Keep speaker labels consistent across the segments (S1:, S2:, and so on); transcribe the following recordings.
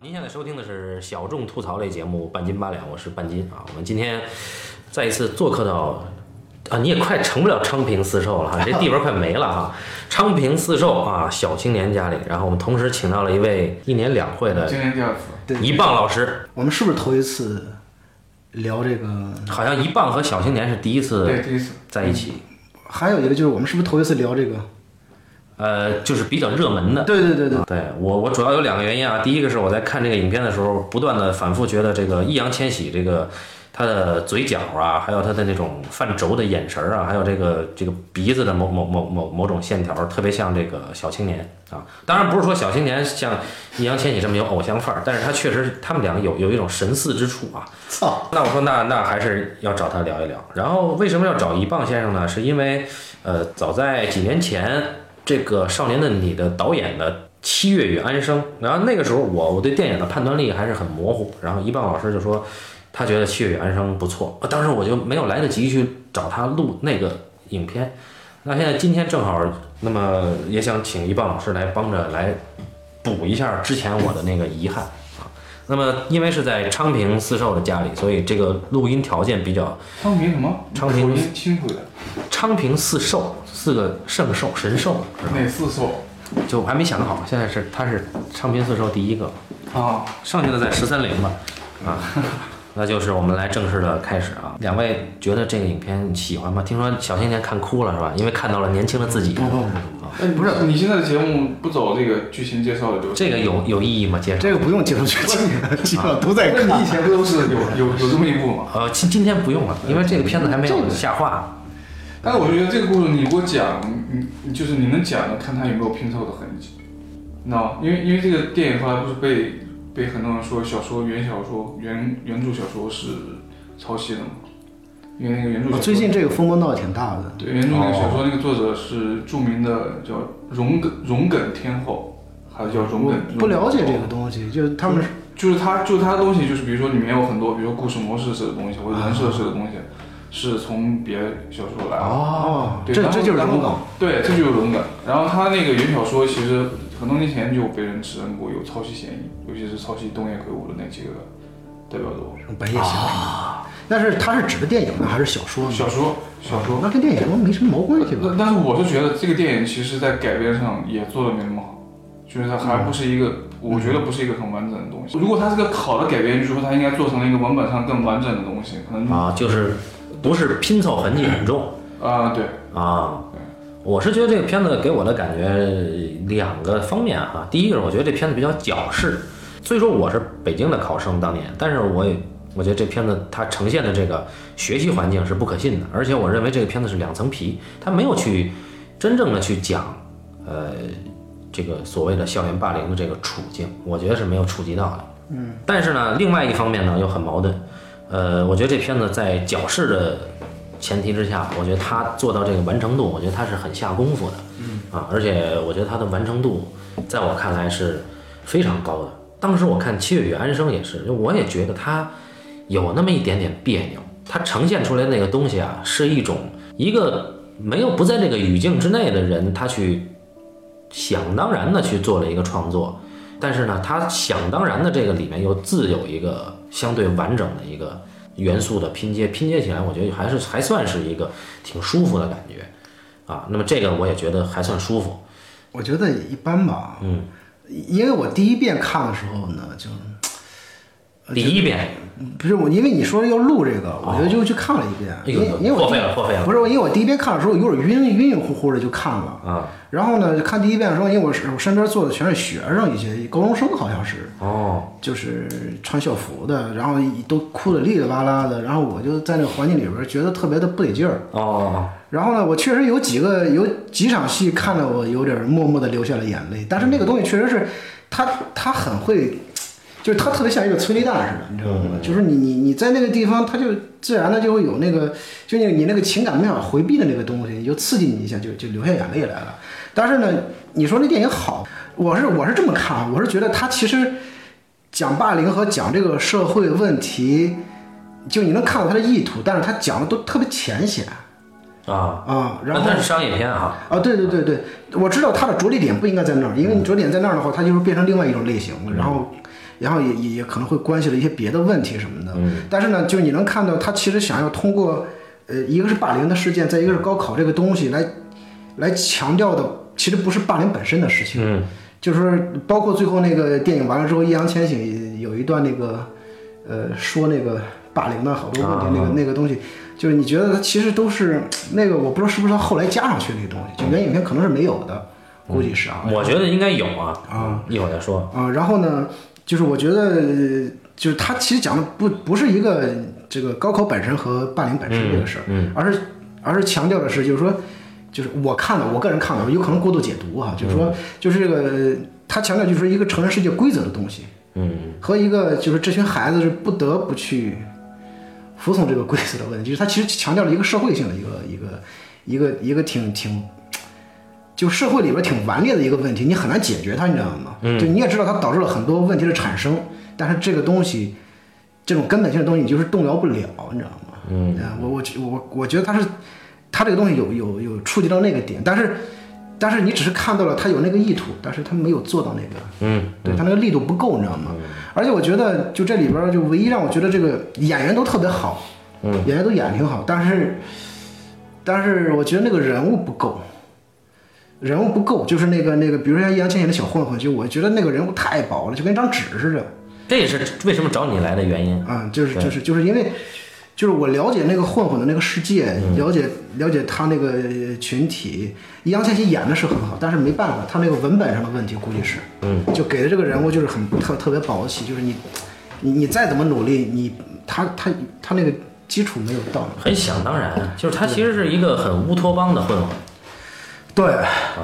S1: 您现在收听的是小众吐槽类节目《半斤八两》，我是半斤啊。我们今天再一次做客到啊，你也快成不了昌平四寿了哈，这地方快没了哈。昌平四寿啊，小青年家里，然后我们同时请到了一位一年两会的
S2: 今天第二次，
S3: 对，
S1: 一棒老师，
S3: 我们是不是头一次聊这个？
S1: 好像一棒和小青年是第一次
S2: 对第一次，
S1: 在一起，
S3: 还有一个就是我们是不是头一次聊这个？
S1: 呃，就是比较热门的。
S3: 对对对对，
S1: 啊对我，我主要有两个原因啊。第一个是我在看这个影片的时候，不断的反复觉得这个易烊千玺这个他的嘴角啊，还有他的那种犯轴的眼神儿啊，还有这个这个鼻子的某某某某某种线条，特别像这个小青年啊。当然不是说小青年像易烊千玺这么有偶像范儿，但是他确实他们两个有有一种神似之处啊。
S3: 操，
S1: 那我说那那还是要找他聊一聊。然后为什么要找一棒先生呢？是因为呃，早在几年前，这个《少年的你》的导演的《七月与安生》，然后那个时候我我对电影的判断力还是很模糊，然后一棒老师就说他觉得《七月与安生》不错，呃当时我就没有来得及去找他录那个影片。那现在今天正好，那么也想请一棒老师来帮着来补一下之前我的那个遗憾。那么，因为是在昌平四寿的家里，所以这个录音条件比较。
S2: 昌平什么？
S1: 昌平
S2: 口音清楚的，
S1: 昌平四寿，四个圣寿、神寿，
S2: 哪四寿
S1: 就我还没想好。现在是他是昌平四寿第一个，
S2: 啊？
S1: 剩下的在十三陵吧。啊， 那就是我们来正式的开始啊。两位觉得这个影片喜欢吗？听说小青年看哭了是吧？因为看到了年轻的自己。啊
S3: 不
S2: 哎，不是，你现在的节目不走这个剧情介绍的流程？
S1: 这个有有意义吗？介绍
S3: 这个不用介绍剧情，基本上都在
S2: 那你
S3: 看
S2: 以。前不都是有有有这么一部吗？
S1: 呃，今今天不用了，因为这个片子还没
S3: 这
S1: 有
S3: 个
S1: 下画。
S2: 但是我觉得这个故事你给我讲，你你就是你能讲的，看它有没有拼凑的痕迹，你知道吗？因为因为这个电影后来不是被被很多人说小说原小说原原著小说是抄袭的嘛？因为那个原著小说
S3: 哦最近这个风波闹得挺大的，
S2: 对，原著那个小说那个作者是著名的叫荣梗荣梗天后，还是叫荣
S3: 我
S2: 梗？
S3: 不了解这
S2: 荣
S3: 个东西，就是他们是
S2: 梗，就是他，就是他的东西，就是比如说里面有很多，比如说故事模式式的东西，或者人设式的东西，是从别小说来的。
S3: 哦，
S2: 对
S3: 这
S2: 然后
S3: 这就是
S2: 然后
S3: 荣梗。
S2: 对，这就是荣梗。然后他那个原小说其实很多年前就被人指认过有抄袭嫌疑，尤其是抄袭东野圭吾的那几个代表作。
S3: 白夜行，但是它是指的电影呢，还是小说呢？
S2: 小说，小说。呃
S3: 那跟电影没什么毛关系吧？
S2: 但但是我是觉得这个电影其实在改编上也做的没那么好，就是它还不是一个，
S3: 嗯
S2: 我觉得不是一个很完整的东西。如果它是个好的改编剧，就是它应该做成了一个文本上更完整的东西，可
S3: 嗯
S2: 能
S1: 啊，就是不是拼凑痕迹很重。
S2: 啊、对，
S1: 啊，我是觉得这个片子给我的感觉两个方面哈、第一个是我觉得这片子比较矫饰，虽说我是北京的考生当年，但是我也我觉得这片子它呈现的这个学习环境是不可信的，而且我认为这个片子是两层皮，它没有去真正的去讲，呃，这个所谓的校园霸凌的这个处境，我觉得是没有触及到的。嗯，但是呢，另外一方面呢又很矛盾，呃，我觉得这片子在矫饰的前提之下，我觉得他做到这个完成度，我觉得他是很下功夫的，嗯啊，而且我觉得他的完成度，在我看来是非常高的。当时我看《七月与安生》也是，就我也觉得他有那么一点点别扭，他呈现出来那个东西啊，是一种一个没有不在这个语境之内的人，他去想当然的去做了一个创作，但是呢，他想当然的这个里面又自有一个相对完整的一个元素的拼接，拼接起来，我觉得还是还算是一个挺舒服的感觉啊。那么这个我也觉得还算舒服，
S3: 我觉得一般吧，
S1: 嗯，
S3: 因为我第一遍看的时候呢，就呃
S1: 第一遍
S3: 不是我，因为你说要录这个，我觉得就去看了一遍，
S1: 哎
S3: 因
S1: 呦
S3: 为因为我
S1: 破费
S3: 第
S1: 了破费了
S3: 不是我，因为我第一遍看的时候有点晕晕晕乎乎的就看了，
S1: 啊，
S3: 然后呢看第一遍的时候，因为我是我身边坐的全是学生，一些高中生好像是，
S1: 哦，
S3: 就是穿校服的，然后都哭得哩哩哇啦的，然后我就在那个环境里边觉得特别的不得劲儿，
S1: 哦哦，
S3: 然后呢，我确实有几个有几场戏看得我有点默默的流下了眼泪，但是那个东西确实是，他他很会，就是他特别像一个催泪弹似的，你知道吗？就是你你你在那个地方，他就自然的就会有那个，就你你那个情感没法回避的那个东西，你就刺激你一下，就就流下眼泪来了。但是呢，你说那电影好，我是我是这么看，我是觉得他其实讲霸凌和讲这个社会问题，就你能看到他的意图，但是他讲的都特别浅显。
S1: 哦啊，
S3: 啊、然
S1: 那
S3: 后
S1: 它是商业片啊，
S3: 啊，对对对对，
S1: 嗯
S3: 我知道它的着力点不应该在那儿，因为你着力点在那儿的话，它就是变成另外一种类型了。然后，然后也也也可能会关系了一些别的问题什么的。
S1: 嗯
S3: 但是呢，就你能看到他其实想要通过，呃，一个是霸凌的事件，再一个是高考这个东西来，来强调的其实不是霸凌本身的事情，
S1: 嗯
S3: 就是包括最后那个电影完了之后，易烊千玺有一段那个，呃，说那个霸凌的好多问题，
S1: 啊
S3: 那个那个东西，就是你觉得他其实都是那个，我不知道是不是他后来加上去那个东西，就原影片可能是没有的，估计是啊。
S1: 我觉得应该有啊，
S3: 啊
S1: 一会儿再说。
S3: 啊、然后呢，就是我觉得，呃就是他其实讲的不不是一个这个高考本身和霸凌本身这个事儿、
S1: 嗯
S3: 而是而是强调的是，就是说，就是我看的，我个人看的，有可能过度解读哈、就是说，就是这个他强调就是说一个成人世界规则的东西，
S1: 嗯，
S3: 和一个就是这群孩子是不得不去服从这个规则的问题，就是他其实强调了一个社会性的一个一个一个一个挺挺，就社会里边挺顽劣的一个问题，你很难解决它，你知道吗？就你也知道它导致了很多问题的产生，但是这个东西，这种根本性的东西，你就是动摇不了，你知道吗？嗯，我我我我觉得他是他这个东西有有有触及到那个点，但是但是你只是看到了他有那个意图，但是他没有做到那个。
S1: 嗯
S3: 对他那个力度不够，你知道吗？而且我觉得就这里边儿就唯一让我觉得这个演员都特别好，演员都演得挺好，但是但是我觉得那个人物不够，人物不够，就是那个那个，比如说像易烊千玺的小混混，就我觉得那个人物太薄了，就跟一张纸似的，
S1: 这也是为什么找你来的原因。
S3: 啊，就
S1: 嗯
S3: 是
S1: 对
S3: 就是就是因为。就是我了解那个混混的那个世界，
S1: 嗯
S3: 了解了解他那个群体。易烊千玺演的是很好，但是没办法，他那个文本上的问题估计是，
S1: 嗯，
S3: 就给的这个人物就是很特特别保不齐，就是你，你你再怎么努力，你他他他那个基础没有到。
S1: 很想当然，就是他其实是一个很乌托邦的混混，
S3: 对，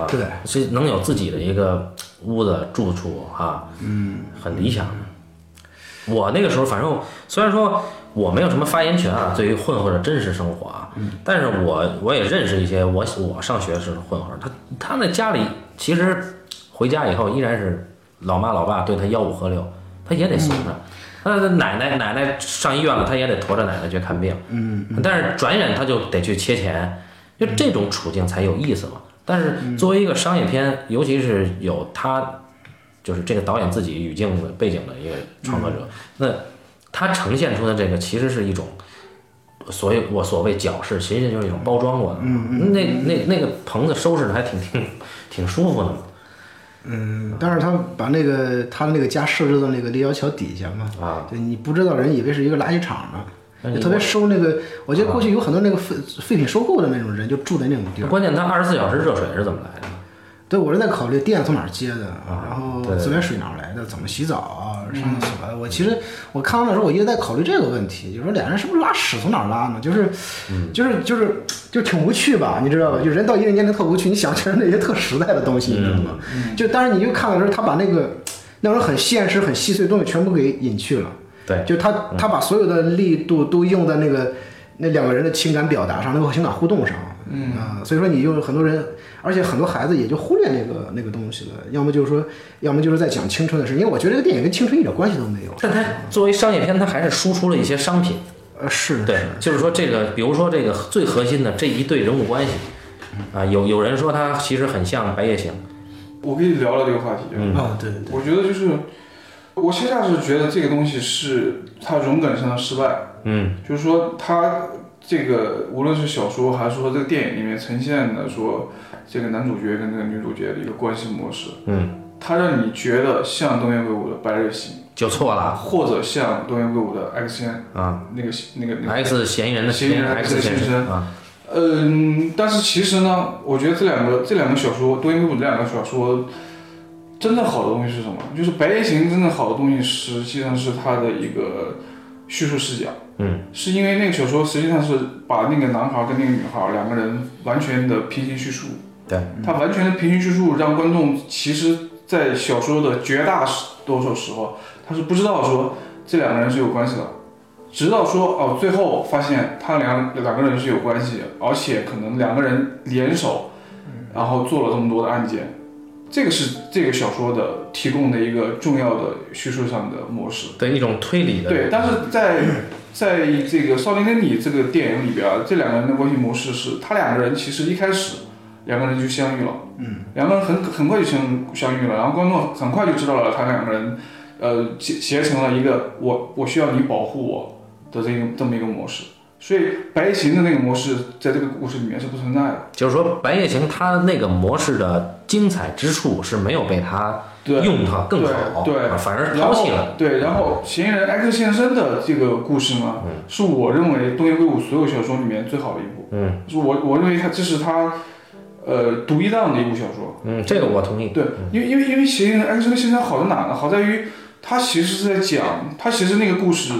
S3: 对，
S1: 是能有自己的一个屋子住处啊，嗯，很理想的。我那个时候，反正虽然说我没有什么发言权啊，对于混混的真实生活啊，但是我我也认识一些我我上学时的混混，他他在家里其实回家以后依然是老妈老爸对他吆五喝六，他也得怂着。他的奶奶奶奶上医院了，他也得驮着奶奶去看病。嗯，但是转眼他就得去切钱，就这种处境才有意思嘛。但是作为一个商业片，尤其是有他就是这个导演自己语境的背景的一个创作者，那他呈现出的这个其实是一种。所以，我所谓矫饰，其实就是一种包装过的。嗯，那那那个棚子收拾的还挺挺挺舒服的嘛。
S3: 嗯，但是他把那个他那个家设置到那个立交桥底下嘛，
S1: 啊，
S3: 对你不知道人以为是一个垃圾场
S1: 那你啊
S3: 呢，就特别收那个，我觉得过去有很多那个废废品收购的那种人就住在那种地儿。
S1: 关键他二十四小时热水是怎么来的？
S3: 对，我是在考虑电从哪儿接的，
S1: 啊
S3: 然后
S1: 对嗯
S3: 自来水哪儿来的，怎么洗澡啊，上厕所啊。我其实我看完的时候，我一直在考虑这个问题，就是说俩人是不是拉屎从哪儿拉呢？就是，
S1: 嗯
S3: 就是就是就挺无趣吧，你知道吧？就人到一定年龄特无趣，你想全是那些特实在的东西，你知道吗？
S1: 嗯
S3: 就但是你就看的时候，他把那个那种很现实、很细碎的东西全部给隐去了。
S1: 对，
S3: 就他他把所有的力度都用在那个那两个人的情感表达上，那个情感互动上。嗯啊、所以说你用很多人，而且很多孩子也就忽略那个那个东西了，要么就是说，要么就是在讲青春的事，因为我觉得这个电影跟青春一点关系都没有。
S1: 但它作为商业片，它还是输出了一些商品。
S3: 呃，是
S1: 对
S3: 是，
S1: 就是说这个，比如说这个最核心的这一对人物关系，啊，有有人说它其实很像《白夜行
S2: 我跟你聊聊这个话题啊。
S3: 啊，对对
S2: 我觉得就是，我恰恰是觉得这个东西是它容梗上的失败。嗯，就是说它这个无论是小说还是说这个电影里面呈现的说这个男主角跟这个女主角的一个关系模式，嗯，它让你觉得像东野圭吾的《白日行》，》，
S1: 就错了
S2: 或者像东野圭吾的《X 线》
S1: 啊。
S2: 那个那个那个
S1: X 嫌疑人的
S2: 嫌疑人
S1: X 先
S2: 这个先
S1: 生啊，
S2: 嗯，但是其实呢，我觉得这两个这两个小说，多音布这两个小说，真正好的东西是什么？就是《白夜行》真正好的东西，实际上是它的一个叙述视角。
S1: 嗯，
S2: 是因为那个小说实际上是把那个男孩跟那个女孩两个人完全的平行叙述。
S1: 对，
S2: 它完全的平行叙述，让观众其实，在小说的绝大多数时候，他是不知道说这两个人是有关系的。直到说哦，最后发现他两两个人是有关系，而且可能两个人联手，然后做了这么多的案件，这个是这个小说的提供的一个重要的叙述上的模式。
S1: 对一种推理的
S2: 对，但是在在这个《少年跟你》这个电影里边儿，这两个人的关系模式是，他两个人其实一开始两个人就相遇了，嗯，两个人很很快就相相遇了，然后观众很快就知道了他两个人呃结结成了一个我我需要你保护我的这个这么一个模式。所以白行的那个模式在这个故事里面是不存在的。
S1: 就是说，《白夜行》它那个模式的精彩之处是没有被它
S2: 对，
S1: 用它更好，啊
S2: 对对
S1: 反而
S2: 然
S1: 抛
S2: 后
S1: 弃了。嗯
S2: 对，然后嫌疑人 X 现身的这个故事呢，是我认为东野圭吾所有小说里面最好的一部。
S1: 嗯，
S2: 是我我认为他这是他，呃，独一档的一部小说。
S1: 嗯，这个我同意。
S2: 对，因为因为因为嫌疑人 X 现身好在哪呢？好在于他其实是在讲，他其实那个故事，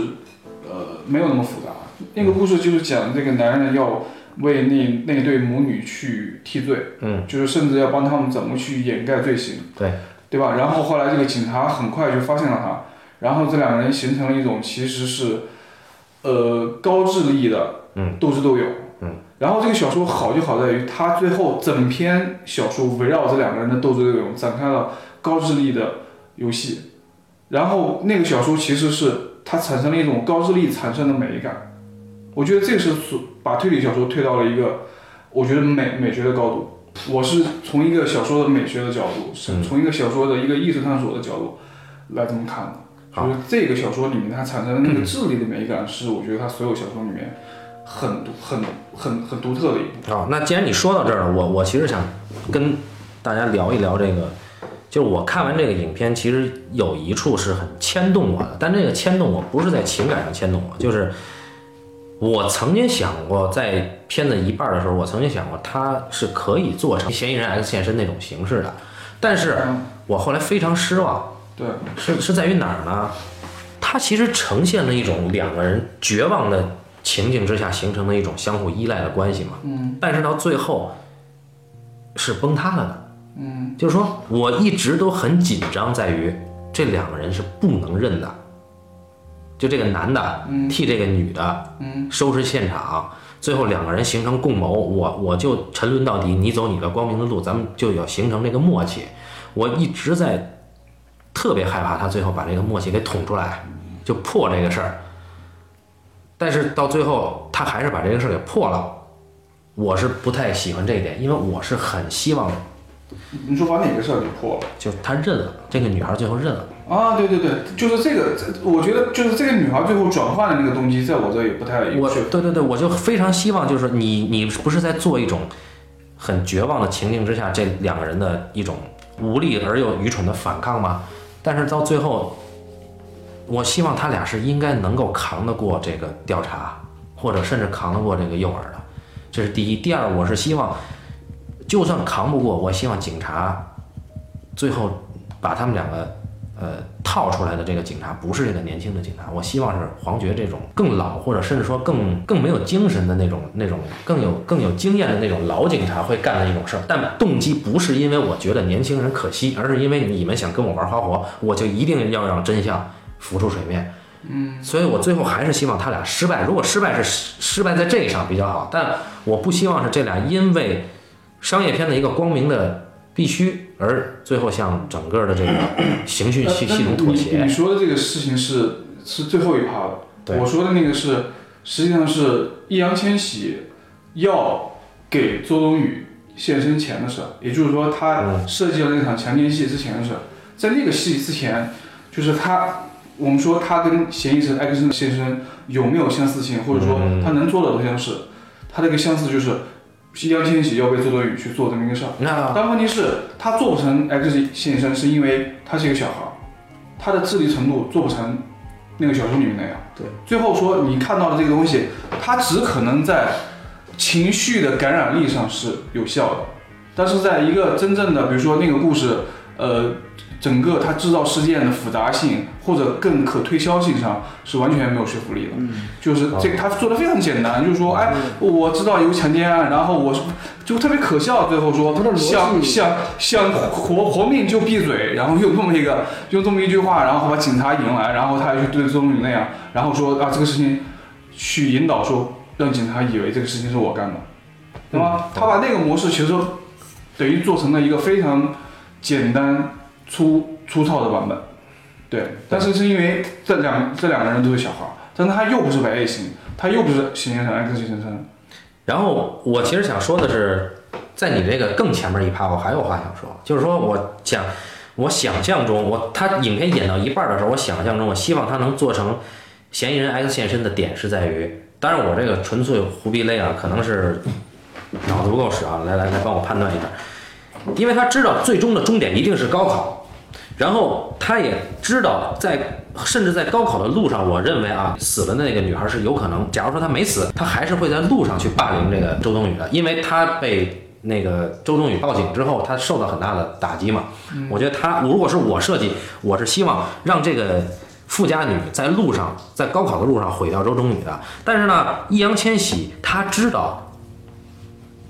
S2: 呃，没有那么复杂。那个故事就是讲这个男人要为那那对母女去替罪，
S1: 嗯，
S2: 就是甚至要帮他们怎么去掩盖罪行。
S1: 对，
S2: 对吧？然后后来这个警察很快就发现了他，然后这两个人形成了一种其实是，呃，高智力的，
S1: 嗯，
S2: 斗智斗勇，
S1: 嗯。
S2: 然后这个小说好就好在于，它最后整篇小说围绕这两个人的斗智斗勇展开了高智力的游戏，然后那个小说其实是它产生了一种高智力产生的美感，我觉得这是所把推理小说推到了一个，我觉得美美学的高度。我是从一个小说的美学的角度，是从一个小说的一个艺术探索的角度来这么看的。
S1: 好
S2: 就是这个小说里面它产生的那个智力的美感，是我觉得它所有小说里面很独、很很很独特的一部。
S1: 啊、那既然你说到这儿了，我我其实想跟大家聊一聊这个，就是我看完这个影片，其实有一处是很牵动我的，但这个牵动我不是在情感上牵动我，就是我曾经想过，在片子一半儿的时候，我曾经想过它是可以做成嫌疑人 X 现身那种形式的，但是
S2: 嗯
S1: 我后来非常失望，
S2: 对，
S1: 是是在于哪儿呢？它其实呈现了一种两个人绝望的情境之下形成的一种相互依赖的关系嘛。
S2: 嗯
S1: 但是到最后是崩塌了的。
S2: 嗯
S1: 就是说我一直都很紧张，在于这两个人是不能认的。就这个男的
S2: 嗯
S1: 替这个女的
S2: 嗯
S1: 收拾现场，最后两个人形成共谋，我我就沉沦到底，你走你的光明的路，咱们就要形成这个默契。我一直在特别害怕他最后把这个默契给捅出来，就破这个事儿。但是到最后，他还是把这个事儿给破了。我是不太喜欢这一点，因为我是很希望
S2: 你说把哪个事儿给破了？
S1: 就是他认了，这个女孩最后认了。
S2: 啊，对对对，就是这个，这我觉得就是这个女孩最后转换的那个动机，在我这也不太有
S1: 我
S2: 趣。
S1: 对对对，我就非常希望，就是你你不是在做一种很绝望的情境之下，这两个人的一种无力而又愚蠢的反抗吗？但是到最后，我希望他俩是应该能够扛得过这个调查，或者甚至扛得过这个诱饵的，这是第一。第二，我是希望，就算扛不过，我希望警察最后把他们两个呃套出来的这个警察不是这个年轻的警察，我希望是黄觉这种更老或者甚至说更更没有精神的那种那种更有更有经验的那种老警察会干的一种事儿。但动机不是因为我觉得年轻人可惜，而是因为你们想跟我玩花活，我就一定要让真相浮出水面。嗯，所以我最后还是希望他俩失败。如果失败是失失败在这一上比较好，但我不希望是这俩因为商业片的一个光明的必须，而最后向整个的这个刑讯
S2: 但
S1: 系
S2: 但
S1: 系统妥
S2: 呃你
S1: 协
S2: 你。说的这个事情是是最后一趴了。
S1: 对
S2: 我说的那个是，实际上是易烊千玺要给周冬雨现身前的事儿，也就是说
S1: 嗯
S2: 他设计了那场强奸戏之前的事儿。在那个戏之前，就是他，我们说他跟嫌疑人 X 的现身有没有相似性，或者说
S1: 嗯
S2: 他能做到多相似？他这个相似就是易烊千玺要为周冬雨去做这么一个事儿。
S1: 那
S2: 但问题是，他做不成 X 现身，是因为他是一个小孩儿，他的智力程度做不成那个小说里面那样。
S3: 对，
S2: 最后说你看到的这个东西，它只可能在情绪的感染力上是有效的，但是在一个真正的，比如说那个故事，呃，整个它制造事件的复杂性或者更可推销性上是完全没有说服力的。就是这个他做的非常简单，就是说，哎，我知道有强奸案，然后我是就特别可笑，最后说
S3: 他的逻辑
S2: 想想想活活命就闭嘴，然后用这么一个 用这么一句话，然后把警察引来，然后他又去对周冬雨那样，然后说啊这个事情去引导说让警察以为这个事情是我干的，那么他把那个模式其实等于做成了一个非常简单粗粗糙的版本。对，但是是因为这两这两个人都是小孩儿，但是他又不是白夜行，他又不是嫌疑人 X 先生。
S1: 然后我其实想说的是，在你这个更前面一趴，我还有话想说，就是说我想，我想象中，我他影片演到一半的时候，我想象中，我希望他能做成嫌疑人 X 现身的点是在于，当然我这个纯粹胡逼勒啊，可能是脑子不够使啊，来来来，帮我判断一下，因为他知道最终的终点一定是高考，然后他也知道在甚至在高考的路上，我认为啊，死了的那个女孩是有可能，假如说她没死，她还是会在路上去霸凌这个周冬雨的，因为她被。那个周冬雨报警之后，她受到很大的打击嘛。我觉得她如果是我设计，我是希望让这个富家女在路上，在高考的路上毁掉周冬雨的。但是呢，易烊千玺他知道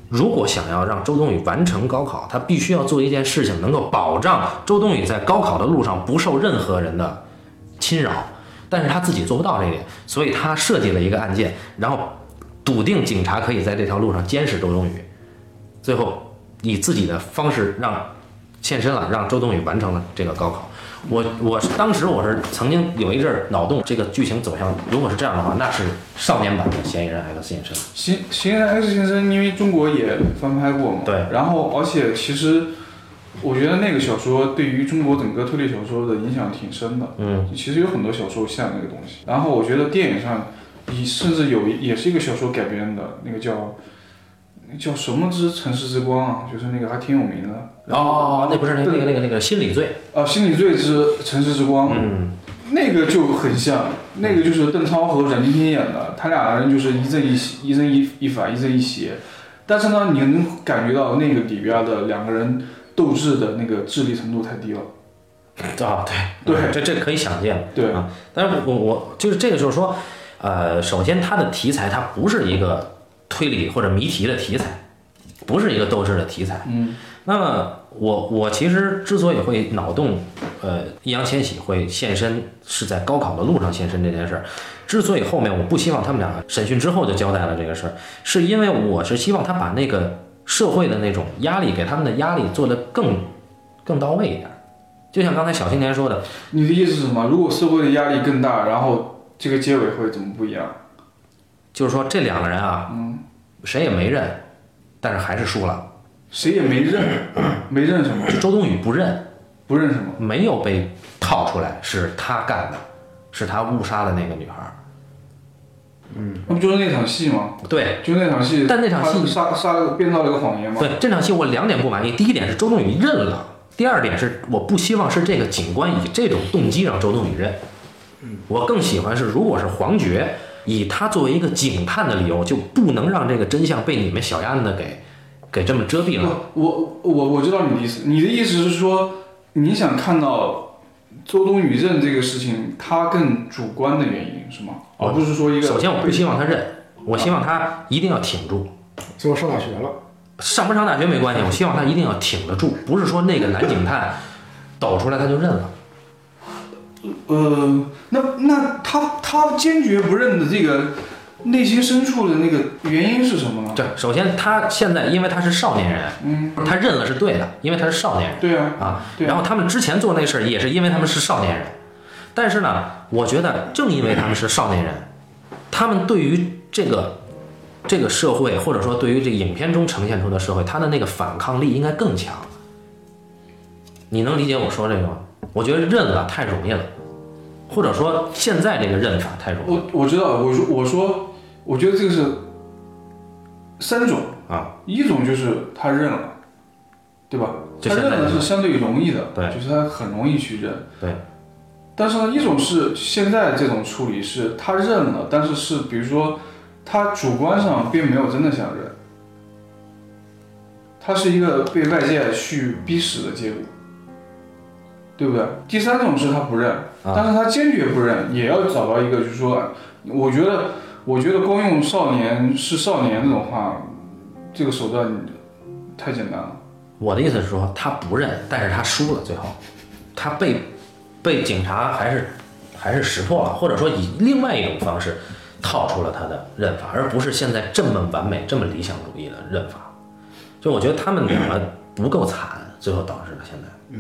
S1: 如果想要让周冬雨完成高考，他必须要做一件事情，能够保障周冬雨在高考的路上不受任何人的侵扰。但是他自己做不到这一点，所以他设计了一个案件，然后笃定警察可以在这条路上监视周冬雨，最后以自己的方式让现身了，让周冬雨完成了这个高考。我我当时我是曾经有一阵儿脑洞，这个剧情走向如果是这样的话，那是少年版的嫌疑人 X 现身。
S2: 行行人 X 先生，因为中国也翻拍过嘛，
S1: 对。
S2: 然后，而且其实，我觉得那个小说对于中国整个推理小说的影响挺深的。
S1: 嗯，
S2: 其实有很多小说像那个东西。然后我觉得电影上，以甚至有一也是一个小说改编的，那个叫那叫什么之城市之光啊，就是那个还挺有名的。然后
S1: 哦，那不是那那
S2: 对
S1: 个那个那个心理罪。
S2: 啊，心理罪之城市之光，
S1: 嗯
S2: 那个就很像，那个就是邓超和阮经天演的，他俩人就是一正一邪，一正一一反，一正一邪。但是呢，你能感觉到那个里边的两个人斗智的那个智力程度太低了。
S1: 啊，对
S2: 嗯对
S1: 这这可以想见。
S2: 对
S1: 啊，但是我我就是这个就是说，呃，首先它的题材它不是一个推理或者谜题的题材，不是一个斗智的题材。
S2: 嗯，
S1: 那么我我其实之所以会脑洞，呃，易烊千玺会现身是在高考的路上现身这件事儿，之所以后面我不希望他们俩审讯之后就交代了这个事儿，是因为我是希望他把那个社会的那种压力给他们的压力做得更更到位一点儿。就像刚才小青年说的，
S2: 你的意思是什么？如果社会的压力更大，然后这个结尾会怎么不一样？
S1: 就是说这两个人啊，谁也没认，但是还是输了。
S2: 谁也没认， 没认什么，
S1: 就周冬雨不认，
S2: 不认什么。
S1: 没有被套出来是他干的，是他误杀的那个女孩儿。
S2: 那不就是那场戏吗？
S1: 对，
S2: 就那场戏，
S1: 嗯但那场戏
S2: 他杀杀编造了一个谎言嘛。
S1: 对这场戏我两点不满意，第一点是周冬雨认了，第二点是我不希望是这个警官以这种动机让周冬雨认，我更喜欢是如果是黄觉以他作为一个警探的理由，就不能让这个真相被你们小丫子给给这么遮蔽了。
S2: 我我我我知道你的意思，你的意思是说，你想看到周冬雨认这个事情，她更主观的原因是吗？
S1: 哦
S2: 而不是说一个
S1: 首先我不
S2: 被
S1: 希望他认，我希望他一定要挺住。
S3: 最后上大学了，
S1: 上不上大学没关系，我希望他一定要挺得住，不是说那个男警探抖出来他就认了。
S2: 呃，那那她她坚决不认的这个内心深处的那个原因是什么呢？
S1: 对，首先他现在因为他是少年人，
S2: 嗯，
S1: 他认了是对的，因为他是少年人。
S2: 对啊，
S1: 啊。
S2: 对
S1: 然后他们之前做那事儿也是因为他们是少年人，但是呢，我觉得正因为他们是少年人，他们对于这个这个社会或者说对于这影片中呈现出的社会，他的那个反抗力应该更强。你能理解我说这个吗？我觉得认了太容易了，或者说现在这个认法太容易了
S2: 我我知道，我说我说，我觉得这个是三种
S1: 啊，
S2: 一种就是他认了，对吧？
S1: 就
S2: 他
S1: 现
S2: 认
S1: 在
S2: 了是相对容易的，
S1: 对
S2: 就是他很容易去认，
S1: 对。
S2: 但是呢，一种是现在这种处理是他认了，但是是比如说他主观上并没有真的想认，他是一个被外界去逼死的结果，对不对？第三种是他不认，
S1: 啊
S2: 但是他坚决不认，也要找到一个就是说，我觉得我觉得光用少年是少年这种话，这个手段太简单了。
S1: 我的意思是说，他不认，但是他输了，最后他被被警察还是还是识破了，或者说以另外一种方式套出了他的认法，而不是现在这么完美、这么理想主义的认法。就我觉得他们两个不够惨，最后导致了现在。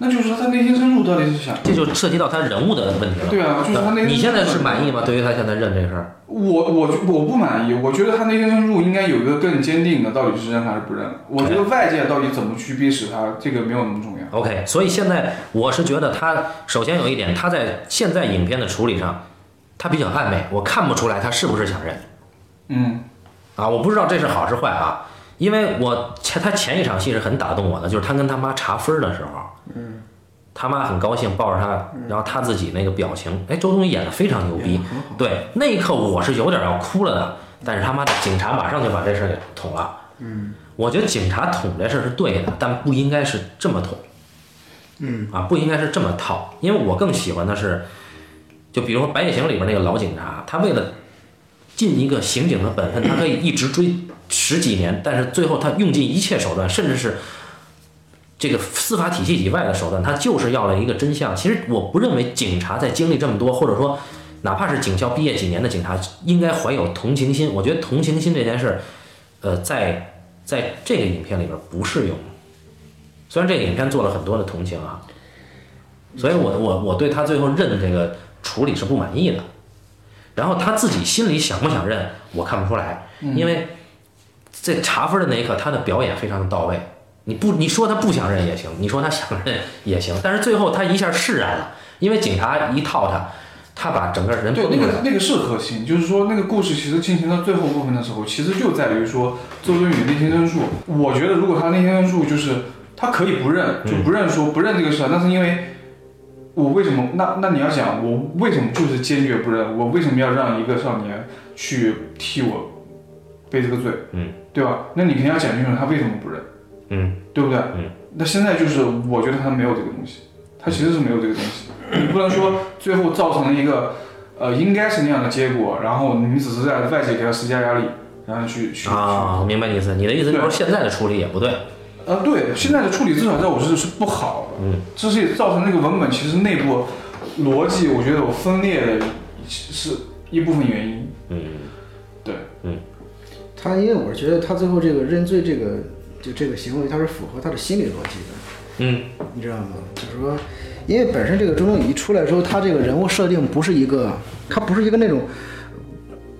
S2: 那就是他内心深处到底是想，
S1: 这就涉及到他人物的问题了。
S2: 对啊，就是他内心。
S1: 你现在是满意吗？对于他现在认这事儿，
S2: 我我我不满意，我觉得他内心深处应该有一个更坚定的，到底是认还是不认。我觉得外界到底怎么去逼使他，这个没有那么重要。
S1: OK，所以现在我是觉得他首先有一点，他在现在影片的处理上，他比较暧昧，我看不出来他是不是想认
S2: 嗯
S1: 啊，我不知道这是好是坏啊，因为我前他前一场戏是很打动我的，就是他跟他妈查分儿的时候，嗯，他妈很高兴抱着他，然后他自己那个表情，哎，周冬雨演的非常牛逼，对，那一刻我是有点要哭了的，但是他妈的警察马上就把这事儿给捅了，嗯，我觉得警察捅这事儿是对的，但不应该是这么捅。啊，不应该是这么套，因为我更喜欢的是，就比如说《白夜行》里边那个老警察，他为了尽一个刑警的本分，他可以一直追十几年，但是最后他用尽一切手段，甚至是这个司法体系以外的手段，他就是要了一个真相。其实我不认为警察在经历这么多，或者说哪怕是警校毕业几年的警察，应该怀有同情心。我觉得同情心这件事儿，呃，在在这个影片里边不适用。虽然这个影片做了很多的同情啊，所以我我我对他最后认这个处理是不满意的。然后他自己心里想不想认，我看不出来，
S2: 嗯
S1: 因为在查分的那一刻，他的表演非常的到位。你不你说他不想认也行，你说他想认也行，但是最后他一下释然了，因为警察一套他，他把整个人
S2: 对，那
S1: 绷住
S2: 个
S1: 了
S2: 那个是核心，就是说那个故事其实进行到最后部分的时候，其实就在于说周冬雨内心深处。我觉得如果他内心深处就是他可以不认，就不认说不认这个事儿，但是因为我为什么？那那你要想我为什么就是坚决不认？我为什么要让一个少年去替我背这个罪？
S1: 嗯，
S2: 对吧？那你肯定要讲清楚他为什么不认，
S1: 嗯，
S2: 对不对？
S1: 嗯。
S2: 那现在就是我觉得他没有这个东西，他其实是没有这个东西。你不能说最后造成了一个呃应该是那样的结果，然后你只是在外界给他施加压力，然后去去
S1: 啊，明白你意思，你的意思就是说现在的处理也不对，
S2: 呃，对，现在的处理至少在我这里是不好的，
S1: 嗯，
S2: 这是也造成这个文本其实内部逻辑，我觉得有分裂的是一部分原因。
S1: 嗯
S2: 对，
S3: 他因为我是觉得他最后这个认罪这个就这个行为，他是符合他的心理逻辑的，
S1: 嗯
S3: 你知道吗？就是说，因为本身这个周冬雨一出来之后，他这个人物设定不是一个，他不是一个那种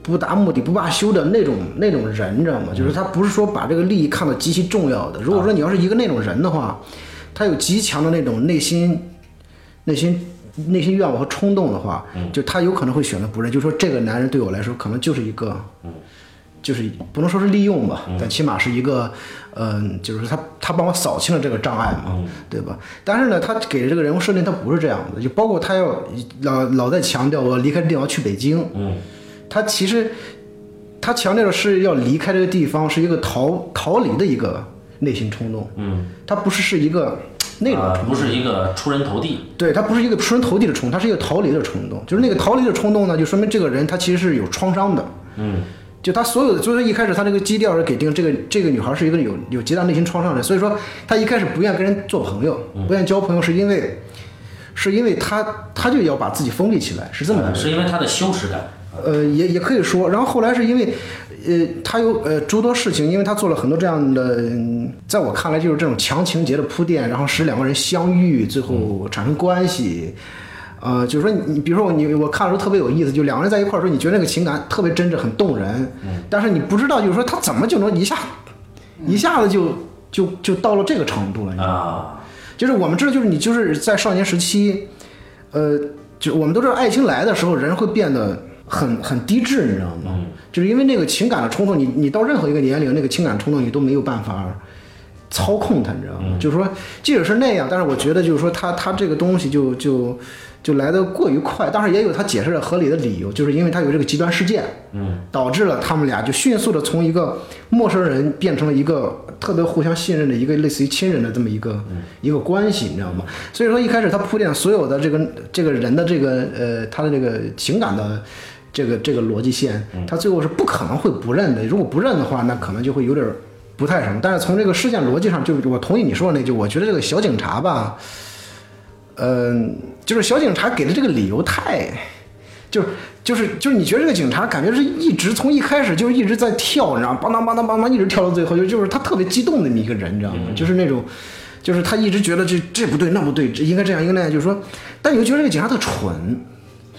S3: 不达目的不罢休的那种那种人，你知道吗？就是他不是说把这个利益看得极其重要的。如果说你要是一个那种人的话，他有极强的那种内心内心内心愿望和冲动的话，就他有可能会选择不认，就说这个男人对我来说可能就是一个，就是不能说是利用
S1: 嗯
S3: 吧，但起码是一个，嗯、就是他他帮我扫清了这个障碍嘛，
S1: 嗯
S3: 对吧？但是呢，他给的这个人物设定他不是这样的，就包括他要老老在强调我离开这地方去北京，
S1: 嗯，
S3: 他其实他强调的是要离开这个地方，是一个逃逃离的一个内心冲动，
S1: 嗯，
S3: 他不是是一个那种
S1: 啊
S3: 冲动。
S1: 不是一个出人头地，
S3: 对，他不是一个出人头地的冲动，他是一个逃离的冲动。就是那个逃离的冲动呢，就说明这个人他其实是有创伤的。
S1: 嗯
S3: 就他所有的，所以说一开始他这个基调是给定这个这个女孩是一个有有极大内心创伤的人，所以说他一开始不愿跟人做朋友，不愿交朋友，是因为是因为他他就要把自己封闭起来，是这么一个
S1: 啊
S3: 人。
S1: 是因为他的羞耻感，
S3: 呃，也也可以说。然后后来是因为，呃，他有呃诸多事情，因为他做了很多这样的，嗯在我看来就是这种强情节的铺垫，然后使两个人相遇，最后产生关系。呃，就是说你，你比如说你，我看的时候特别有意思，就两个人在一块儿的时候，你觉得那个情感特别真挚，很动人，但是你不知道，就是说他怎么就能一下，一下子就就就到了这个程度了，你知道吗
S1: 啊，
S3: 就是我们知道，就是你就是在少年时期，呃，就我们都知道，爱情来的时候，人会变得很很低智，你知道吗？就是因为那个情感的冲动，你你到任何一个年龄，那个情感冲动你都没有办法操控它，你知道吗？就是说，即使是那样，但是我觉得就是说他，他这个东西就就就来的过于快，当然也有他解释的合理的理由，就是因为他有这个极端事件，嗯，导致了他们俩就迅速的从一个陌生人变成了一个特别互相信任的一个类似于亲人的这么一个、一个关系，你知道吗？所以说一开始他铺垫所有的这个这个人的这个呃他的这个情感的。这个这个逻辑线，他最后是不可能会不认的。如果不认的话，那可能就会有点儿不太什么。但是从这个事件逻辑上，就我同意你说的那句，我觉得这个小警察吧，嗯、就是小警察给的这个理由太，就是就是就是你觉得这个警察感觉是一直从一开始就是一直在跳，你知道吗？梆当梆当梆当一直跳到最后，就就是他特别激动的那么一个人，你知道吗？就是那种就是他一直觉得这这不对那不对，这应该这样应该那样，就是说，但你又觉得这个警察特蠢，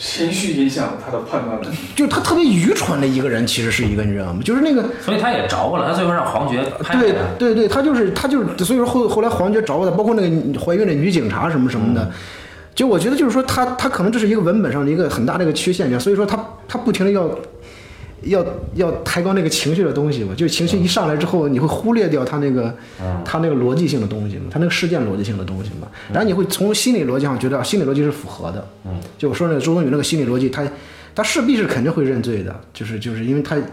S2: 情绪影响了他的判断能力。
S3: 就是他特别愚蠢的一个人，其实是一个你知道吗？就是那个
S1: 所以他也着了，他最后让黄觉拍
S3: 对
S1: 的。
S3: 对对，他就是他就是，所以说后后来黄觉找我的，包括那个女怀孕的女警察什么什么
S1: 嗯
S3: 的，就我觉得就是说他他可能这是一个文本上的一个很大的一个缺陷，所以说他他不停的要。要要抬高那个情绪的东西嘛，就是情绪一上来之后，你会忽略掉他那个、
S1: 嗯
S3: 他那个逻辑性的东西嘛，他那个事件逻辑性的东西嘛，然后你会从心理逻辑上觉得啊心理逻辑是符合的，嗯，就我说那个周冬雨那个心理逻辑，他他势必是肯定会认罪的，就是就是因为他因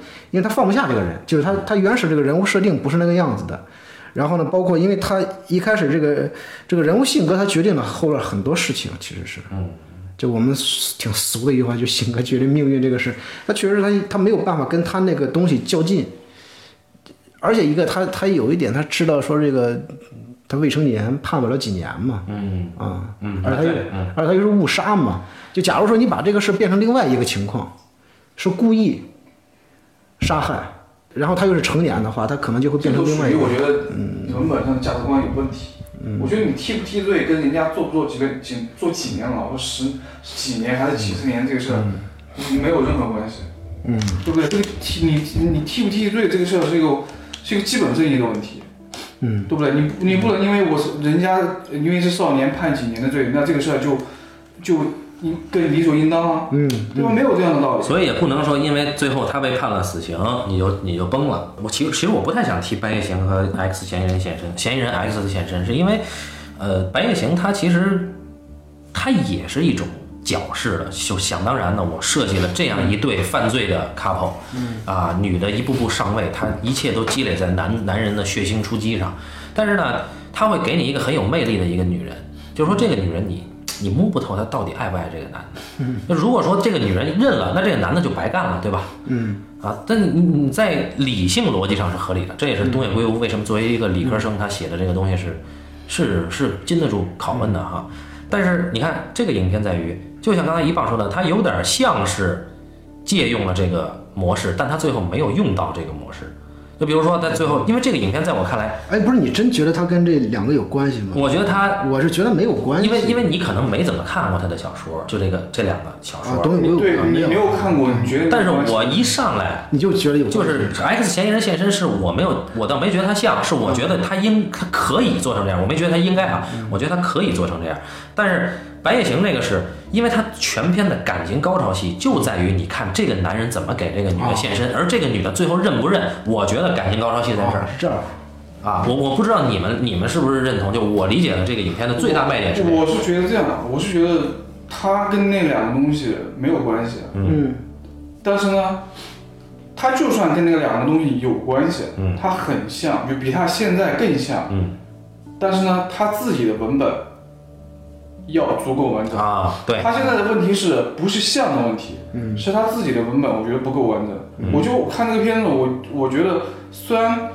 S3: 为他放不下这个人，就是他他原始这个人物设定不是那个样子的。然后呢，包括因为他一开始这个这个人物性格，他决定了后边很多事情，其实是，嗯，就我们挺俗的一句话，就性格决定命运这个事，他确实是他他没有办法跟他那个东西较劲，而且一个他他有一点他知道说这个他未成年判不了几年嘛，
S1: 嗯
S3: 啊、
S1: 嗯，
S3: 而他又
S1: 对，嗯
S3: 而他又是误杀嘛。就假如说你把这个事变成另外一个情况，是故意杀害，然后他又是成年的话，他可能就会
S2: 这
S3: 变
S2: 都
S3: 成另
S2: 属
S3: 外
S2: 于
S3: 一个
S2: 我。
S3: 嗯
S2: 觉得
S1: 嗯
S2: 文本上的价值观有问题。我觉得你替不替罪跟人家做不做几个几做几年牢，或十几年还是几十年这个事儿、没有任何关系，
S3: 嗯，
S2: 对不对？这个替你你替不替罪这个事儿是一个是一个基本正义的问题，
S3: 嗯，
S2: 对不对？你你不能因为我是人家因为是少年判几年的罪，那这个事儿就就应更理所应当啊，
S3: 嗯，
S2: 对吧？没有这样的道理。
S1: 所以也不能说因为最后他被判了死刑，你就你就崩了。我其实其实我不太想替白夜行和 X 嫌疑人现身，嫌疑人 X 的现身是因为，呃，白夜行他其实他也是一种矫饰的，就想当然的，我设计了这样一对犯罪的 couple，啊，
S2: 嗯
S1: 女的一步步上位，她一切都积累在男男人的血腥出击上，但是呢，他会给你一个很有魅力的一个女人，就是说这个女人你你摸不透她到底爱不爱这个男的。那如果说这个女人认了，那这个男的就白干了，对吧？嗯。啊，但你你在理性逻辑上是合理的，这也是东野圭吾为什么作为一个理科生，他写的这个东西是是是经得住拷问的哈。但是你看这个影片在于，就像刚才一棒说的，它有点像是借用了这个模式，但它最后没有用到这个模式。就比如说，在最后，因为这个影片在我看来，
S3: 哎，不是你真觉得他跟这两个有关系吗？
S1: 我觉得它
S3: 我是觉得没有关系，
S1: 因为因为你可能没怎么看过他的小说，就这个这两个小
S3: 啊
S1: 说，，
S3: 东西
S2: 对你没有看过，你觉得
S1: 但是
S2: 没关系
S1: 我一上来
S3: 你就觉得有关系
S1: 就是 X 嫌疑人现身，是我没有，我倒没觉得他像，是我觉得他应他可以做成这样，我没觉得他应该啊，我觉得他可以做成这样。但是白夜行这个是因为他全篇的感情高潮戏就在于你看这个男人怎么给这个女的现身，而这个女的最后认不认，我觉得感情高潮戏在这儿
S3: 啊，是这样，
S1: 啊，我我不知道你们你们是不是认同，就我理解的这个影片的最大卖点是这个
S2: 我是觉得这样的，我是觉得它跟那两个东西没有关系，啊
S3: 嗯，
S2: 但是呢，它就算跟那两个东西有关系，
S1: 嗯
S2: 它很像，就比它现在更像，
S1: 嗯
S2: 但是呢，它自己的文本要足够完整。
S1: 啊，对。
S2: 它现在的问题是不是像的问题？嗯，是它自己的文本，我觉得不够完整。我就看这个片子，我我觉得虽然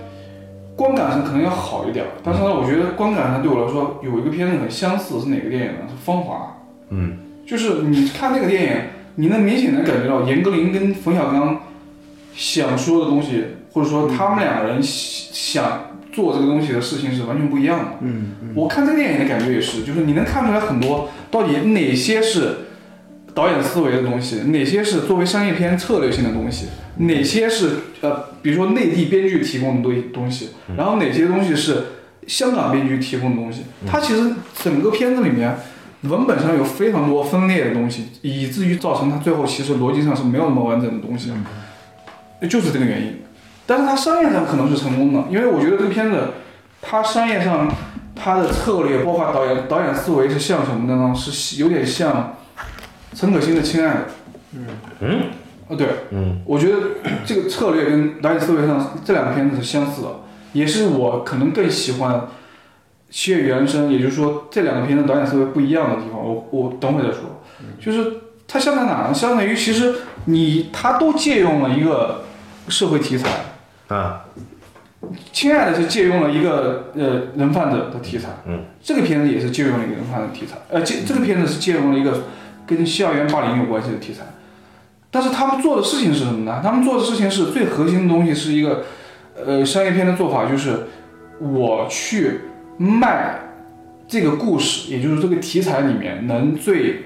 S2: 观感上可能要好一点，但是呢，我觉得观感上对我来说有一个片子很相似，是哪个电影呢？是《芳华》。
S1: 嗯，
S2: 就是你看那个电影，你能明显的感觉到严歌苓跟冯小刚想说的东西，或者说他们两个人想做这个东西的事情是完全不一样的。
S3: 嗯，
S2: 我看这个电影的感觉也是，就是你能看出来很多到底哪些是导演思维的东西，哪些是作为商业片策略性的东西，哪些是呃，比如说内地编剧提供的东东西，然后哪些东西是香港编剧提供的东西。它其实整个片子里面文本上有非常多分裂的东西，以至于造成它最后其实逻辑上是没有那么完整的东西，就是这个原因。但是它商业上可能是成功的，因为我觉得这个片子它商业上他的策略，包括导演导演思维是像什么的呢？是有点像陈可辛的《亲爱的》。
S1: 嗯。
S2: 哦，对，
S1: 嗯，
S2: 我觉得这个策略跟导演思维上这两个片子是相似的，也是我可能更喜欢七月与安生，也就是说这两个片子导演思维不一样的地方。我我等会再说，
S1: 嗯
S2: 就是它相在哪呢？相当于其实你它都借用了一个社会题材，
S1: 啊，
S2: 亲爱的是借用了一个呃人贩子的题材，
S1: 嗯，
S2: 这个片子也是借用了一个人贩子的题材，呃，这这个片子是借用了一个呃跟校园霸凌有关系的题材，但是他们做的事情是什么呢？他们做的事情是最核心的东西是一个，呃，商业片的做法就是我去卖这个故事，也就是这个题材里面能最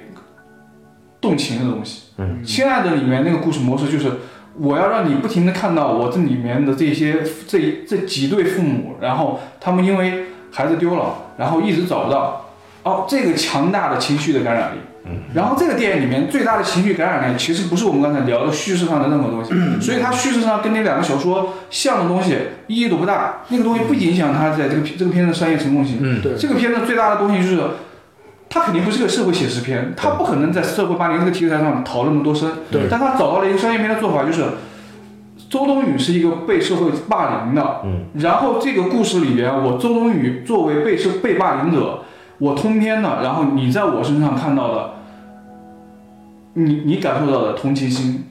S2: 动情的东西。嗯，《亲爱的》里面那个故事模式就是，我要让你不停的看到我这里面的这些这这几对父母，然后他们因为孩子丢了，然后一直找不到，哦，这个强大的情绪的感染力。嗯，然后这个电影里面最大的情绪感染力，其实不是我们刚才聊的叙事上的任何东西，所以它叙事上跟那两个小说像的东西意义都不大，那个东西不影响它在这个片这个片子的商业成功性。
S1: 嗯
S3: 对
S2: 这个片子最大的东西就是，它肯定不是个社会写实片，它不可能在社会霸凌这个题材上讨论的多深。
S3: 对
S2: 但它找到了一个商业片的做法，就是周冬雨是一个被社会霸凌的，
S1: 嗯，
S2: 然后这个故事里边，我周冬雨作为被社被霸凌者，我通篇的，然后你在我身上看到的，你你感受到的同情心，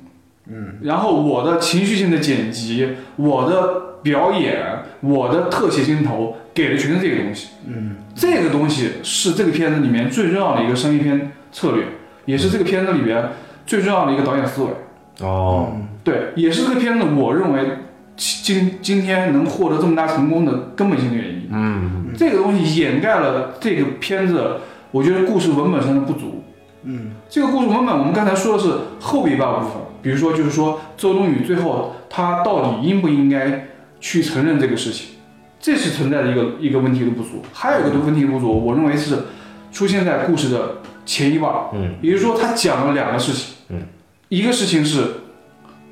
S2: 嗯，然后我的情绪性的剪辑，我的表演，我的特写镜头，给的全是这个东西。这个东西是这个片子里面最重要的一个商业片策略，也是这个片子里边最重要的一个导演思维。
S1: 哦，
S2: 对，也是这个片子我认为今今天能获得这么大成功的根本性的原因。
S1: 嗯，
S2: 这个东西掩盖了这个片子，我觉得故事文本上的不足。嗯，这个故事文本我们刚才说的是后半部分，比如说就是说周冬雨最后她到底应不应该去承认这个事情，这是存在的一个一个问题的不足。还有一个问题的不足，我认为是出现在故事的前一半。
S1: 嗯，
S2: 也就是说他讲了两个事情。
S1: 嗯，
S2: 一个事情是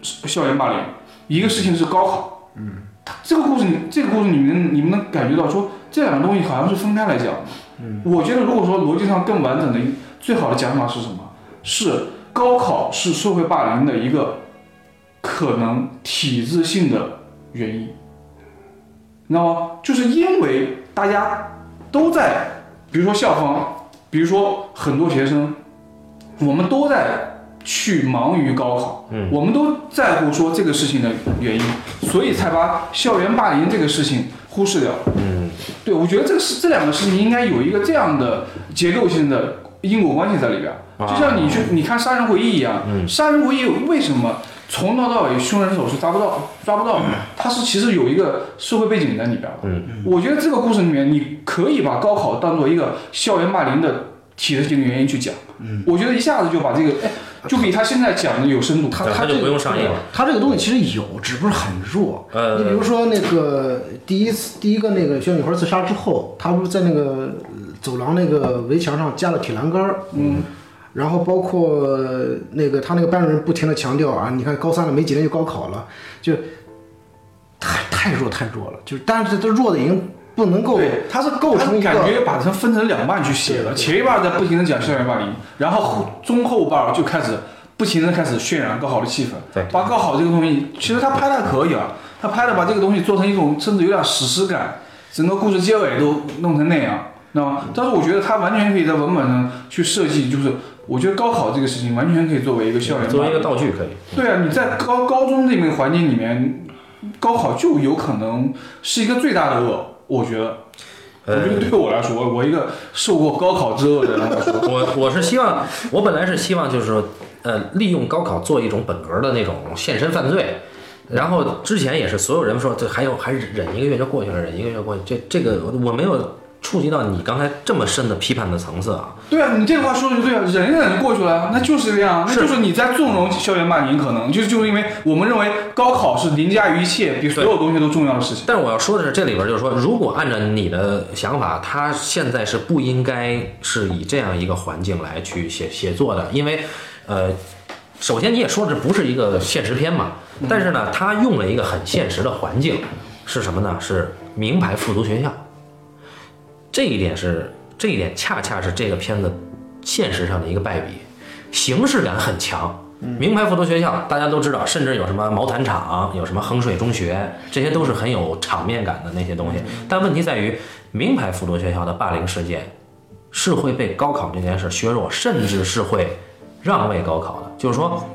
S2: 是校园霸凌，一个事情是高考。嗯，这个故事你这个故事你们你们能感觉到说这两个东西好像是分开来讲的。我觉得如果说逻辑上更完整的一最好的讲法是什么？是高考是社会霸凌的一个可能体制性的原因，你知道吗？就是因为大家都在，比如说校方，比如说很多学生，我们都在去忙于高考，
S1: 嗯
S2: 我们都在乎说这个事情的原因，所以才把校园霸凌这个事情忽视掉。
S1: 嗯，
S2: 对，我觉得这个是这两个事情应该有一个这样的结构性的因果关系在里边儿。
S1: 啊嗯
S2: 就像你去你看《杀人回忆》一样，杀人回忆》为什么从头到尾凶人手是抓不到抓不到的？它是其实有一个社会背景在里边儿的。
S1: 嗯
S2: 我觉得这个故事里面，你可以把高考当做一个校园霸凌的体制性的原因去讲。嗯，我觉得一下子就把这个，哎，就比他现在讲的有深度。
S3: 他
S1: 对
S3: 他
S1: 他就
S3: 这
S1: 不
S3: 个
S1: 用上映了
S3: 他这个东西其实有，只不是很弱。
S1: 呃
S3: 你比如说那个第一次第一个那个小女孩自杀之后，她不是在那个呃走廊那个围墙上加了铁栏杆儿，嗯，然后包括呃那个他那个班主任不停的强调啊，你看高三了没几年就高考了，就太太弱太弱了，就是但是这弱的已经不能够
S2: 对，它是
S3: 构成一个
S2: 感觉把它分成两半去写了，前一半在不停的讲校园霸凌，然后后中后半就开始不停的开始渲染高考的气氛，
S1: 对
S2: 把高考这个东西，其实他拍的可以啊，他拍的把这个东西做成一种甚至有点史诗感，整个故事结尾都弄成那样，那么但是我觉得他完全可以在文本上去设计，就是我觉得高考这个事情完全可以作为一个校园霸凌
S1: 作为一个道具可以。
S2: 对啊，你在高高中这个环境里面，高考就有可能是一个最大的恶，我觉得。我觉得对我来说，我一个受过高考之恶的人来说，
S1: 我我是希望，我本来是希望就是说，呃，利用高考做一种本格的那种现身犯罪。然后之前也是所有人说，这还有还忍一个月就过去了，忍一个月过去，这这个我没有触及到你刚才这么深的批判的层次啊。
S2: 对啊，你这话说的就对啊，忍一忍就过去了，那就是这样，那
S1: 是
S2: 就是你在纵容校园霸凌，可能就就是因为我们认为高考是凌驾于一切，比所有东西都重要的事情。
S1: 但是我要说的是，这里边就是说，如果按照你的想法，他现在是不应该是以这样一个环境来去写写作的，因为，呃，首先你也说这不是一个现实片嘛，
S2: 嗯
S1: 但是呢，他用了一个很现实的环境，是什么呢？是名牌复读学校。这一点是，这一点恰恰是这个片子现实上的一个败笔，形式感很强。名牌复读学校大家都知道，甚至有什么毛毯厂，有什么衡水中学，这些都是很有场面感的那些东西。但问题在于，名牌复读学校的霸凌事件是会被高考这件事削弱，甚至是会让位高考的。就是说，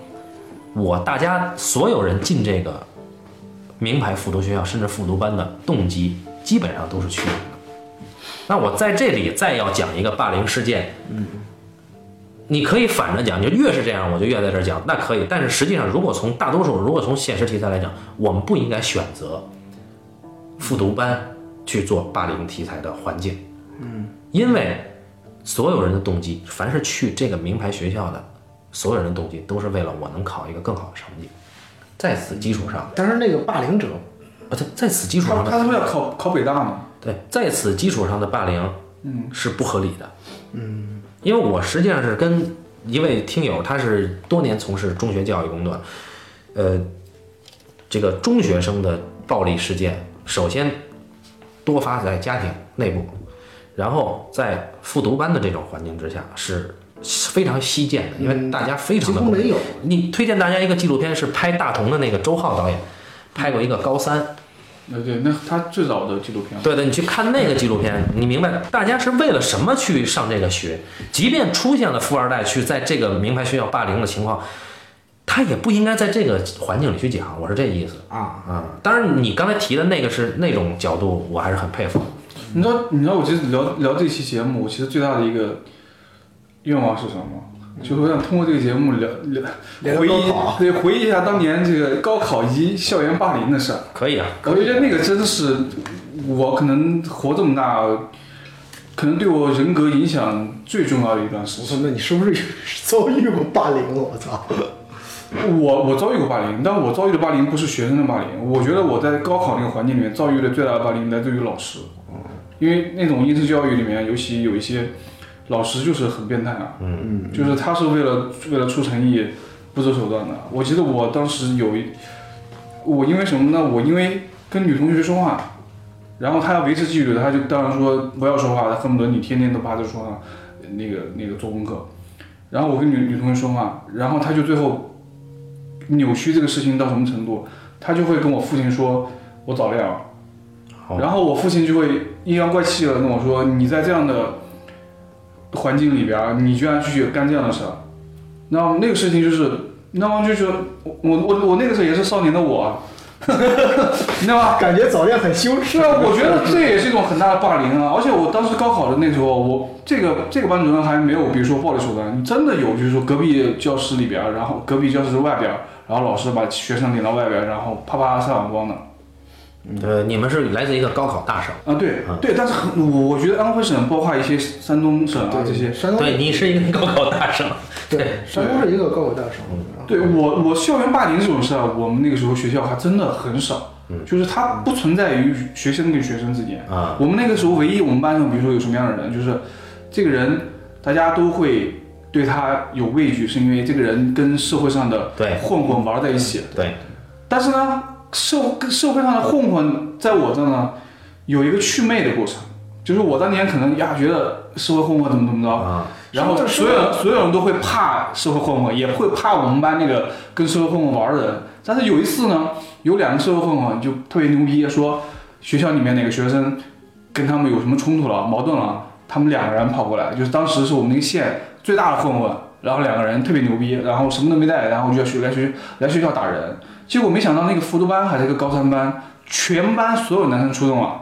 S1: 我大家所有人进这个名牌复读学校，甚至复读班的动机，基本上都是趋同的。那我在这里再要讲一个霸凌事件，嗯，你可以反着讲，就越是这样，我就越在这儿讲，那可以。但是实际上，如果从大多数，如果从现实题材来讲，我们不应该选择复读班去做霸凌题材的环境。嗯，因为所有人的动机，凡是去这个名牌学校的，所有人的动机都是为了我能考一个更好的成绩，在此基础上，
S3: 但是那个霸凌者，
S1: 啊，在在此基础
S2: 他
S1: 上
S2: 他
S1: 的
S2: 他们要考考北大嘛？
S1: 对，在此基础上的霸凌，
S2: 嗯，
S1: 是不合理的。嗯，因为我实际上是跟一位听友，他是多年从事中学教育工作，呃，这个中学生的暴力事件，首先多发在家庭内部，然后在复读班的这种环境之下是非常稀见的，因为大家非
S3: 嗯几
S1: 常的
S3: 乎没有。
S1: 你推荐大家一个纪录片，是拍大同的那个周浩导演拍过一个高三。
S2: 呃对，那他最早的纪录片，
S1: 对的，你去看那个纪录片，你明白大家是为了什么去上这个学？即便出现了富二代去在这个名牌学校霸凌的情况，他也不应该在这个环境里去讲。我是这意思
S3: 啊，
S1: 啊、当然，你刚才提的那个是那种角度，我还是很佩服。
S2: 你知道你知道我其实聊聊这期节目，我其实最大的一个愿望是什么吗？就是我想通过这个节目聊聊
S3: 聊
S2: 回
S3: 高考
S2: 忆，对回忆一下当年这个高考以及校园霸凌的事儿。
S1: 可以啊，
S2: 我觉得那个真的是我可能活这么大，可能对我人格影响最重要的一段时
S3: 我
S2: 期。
S3: 说那你是不是遭遇过霸凌？我操！
S2: 我我遭遇过霸凌，但我遭遇的霸凌不是学生的霸凌。我觉得我在高考那个环境里面遭遇的最大的霸凌来自于老师，因为那种应试教育里面，尤其有一些老师就是很变态啊，嗯，就是他是为了为了出成绩不择手段的。我记得我当时有一，我因为什么呢？我因为跟女同学说话，然后他要维持纪律，他就当然说不要说话，他恨不得你天天都趴在桌上，那个那个做功课。然后我跟女女同学说话，然后他就最后扭曲这个事情到什么程度，他就会跟我父亲说我早恋了，
S1: 好
S2: 然后我父亲就会阴阳怪气的跟我说你在这样的环境里边儿，你居然去干这样的事儿，那那个事情就是，那么就觉得我我我我那个时候也是少年的我啊， 你知道吗？
S3: 感觉早恋很羞
S2: 是啊，我觉得这也是一种很大的霸凌啊！而且我当时高考的那时候，我这个这个班主任还没有，比如说暴力手段，你真的有，就是说隔壁教室里边儿，然后隔壁教室外边儿，然后老师把学生领到外边儿，然后啪啪扇耳光的
S1: 呃，你们是来自一个高考大省，
S2: 啊！对对，但是很，我我觉得安徽省包括一些山东省啊这些，
S3: 山东
S1: 对你是一个高考大省，
S3: 对山东是一个高考大省。
S2: 对我我校园霸凌这种事儿，我们那个时候学校还真的很少，就是它不存在于学生跟学生之间
S1: 啊。
S2: 我们那个时候唯一我们班上，比如说有什么样的人，就是这个人大家都会对他有畏惧，是因为这个人跟社会上的
S1: 对
S2: 混混玩在一起。
S1: 对，
S2: 但是呢，社跟社会上的混混在我这呢有一个祛魅的过程，就是我当年可能呀觉得社会混混怎么怎么着，
S1: 啊，
S2: 然后所有所有人都会怕社会混混，也会怕我们班那个跟社会混混玩的人。但是有一次呢，有两个社会混混就特别牛逼，说学校里面哪个学生跟他们有什么冲突了、矛盾了，他们两个人跑过来，就是当时是我们那个县最大的混混，然后两个人特别牛逼，然后什么都没带，然后就要学来学来学校打人。结果没想到那个复读班还是个高三班，全班所有男生出动了，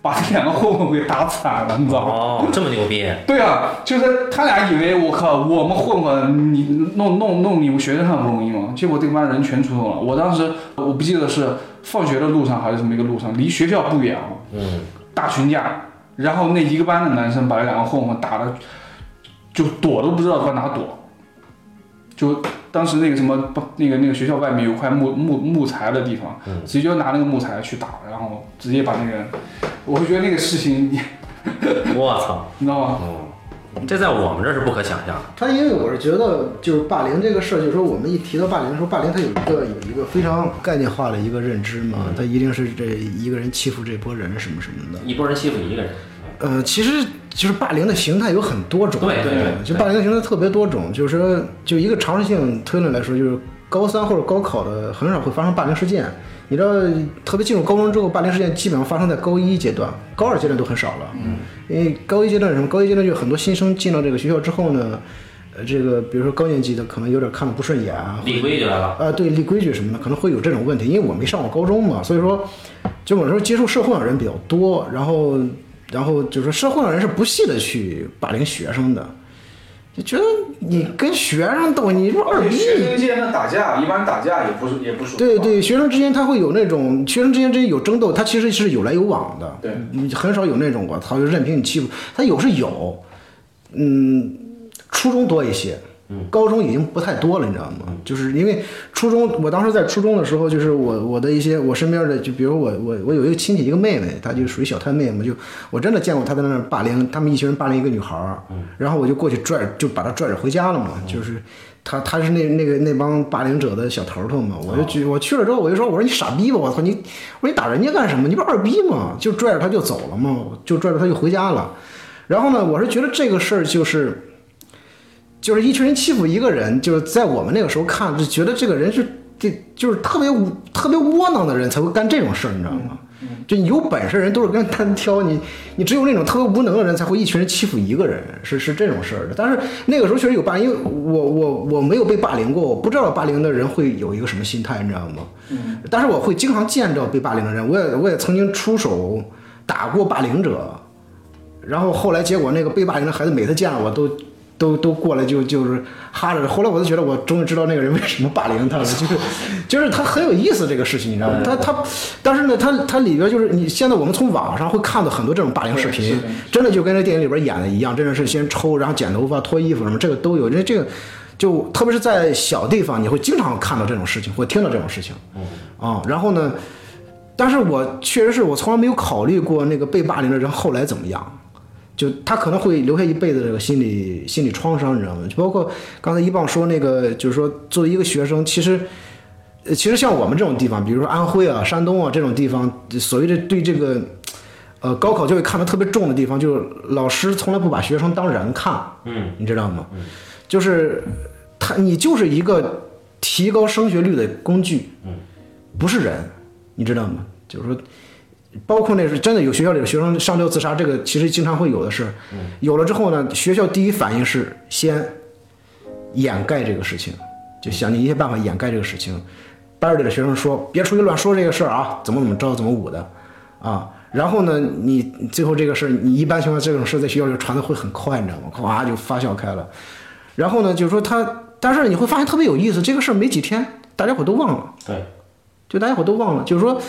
S2: 把这两个混混给打惨了，你知道吗？
S1: 哦，这么牛逼，
S2: 对啊，就是他俩以为我靠，我们混混，你弄弄弄你们学生很不容易吗？结果这帮人全出动了。我当时我不记得是放学的路上还是什么一个路上，离学校不远啊，
S1: 嗯，
S2: 大群架，然后那一个班的男生把那两个混混打的，就躲都不知道往哪躲。就当时那个什么那个那个学校外面有块木木木材的地方，直接就拿那个木材去打，然后直接把那个人，我就觉得那个事情， 你
S1: 我操，嗯
S2: 你知道吗？
S1: 这在我们这儿是不可想象的。
S3: 他啊因为我是觉得，就是霸凌这个事儿，就是说我们一提到霸凌的时候，霸凌它有一个有一个非常概念化的一个认知嘛，它一定是这一个人欺负这波人什么什么的。
S1: 一拨人欺负一个人，
S3: 呃，其实就是霸凌的形态有很多种，
S1: 对对对
S3: 就霸凌的形态特别多种，就是说，就一个常识性推论来说，就是高三或者高考的很少会发生霸凌事件。你知道，特别进入高中之后，霸凌事件基本上发生在高一阶段，高二阶段都很少了。嗯，因为高一阶段是什么？高一阶段就很多新生进到这个学校之后呢，呃，这个比如说高年级的可能有点看的不顺眼啊，
S1: 立规就来了。
S3: 啊，对立规矩什么的，可能会有这种问题。因为我没上过高中嘛，所以说，就我说接触社会上人比较多，然后，然后就是说社会上人是不屑的去霸凌学生的，就觉得你跟学生斗，你这二
S2: 而且
S3: 逼。
S2: 学生间的打架，一般打架也不是也不说
S3: 对对，学生之间他会有那种学生之间之间有争斗，他其实是有来有往的。
S2: 对，
S3: 你很少有那种我操就任凭你欺负，他有是有，嗯，初中多一些，高中已经不太多了，你知道吗？就是因为初中，我当时在初中的时候，就是我我的一些我身边的，就比如我我我有一个亲戚一个妹妹，她就属于小太妹嘛，就我真的见过她在那儿霸凌，他们一群人霸凌一个女孩儿，然后我就过去拽，就把她拽着回家了嘛，就是。他他是那那个那帮霸凌者的小头头嘛，我就去我去了之后我就说我说你傻逼吧，我操你，我说你打人家干什么？你不是二逼吗？就拽着他就走了嘛，我就拽着他就回家了。然后呢，我是觉得这个事儿就是，就是一群人欺负一个人，就是在我们那个时候看就觉得这个人是这就是特别无特别窝囊的人才会干这种事儿，你知道吗？就你有本事的人都是跟人单挑，你你只有那种特别无能的人才会一群人欺负一个人，是是这种事儿的。但是那个时候确实有霸凌，因为我我我没有被霸凌过，我不知道霸凌的人会有一个什么心态，你知道吗？
S2: 嗯，
S3: 但是我会经常见着被霸凌的人，我也我也曾经出手打过霸凌者，然后后来结果那个被霸凌的孩子每次见了我都。都都过来就就是哈着，后来我就觉得我终于知道那个人为什么霸凌他了，就是就是他很有意思这个事情，你知道吗？他他，但是呢，他他里边就是你现在我们从网上会看到很多这种霸凌视频，真的就跟这电影里边演的一样，真的是先抽，然后剪头发、脱衣服什么，这个都有。因为这个，就特别是在小地方，你会经常看到这种事情，会听到这种事情。啊、然后呢，但是我确实是我从来没有考虑过那个被霸凌的人后来怎么样，就他可能会留下一辈子这个心理心理创伤，你知道吗？就包括刚才一棒说那个，就是说作为一个学生，其实。呃其实像我们这种地方，比如说安徽啊、山东啊这种地方，所谓的对这个，呃，高考教育看得特别重的地方，就是老师从来不把学生当人看，
S1: 嗯，
S3: 你知道吗？就是他，你就是一个提高升学率的工具，
S1: 嗯
S3: 不是人，你知道吗？就是说，包括那是真的有学校里的学生上吊自杀，这个其实经常会有的事儿。
S1: 嗯
S3: 有了之后呢，学校第一反应是先掩盖这个事情，就想尽一切办法掩盖这个事情。班里的学生说：“别出去乱说这个事儿啊，怎么怎么着，怎么捂的，啊。”然后呢，你最后这个事儿，你一般情况下这种事儿在学校里传的会很快，你知道吗？咵就发酵开了。然后呢，就是说他，但是你会发现特别有意思，这个事儿没几天，大家伙都忘了。
S1: 对，
S3: 就大家伙都忘了，就是说，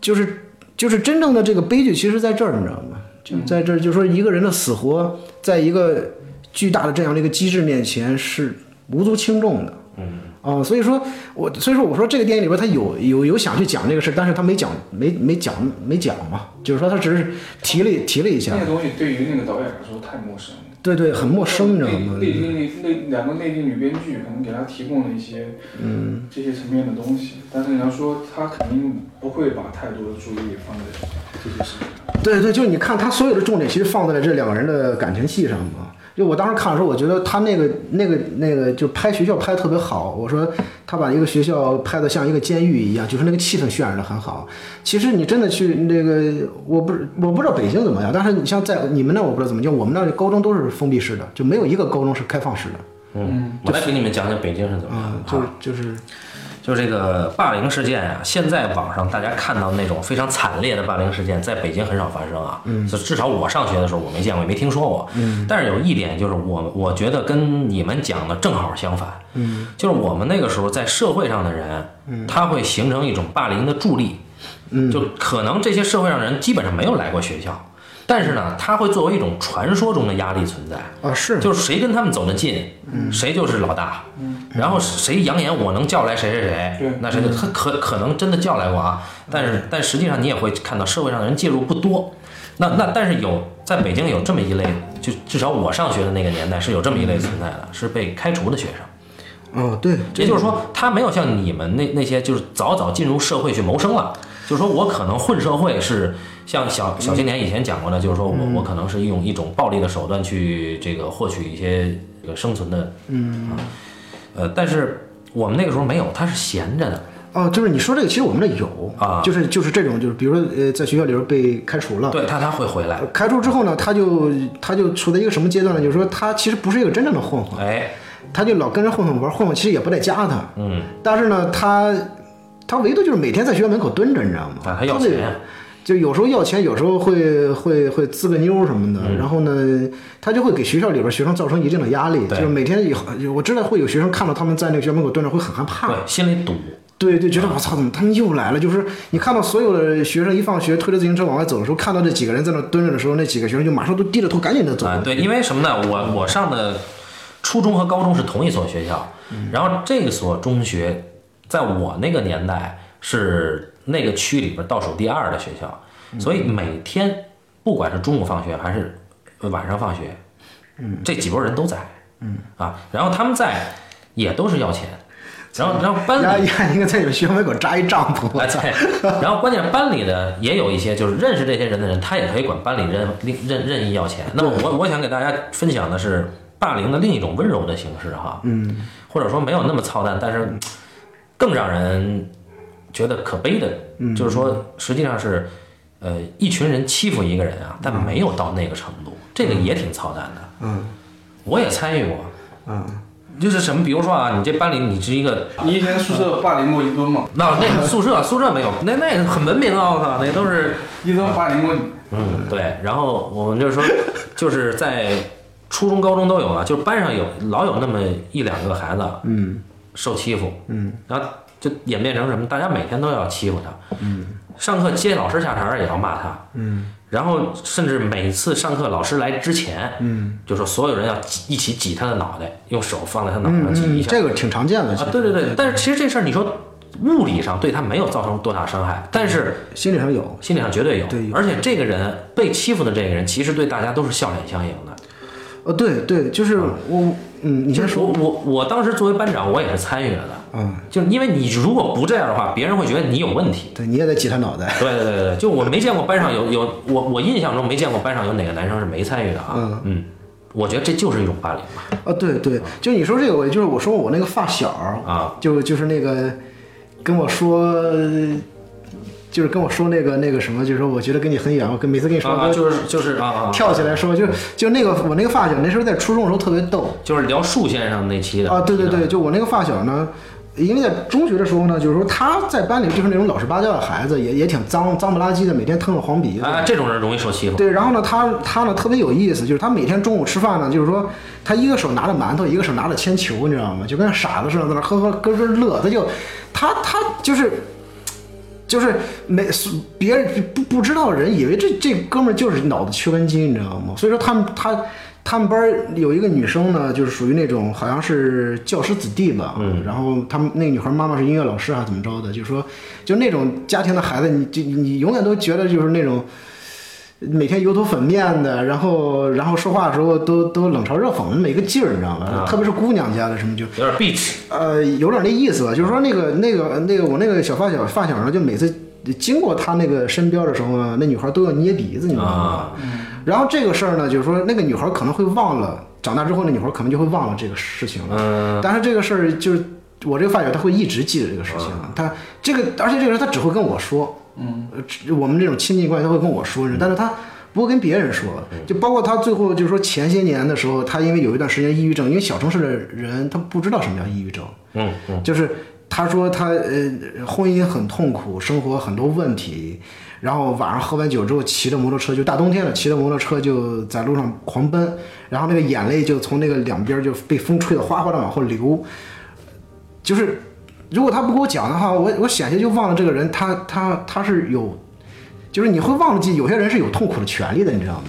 S3: 就是就是真正的这个悲剧，其实在这儿，你知道吗？就在这儿，就是说一个人的死活，在一个巨大的这样的一个机制面前是无足轻重的。嗯，哦，所以说我，所以说我说这个电影里边他有有有想去讲这个事儿，但是他没讲，没没讲，没讲嘛，就是说他只是提了提了一下
S2: 那，个东西对于那个导演来说太陌生了。
S3: 对对，很陌生，你知道吗？
S2: 内内地那那两个内地女编剧可能给他提供了一些，嗯，这些层面的东西，但是你要说他肯定不会把太多的注意力放在这些事情上。
S3: 对对，就是你看他所有的重点其实放在了这两个人的感情戏上嘛。就我当时看的时候，我觉得他那个那个那个就拍学校拍的特别好。我说他把一个学校拍的像一个监狱一样，就是那个气氛渲染的很好。其实你真的去那个，我不是我不知道北京怎么样，但是你像在你们那我不知道怎么样，我们那高中都是封闭式的，就没有一个高中是开放式的
S2: 嗯，
S1: 我来给你们讲讲北嗯京是怎么样
S3: 啊、
S1: 的。
S3: 就是就是
S1: 就这个霸凌事件啊，现在网上大家看到那种非常惨烈的霸凌事件，在北京很少发生啊。嗯，至少我上学的时候我没见过，也没听说过。嗯，但是有一点就是我我觉得跟你们讲的正好相反。嗯，就是我们那个时候在社会上的人，嗯，他会形成一种霸凌的助力。嗯，就可能这些社会上人基本上没有来过学校，但是呢，他会作为一种传说中的压力存在。
S3: 啊是
S1: 就是谁跟他们走得近，谁就是老大。然后谁扬言我能叫来谁谁
S2: 对
S1: 谁，那谁就他可可能真的叫来过啊。但是但实际上你也会看到社会上的人介入不多。那那但是有在北京有这么一类，就至少我上学的那个年代是有这么一类存在的，是被开除的学生。
S3: 哦对，
S1: 也就是说，他没有像你们那那些就是早早进入社会去谋生了。就是说我可能混社会是像小小青年以前讲过的，就是说我我可能是用一种暴力的手段去这个获取一些这个生存的，嗯，呃，但是我们那个时候没有，他是闲着的，
S3: 哦就是你说这个，其实我们那有
S1: 啊
S3: 就是就是这种就是比如说呃在学校里边被开除了。
S1: 对他他会回来，
S3: 开除之后呢，他就他就处在一个什么阶段呢？就是说他其实不是一个真正的混混，
S1: 哎，
S3: 他就老跟人混混玩，混混其实也不带加他，
S1: 嗯，
S3: 但是呢，他他唯独就是每天在学校门口蹲着，你知道吗？
S1: 啊他要
S3: 得
S1: 钱，
S3: 就有时候要钱，有时候会会会滋个妞什么
S1: 嗯
S3: 的。然后呢，他就会给学校里边学生造成一定的压力，就
S1: 对
S3: 是每天有我知道会有学生看到他们在那个学校门口蹲着会很害怕。
S1: 对，心里堵，
S3: 对对，觉得我操，怎么他们又来了？就是你看到所有的学生一放学推着自行车往外走的时候，看到这几个人在那蹲着的时候，那几个学生就马上都低着头赶紧的走。
S1: 啊，对，因为什么呢？我我上的初中和高中是同一所学校，然后这所中学在我那个年代是那个区里边倒数第二的学校，所以每天不管是中午放学还是晚上放学，嗯，这几拨人都在，嗯啊，然后他们在也都是要钱，然后然后班里
S3: 然后一看应该嗯在你们学校门口扎一帐篷，
S1: 啊，对，然后关键班里的也有一些就是认识这些人的人，他也可以管班里任另任任意要钱。那么我我想给大家分享的是霸凌的另一种温柔的形式哈，嗯，或者说没有那么操蛋，但是更让人觉得可悲的，
S3: 嗯
S1: 就是说实际上是呃一群人欺负一个人啊，但没有到那个程度，这个也挺操蛋的。
S3: 嗯，
S1: 我也参与过，
S3: 嗯，
S1: 就是什么，比如说啊，你这班里你是一个
S2: 你以前宿舍霸凌过一吨吗？
S1: 那那个宿舍宿舍没有，那那个很文明啊！我操，那都是
S2: 一吨霸凌过你，
S1: 嗯对。然后我们就 说，就是在初中、高中都有啊，就是班上有老有那么一两个孩子，嗯，受欺负，嗯，然后就演变成什么？大家每天都要欺负他，嗯，上课接老师下茬儿也要骂他，嗯，然后甚至每次上课老师来之前，嗯，就说所有人要挤一起挤他的脑袋，用手放在他脑袋
S3: 嗯
S1: 上挤一
S3: 嗯，
S1: 下，
S3: 这个挺常见的，其
S1: 啊
S3: 实，
S1: 对对对，但是其实这事儿你说物理上对他没有造成多大伤害，但是
S3: 心理上有。
S1: 心理上绝对有，
S3: 对有
S1: 而且这个人被欺负的这个人，其实对大家都是笑脸相迎的。
S3: 呃，对对，就是我，嗯，你
S1: 就
S3: 先
S1: 是
S3: 说，
S1: 我我我当时作为班长，我也是参与了的，
S3: 嗯，
S1: 就是因为你如果不这样的话，别人会觉得你有问题。
S3: 对，你也得挤他脑袋，
S1: 对对对对对，就我没见过班上有有我我印象中没见过班上有哪个男生是没参与的啊，嗯我觉得这就是一种霸凌吧
S3: 啊，对对，就你说这个，我就是我说我那个发小儿，
S1: 啊，
S3: 就就是那个跟我说，就是跟我说那个那个什么，就是说我觉得跟你很远，我跟每次跟你说，
S1: 啊
S3: 我
S1: 就是就是啊啊，啊
S3: 跳起来说，就就那个我那个发小，那时候在初中的时候特别逗，
S1: 就是聊树先生那期的
S3: 啊，对对对，就我那个发小呢，因为在中学的时候呢，就是说他在班里就是那种老实巴交的孩子，也也挺脏脏不拉几的，每天腾着黄鼻子。
S1: 啊，这种人容易受欺负。
S3: 对，然后呢，他他呢特别有意思，就是他每天中午吃饭呢，就是说他一个手拿着馒头，一个手拿着铅球，你知道吗？就跟傻子似的，在那呵呵咯咯乐。他就他他就是就是没别人不不知道的人以为这这哥们儿就是脑子缺根筋，你知道吗？所以说他们他他们班儿有一个女生呢，就是属于那种好像是教师子弟吧，嗯，然后他们那个女孩妈妈是音乐老师还是怎么着的，就是说就那种家庭的孩子，你就你永远都觉得就是那种。每天油头粉面的，然后然后说话的时候都都冷嘲热讽的那么一个劲儿，你知道吧？特别是姑娘家的什么就
S1: 有点 bitch，
S3: 呃，有点那意思吧，就是说那个那个那个我那个小发小发小呢，就每次经过他那个身边的时候呢，那女孩都要捏鼻子，你知道吗？
S1: 啊
S3: 然后这个事儿呢，就是说那个女孩可能会忘了，长大之后那女孩可能就会忘了这个事情了。
S1: 嗯，
S3: 但是这个事儿就是我这个发小，他会一直记得这个事情，他这个而且这个人他只会跟我说，
S2: 嗯，
S3: 呃只我们这种亲近关系，他会跟我说，但是他不会跟别人说。就包括他最后就是说前些年的时候，他因为有一段时间抑郁症，因为小城市的人他不知道什么叫抑郁症，
S1: 嗯，
S3: 就是他说他呃婚姻很痛苦，生活很多问题，然后晚上喝完酒之后骑着摩托车，就大冬天的骑着摩托车就在路上狂奔，然后那个眼泪就从那个两边就被风吹得哗哗的往后流，就是如果他不给我讲的话，我我险些就忘了这个人，他他他是有，就是你会忘记有些人是有痛苦的权利的，你知道吗？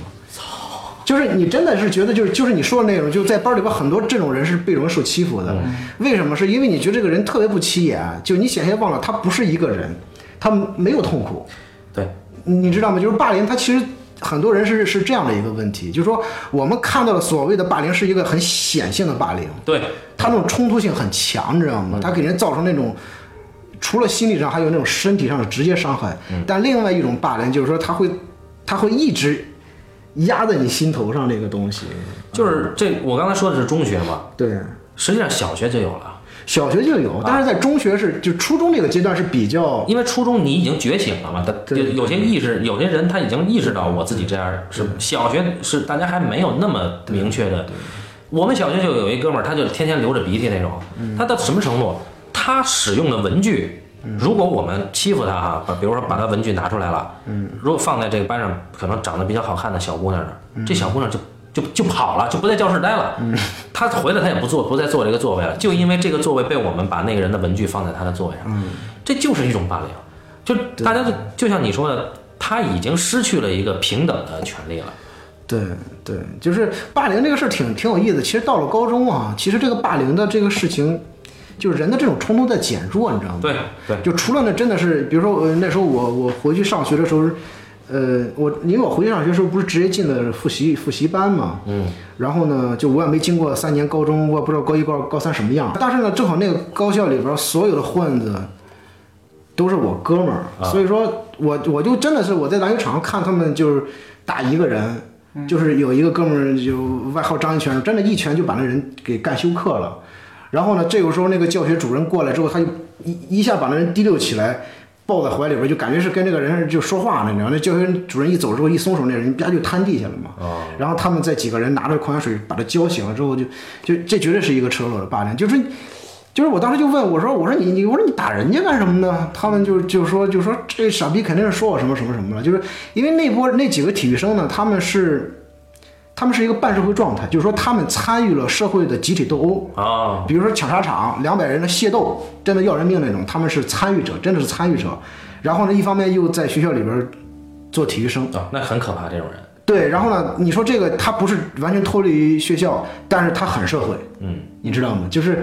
S3: 就是你真的是觉得就是就是你说的那种，就在班里边很多这种人是被容易受欺负的。为什么？是因为你觉得这个人特别不起眼，就你险些忘了他不是一个人，他没有痛苦，
S1: 对，
S3: 你知道吗？就是霸凌，他其实。很多人是是这样的一个问题，就是说我们看到的所谓的霸凌是一个很显性的霸凌，
S1: 对，
S3: 他那种冲突性很强，你知道吗？他给人造成那种除了心理上，还有那种身体上的直接伤害。但另外一种霸凌就是说，他会他会一直压在你心头上这个东西。
S1: 就是这，我刚才说的是中学嘛，
S3: 对，
S1: 实际上小学就有了，
S3: 小学就有，但是在中学是就初中这个阶段是比较
S1: 因为初中你已经觉醒了嘛，他有
S3: 对
S1: 有些意识，有些人他已经意识到我自己这样是小学是大家还没有那么明确的。我们小学就有一哥们儿，他就天天流着鼻涕那种，他到什么程度？他使用的文具如果我们欺负他哈，把比如说把他文具拿出来了，嗯，如果放在这个班上，可能长得比较好看的小姑娘那儿，这小姑娘就就就跑了，就不在教室待了，她回来她也不坐，不再坐这个座位了，就因为这个座位被我们把那个人的文具放在她的座位上，这就是一种霸凌，就大家就就像你说的，他已经失去了一个平等的权利了，
S3: 对对，就是霸凌这个事儿挺挺有意思。其实到了高中啊，其实这个霸凌的这个事情，就是人的这种冲动在减弱，你知道吗？
S1: 对对
S3: 就除了那真的是，比如说呃那时候我我回去上学的时候，呃，我因为我回去上学的时候不是直接进的复习复习班嘛，嗯，然后呢，就我也没经过三年高中，我也不知道高一高高三什么样，但是呢，正好那个高校里边所有的混子。都是我哥们儿，所以说我我就真的是我在篮球场上看他们就是打一个人，就是有一个哥们儿就外号张一拳，真的一拳就把那人给干休克了。然后呢，这个时候那个教学主任过来之后，他就一一下把那人提溜起来，抱在怀里边，就感觉是跟这个人就说话呢，你知道？那教学主任一走之后一松手，那人啪就瘫地下了嘛。
S1: 嗯
S3: 然后他们这几个人拿着矿泉水把他浇醒了之后就，就这绝对是一个赤裸裸的霸凌，就是。就是我当时就问我说我说你你我说你打人家干什么呢？他们就就说就说这傻逼肯定是说我什么什么什么了，就是因为那波那几个体育生呢，他们是他们是一个半社会状态，就是说他们参与了社会的集体斗殴，
S1: 啊，
S3: 比如说抢沙场，两百人的械斗，真的要人命那种，他们是参与者，真的是参与者。然后呢，一方面又在学校里边儿做体育生，
S1: 啊那很可怕这种人，
S3: 对，然后呢，你说这个他不是完全脱离于学校，但是他很社会，
S1: 嗯，
S3: 你知道吗？就是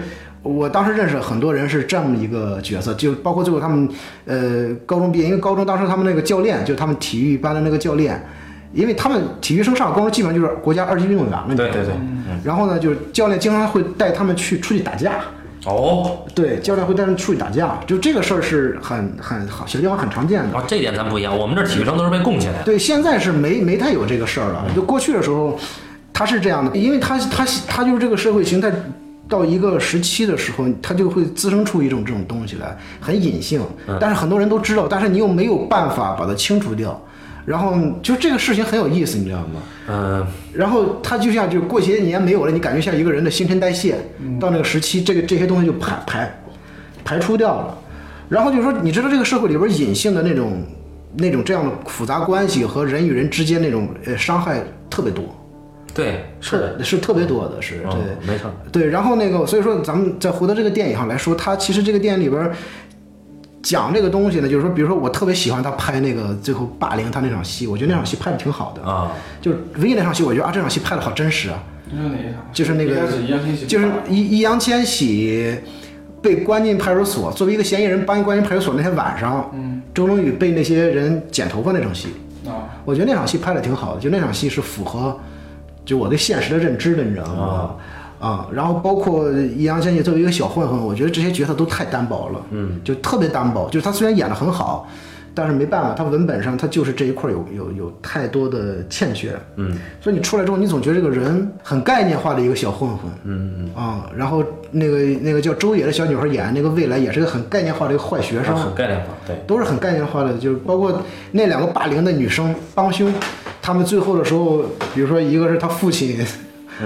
S3: 呃我当时认识很多人是这么一个角色，就包括最后他们呃高中毕业，因为高中当时他们那个教练，就是他们体育班的那个教练，因为他们体育生上高中基本上就是国家二级运动员了，你知道
S1: 对
S3: 吗
S1: 对对，
S3: 然后呢，就是教练经常会带他们去出去打架，
S1: 哦，
S3: 对，教练会带他们出去打架，就这个事儿是很很好，小地方很常见的。
S1: 啊，这点咱不一样，我们这儿体育生都是被供起来的，嗯
S3: 对，现在是没没太有这个事儿了。就过去的时候，他是这样的，因为他他他就是这个社会形态到一个时期的时候，他就会滋生出一种这种东西来，很隐性。
S1: 嗯
S3: 但是很多人都知道，但是你又没有办法把它清除掉。然后就这个事情很有意思，你知道吗？
S1: 嗯，
S3: 然后他就像就过些年没有了，你感觉像一个人的新陈代谢，
S1: 嗯
S3: 到那个时期，这个这些东西就排排排除掉了。然后就是说，你知道这个社会里边隐性的那种那种这样的复杂关系和人与人之间那种呃伤害特别多，
S1: 对，是的，
S3: 特是特别多的，是对。
S1: 嗯没错。
S3: 对，然后那个，所以说咱们再回到这个电影上来说，它其实这个电影里边儿讲这个东西呢，就是说，比如说我特别喜欢他拍那个最后霸凌他那场戏，我觉得那场戏拍的挺好的
S1: 啊，
S3: 就是唯一那场戏，我觉得啊这场戏拍的好真实啊，
S2: 你说哪一场？
S3: 就是那个
S2: 一开始易烊千玺打
S3: 就是易易烊千玺被关进派出所，作为一个嫌疑人搬关进派出所那天晚上，
S2: 嗯
S3: 周冬雨被那些人剪头发那场戏，
S2: 啊，
S3: 我觉得那场戏拍的挺好的，就那场戏是符合就我对现实的认知的，你知道吗？啊、然后包括易烊千玺作为一个小混混，我觉得这些角色都太单薄了，嗯，就特别单薄。就是他虽然演的很好，但是没办法，他文本上他就是这一块儿有有有太多的欠缺，嗯，所以你出来之后，你总觉得这个人很概念化的一个小混混，嗯嗯啊、然后那个那个叫周也的小女孩演的那个未来也是个很概念化的一个坏学生，
S1: 很概念化，对，
S3: 都是很概念化的，就是包括那两个霸凌的女生帮凶，他们最后的时候，比如说一个是他父亲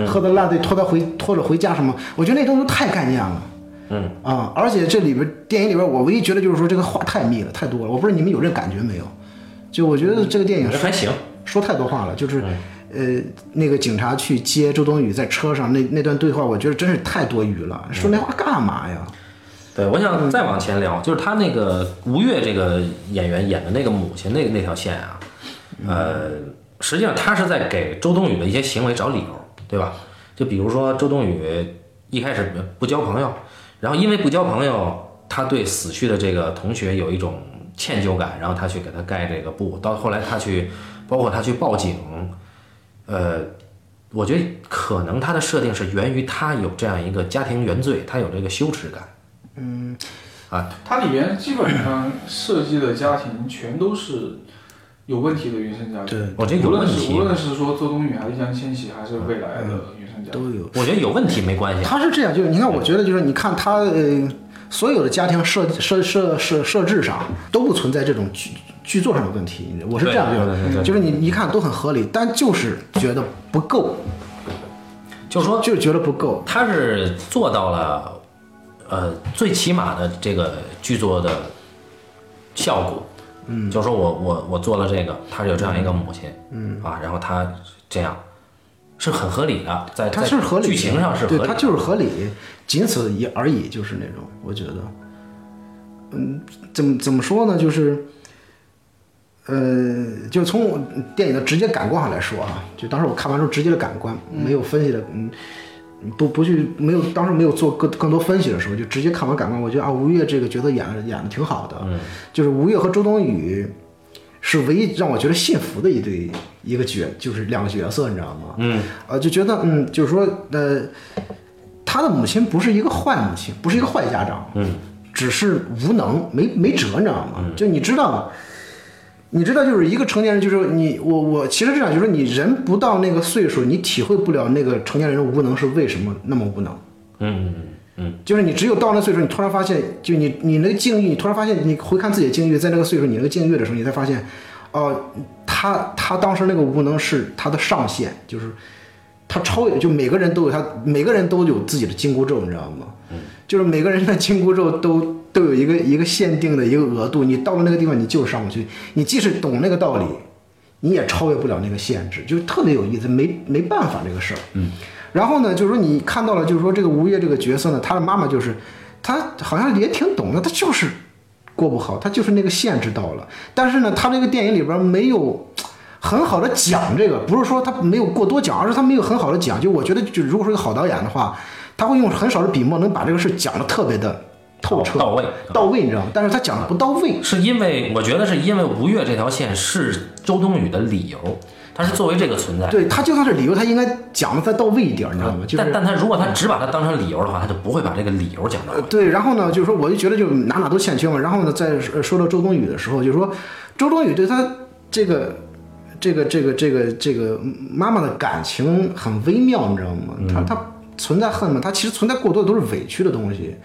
S3: 喝的烂醉拖他回拖着回家什么，我觉得那东西太概念了。
S1: 嗯
S3: 啊、而且这里边电影里边，我唯一觉得就是说这个话太密了，太多了。我不知道你们有这感觉没有？就我觉得这个电影
S1: 人还行，
S3: 说太多话了，就是，呃，那个警察去接周冬雨在车上那那段对话，我觉得真是太多余了。说那话干嘛呀？
S1: 对，我想再往前聊，就是他那个吴越这个演员演的那个母亲那那条线啊，呃，实际上他是在给周冬雨的一些行为找理由，对吧？就比如说周冬雨一开始不交朋友，然后因为不交朋友，他对死去的这个同学有一种歉疚感，然后他去给他盖这个布，到后来他去，包括他去报警，呃，我觉得可能他的设定是源于他有这样一个家庭原罪，他有这个羞耻感。
S2: 它里面基本上设计的家庭全都是有问题的原生家庭。
S3: 对，
S1: 我觉得有
S2: 无
S1: 问
S2: 论是
S1: 题
S2: 无，论是说周冬雨还是易烊千玺还是未来的原生家庭，
S3: 都有。
S1: 我觉得有问题没关系。啊
S3: 他是这样，就是你看，我觉得就是你看他呃，所有的家庭设设设设设置上都不存在这种剧剧作上的问题，我是这样觉
S1: 对对对
S3: 得，
S1: 对
S3: 就是你你看都很合理，但就是觉得不够，
S1: 就是说
S3: 就是觉得不够。
S1: 他是做到了，呃，最起码的这个剧作的效果。嗯，就说我我我做了这个，她是有这样一个母亲，嗯啊，然后她这样是很合理的，在
S3: 它是合理
S1: 在
S3: 的，
S1: 剧情上是合理
S3: 对，
S1: 的，
S3: 它就是合理，仅此一而已，就是那种，我觉得，嗯，怎么怎么说呢，就是，呃，就从我电影的直接感官上来说啊，就当时我看完之后直接的感官，没有分析的，嗯。不不去没有当时没有做更更多分析的时候，就直接看完感官，我觉得啊，吴越这个角色演的演的挺好的，嗯、就是吴越和周冬雨是唯一让我觉得信服的一对一个角，就是两个角色，你知道吗？
S1: 嗯，
S3: 呃，就觉得嗯，就是说呃，他的母亲不是一个坏母亲，不是一个坏家长，嗯，只是无能，没没辙，你知道吗？就你知道，你知道，就是一个成年人，就是你我我，其实这样就是你人不到那个岁数，你体会不了那个成年人无能是为什么那么无能。
S1: 嗯嗯嗯
S3: 就是你只有到那岁数，你突然发现，就你你那个境遇，你突然发现，你回看自己的境遇，在那个岁数，你那个境遇的时候，你才发现，哦、他他当时那个无能是他的上限，就是他超越，就每个人都有他，每个人都有自己的紧箍咒，你知道吗？就是每个人的紧箍咒都都有一个一个限定的一个额度，你到了那个地方，你就是上不去，你即使懂那个道理，你也超越不了那个限制，就是特别有意思，没没办法这个事儿。嗯，然后呢，就是说你看到了，就是说这个吴越这个角色呢，他的妈妈就是，他好像也挺懂的，他就是过不好，他就是那个限制到了。但是呢，他这个电影里边没有很好的讲这个，不是说他没有过多讲，而是他没有很好的讲。就我觉得，就如果是一个好导演的话，他会用很少的笔墨能把这个事讲得特别的透彻、
S1: 到到位
S3: 到位，你知道吗？但是他讲的不到位。
S1: 是因为我觉得是因为吴越这条线是周冬雨的理由，她是作为这个存在。
S3: 对他就算是理由，他应该讲的再到位一点，你知道吗？就是
S1: 嗯但但他如果他只把它当成理由的话，他就不会把这个理由讲到位。
S3: 呃对，然后呢，就是说，我就觉得就哪哪都欠缺嘛。然后呢，在呃说到周冬雨的时候，就是说，周冬雨对她这个这个这个这个这个妈妈的感情很微妙，你知道吗？她她存在恨嘛，她其实存在过多的都是委屈的东西。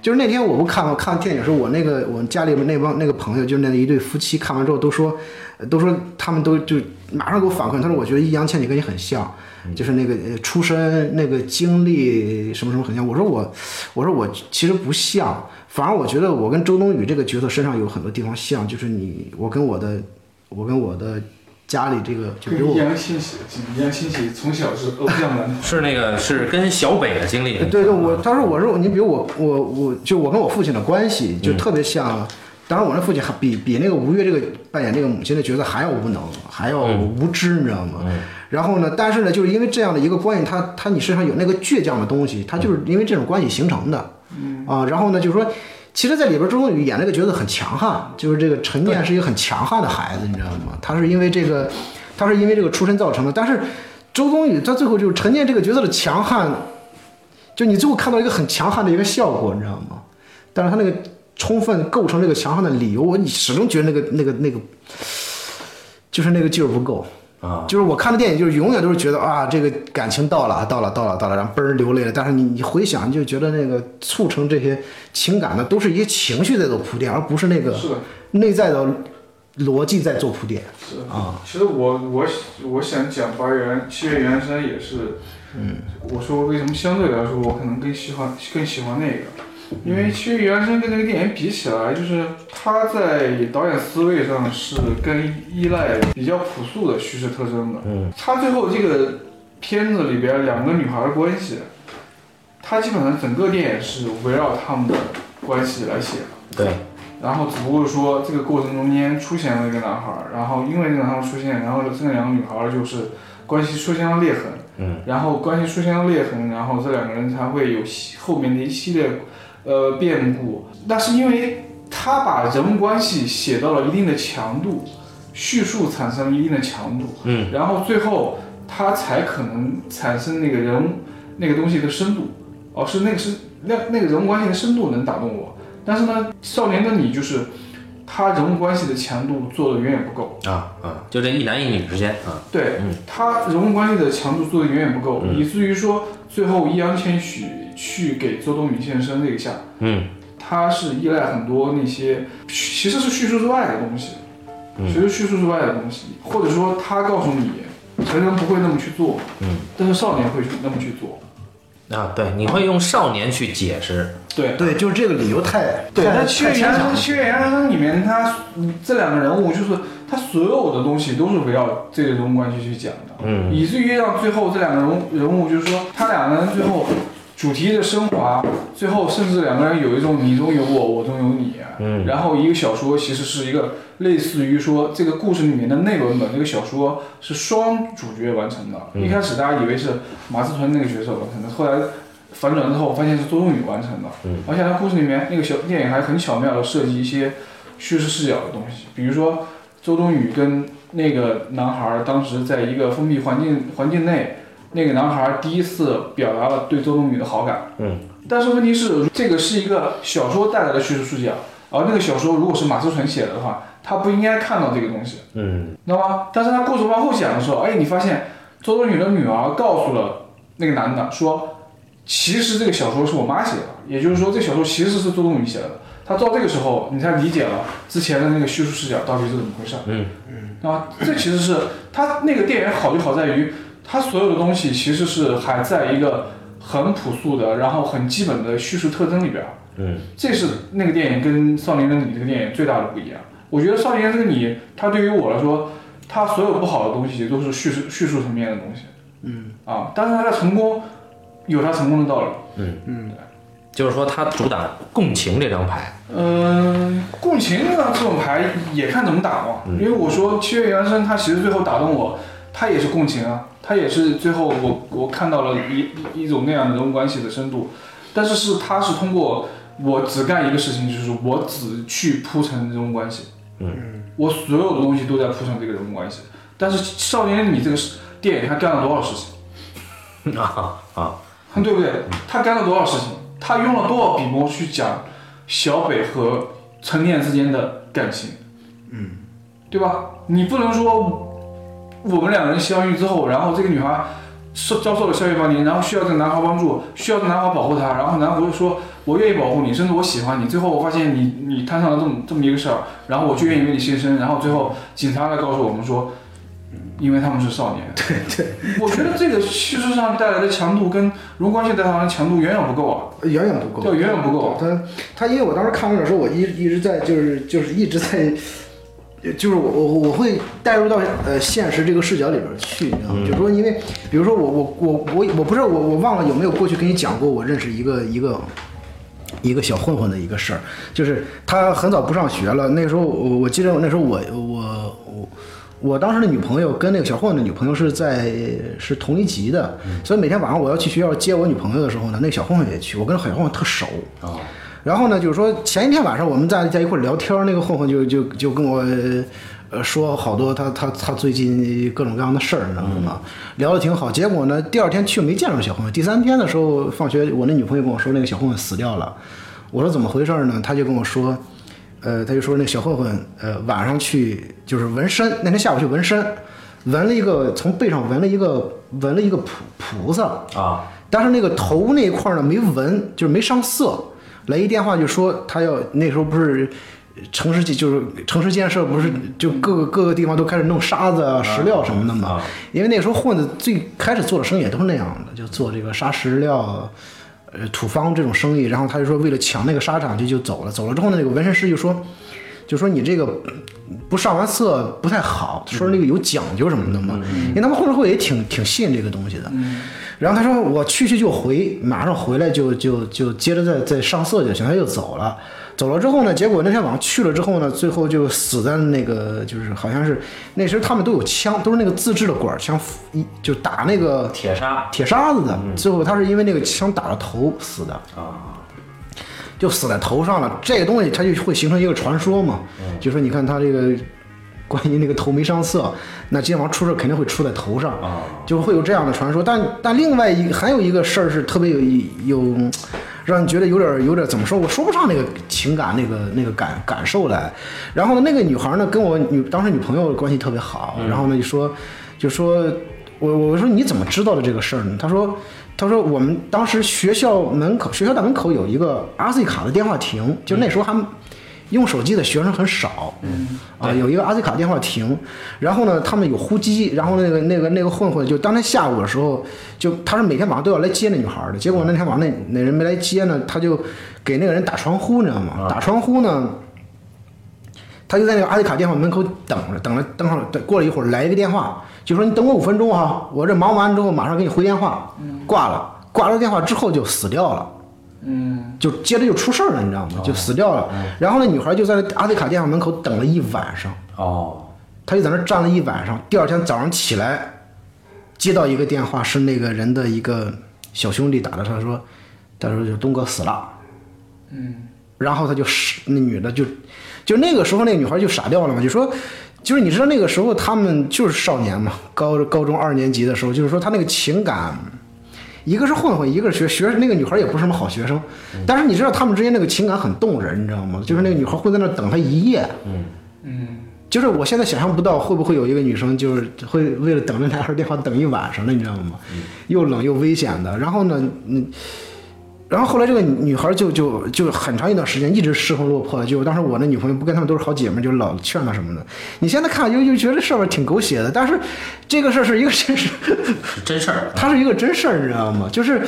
S3: 就是那天我不看我看电影的时候，我那个我家里面那帮那个朋友，就是那一对夫妻，看完之后都说，呃都说他们都就马上给我反馈，他说我觉得易烊千玺跟你很像，就是那个呃出身、那个经历什么什么很像。我说我，我说我其实不像，反而我觉得我跟周冬雨这个角色身上有很多地方像，就是你我跟我的我跟我的家里这个嗯就
S2: 跟
S3: 比如
S2: 易
S3: 我
S2: 烊千玺，易烊千玺从小是偶像男
S1: 是那个是跟小北的经历。啊
S3: 对对，我当时我是你比如我我我就我跟我父亲的关系
S1: 嗯
S3: 就特别像，啊当然我那父亲还比比那个吴越这个扮演这个母亲的角色还要无能，还要
S1: 嗯
S3: 无知，你知道吗？然后呢，但是呢，就是因为这样的一个关系，他他你身上有那个倔强的东西，他
S1: 嗯
S3: 就是因为这种关系形成的，啊，然后呢，就是说。其实，在里边，周冬雨演这个角色很强悍，就是这个陈念是一个很强悍的孩子，你知道吗？他是因为这个，他是因为这个出身造成的。但是，周冬雨他最后就是陈念这个角色的强悍，就你最后看到一个很强悍的一个效果，你知道吗？但是他那个充分构成这个强悍的理由，我你始终觉得那个那个那个，就是那个劲儿不够
S1: 啊。
S3: 就是我看的电影，就是永远都是觉得啊，这个感情到了，到了，到了，到了，然后嘣儿流泪了。但是你你回想，你就觉得那个促成这些情感的都是一些情绪在做铺垫，而不是那
S2: 的，
S3: 个
S2: 是的，
S3: 内在的逻辑在做铺垫。
S2: 是
S1: 啊
S2: 的其实我我我想讲八元七月原山也是，嗯，我说为什么相对来说我可能更喜欢更喜欢那个，因为七月原山跟那个电影比起来，就是他在导演思维上是更依赖比较朴素的叙事特征的。嗯，他最后这个片子里边两个女孩的关系，他基本上整个电影是围绕他们的关系来写的。
S1: 对，
S2: 然后只不过说这个过程中间出现了一个男孩儿，然后因为这个男孩儿出现，然后这两个女孩儿就是关系出现了裂痕，
S1: 嗯，
S2: 然后关系出现了裂痕，然后这两个人才会有系后面的一系列呃变故。那是因为他把人物关系写到了一定的强度，叙述产生了一定的强度，
S1: 嗯，
S2: 然后最后他才可能产生那个人物那个东西的深度，哦，是那个是那那个人物关系的深度能打动我。但是呢，少年的你就是他人物关系的强度做的远远不够，
S1: 啊啊，就这一男一女之间啊，
S2: 对、
S1: 嗯
S2: 他人物关系的强度做的远远不够，
S1: 嗯
S2: 以至于说最后易烊千玺去给周冬雨献身这一下，
S1: 嗯，
S2: 他是依赖很多那些其实是叙述之外的东西，
S1: 嗯
S2: 其实叙述之外的东西，或者说他告诉你成人不会那么去做，
S1: 嗯，
S2: 但是少年会去那么去做，
S1: 啊，对，你会用少年去解释
S2: 对
S3: 对，就是这个理由太
S2: 对，
S3: 太
S2: 但《七
S3: 牵
S2: 月
S3: 强
S2: 阳
S3: 了。
S2: 七月阳生》里面他嗯这两个人物，就是他所有的东西都是围绕这个人物关系去讲的，
S1: 嗯
S2: 以至于让最后这两个人物人物，就是说他两个人最后主题的升华，最后甚至两个人有一种你中有我，我中有你。
S1: 嗯
S2: 然后一个小说其实是一个类似于说这个故事里面的内文本，这个小说是双主角完成的。
S1: 嗯
S2: 一开始大家以为是马志纯那个角色完成的，后来反转之后发现是周冬雨完成的。
S1: 嗯
S2: 而且它故事里面那个小电影还很巧妙的设计一些叙事视角的东西，比如说周冬雨跟那个男孩儿当时在一个封闭环境环境内，那个男孩儿第一次表达了对周冬雨的好感。
S1: 嗯。
S2: 但是问题是，这个是一个小说带来的叙事视角，而那个小说如果是马思纯写的话，他不应该看到这个东西。
S1: 嗯
S2: 那么，但是他故事往后讲的时候，哎，你发现周冬雨的女儿告诉了那个男的说，其实这个小说是我妈写的，也就是说这小说其实是周冬雨写的。他到这个时候，你才理解了之前的那个叙述视角到底是怎么回事。
S1: 嗯
S2: 嗯，啊，这其实是他那个电影好就好在于，他所有的东西其实是还在一个很朴素的，然后很基本的叙述特征里边儿。
S1: 嗯
S2: 这是那个电影跟《少年的你》这个电影最大的不一样。我觉得《少年的这个你》，它对于我来说，它所有不好的东西都是叙事叙述层面的东西。嗯啊，但是它的成功有它成功的道理。
S1: 就是说他主打共情这张牌，
S2: 嗯，共情呢这种牌也看怎么打嘛，因为我说七月原生，他其实最后打动我，他也是共情啊，他也是最后我我看到了一一一种那样的人物关系的深度，但是是他是通过我只干一个事情，就是我只去铺陈人物关系，嗯，我所有的东西都在铺陈这个人物关系，但是少年你这个是电影他干了多少事情？
S1: 啊啊，
S2: 对不对？他干了多少事情？他用了多少笔墨去讲小北和陈念之间的感情？嗯，对吧？你不能说我们两人相遇之后，然后这个女孩受遭受了校园霸凌，然后需要这个男孩帮助，需要这个男孩保护她，然后男孩就说我愿意保护你，甚至我喜欢你。最后我发现你你摊上了这么这么一个事儿，然后我就愿意为你牺牲。然后最后警察来告诉我们说，因为他们是少年。对对， 我觉得这个叙事上带来的强度跟荣光系带来的强度远远不够啊，
S3: 远远不够，
S2: 对，远远不够。
S3: 他他因为我当时看完的时候，我一一直在就是就是一直在，就是我我我会带入到呃现实这个视角里边去，你知道吗？就是说，因为比如说我我我我我不知道我我忘了有没有过去跟你讲过，我认识一个一个。一个小混混的一个事儿，就是他很早不上学了。那时候我我记得那时候我我我我当时的女朋友跟那个小混混的女朋友是在是同一级的，所以每天晚上我要去学校接我女朋友的时候呢，那个小混混也去，我跟小混混特熟。
S1: 哦
S3: 然后呢，就是说前一天晚上我们在在一块儿聊天儿，那个混混就就就跟我。呃，说好多他他他最近各种各样的事儿，你知道吗？聊得挺好。结果呢，第二天去没见着小混混。第三天的时候放学，我那女朋友跟我说那个小混混死掉了。我说怎么回事儿呢？他就跟我说，呃，他就说那小混混呃晚上去就是纹身，那天下午去纹身，纹了一个从背上纹了一个纹了一个菩菩萨，
S1: 啊，
S3: 但是那个头那一块儿呢没纹，就是没上色。来一电话就说他要那时候不是城市建就是城市建设不是就各个各个地方都开始弄沙子、啊、石料什么的嘛。
S1: 啊
S3: 因为那时候混的最开始做的生意也都是那样的，就做这个砂石料。呃，土方这种生意，然后他就说为了抢那个沙场就就走了，走了之后呢，那个纹身师就说，就说你这个不上完色不太好，说那个有讲究什么的嘛，因为他们混社会也挺挺信这个东西的。然后他说我去去就回，马上回来就就就接着再再上色就行，他就走了。走了之后呢，结果那天晚上去了之后呢，最后就死在那个就是好像是那时候他们都有枪，都是那个自制的管儿枪，一就打那个
S1: 铁砂
S3: 铁砂子的。最后他是因为那个枪打了头死的，
S1: 啊，
S3: 就死在头上了。这个东西它就会形成一个传说嘛，就说你看他这个关于那个头没上色，那今天晚上出事肯定会出在头上，
S1: 啊嗯
S3: 就会有这样的传说。但但另外一还有一个事儿是特别有有。让你觉得有点有点怎么说，我说不上那个情感那个那个感感受来。然后呢，那个女孩呢跟我女当时女朋友关系特别好，然后呢就说就说我我说你怎么知道的这个事儿呢？他说他说我们当时学校门口学校大门口有一个 RC 卡的电话亭，就那时候还用手机的学生很少，
S2: 嗯，
S3: 啊，有一个阿兹卡电话亭，然后呢，他们有呼机，然后那个那个那个混混就当天下午的时候，就他是每天晚上都要来接那女孩的，结果那天晚上那那人没来接呢，他就给那个人打窗呼，你知道吗？打窗呼呢，他就在那个阿兹卡电话门口等着，等了等会儿，等过了一会儿来一个电话，就说你等我五分钟啊，我这忙完之后马上给你回电话，挂了，挂了电话之后就死掉了。
S2: 嗯，
S3: 就接着就出事儿了，你知道吗？就死掉了。然后那女孩就在阿兹卡电话门口等了一晚上，
S1: 哦，
S3: 她就在那儿站了一晚上。第二天早上起来，接到一个电话，是那个人的一个小兄弟打的，他说，他说就东哥死了。
S2: 嗯，
S3: 然后他就是那女的就，就那个时候那个女孩就傻掉了嘛，就说，就是你知道那个时候他们就是少年嘛，高高中二年级的时候，就是说他那个情感，一个是混混，一个是学学那个女孩也不是什么好学生，但是你知道他们之间那个情感很动人，你知道吗？就是那个女孩会在那儿等他一夜，
S2: 嗯，
S3: 就是我现在想象不到会不会有一个女生就是会为了等那男孩电话等一晚上的，你知道吗？又冷又危险的。然后呢，嗯，然后后来这个女孩就就就很长一段时间一直失魂落魄。就当时我那女朋友不跟她们都是好姐妹，就老劝她什么的。你现在看就就觉得这事儿吧挺狗血的，但是这个事儿是一个真实，
S1: 是真事儿。
S3: 它是一个真事儿，你知道吗？就是，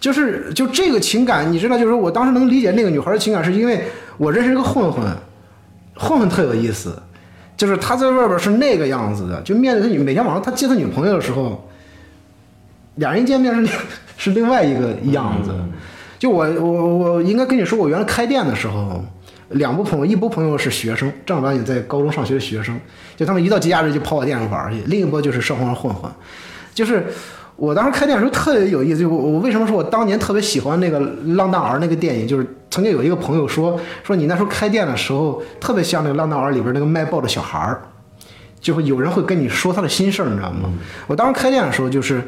S3: 就是，就这个情感，你知道，就是我当时能理解那个女孩的情感，是因为我认识一个混混，混混特有意思，就是他在外边是那个样子的，就面对他女，每天晚上他接他女朋友的时候，俩人一见面是另 是另外一个样子。就我我我应该跟你说，我原来开店的时候，两波朋友，一波朋友是学生，正儿八经在高中上学的学生，就他们一到节假日就跑我店上玩去；另一波就是上荒混混，就是。我当时开店的时候特别有意思，就我我为什么说我当年特别喜欢那个《浪荡儿》那个电影，就是曾经有一个朋友说说你那时候开店的时候特别像那个《浪荡儿》里边那个卖报的小孩儿，就会有人会跟你说他的心事儿，你知道吗？我当时开店的时候就是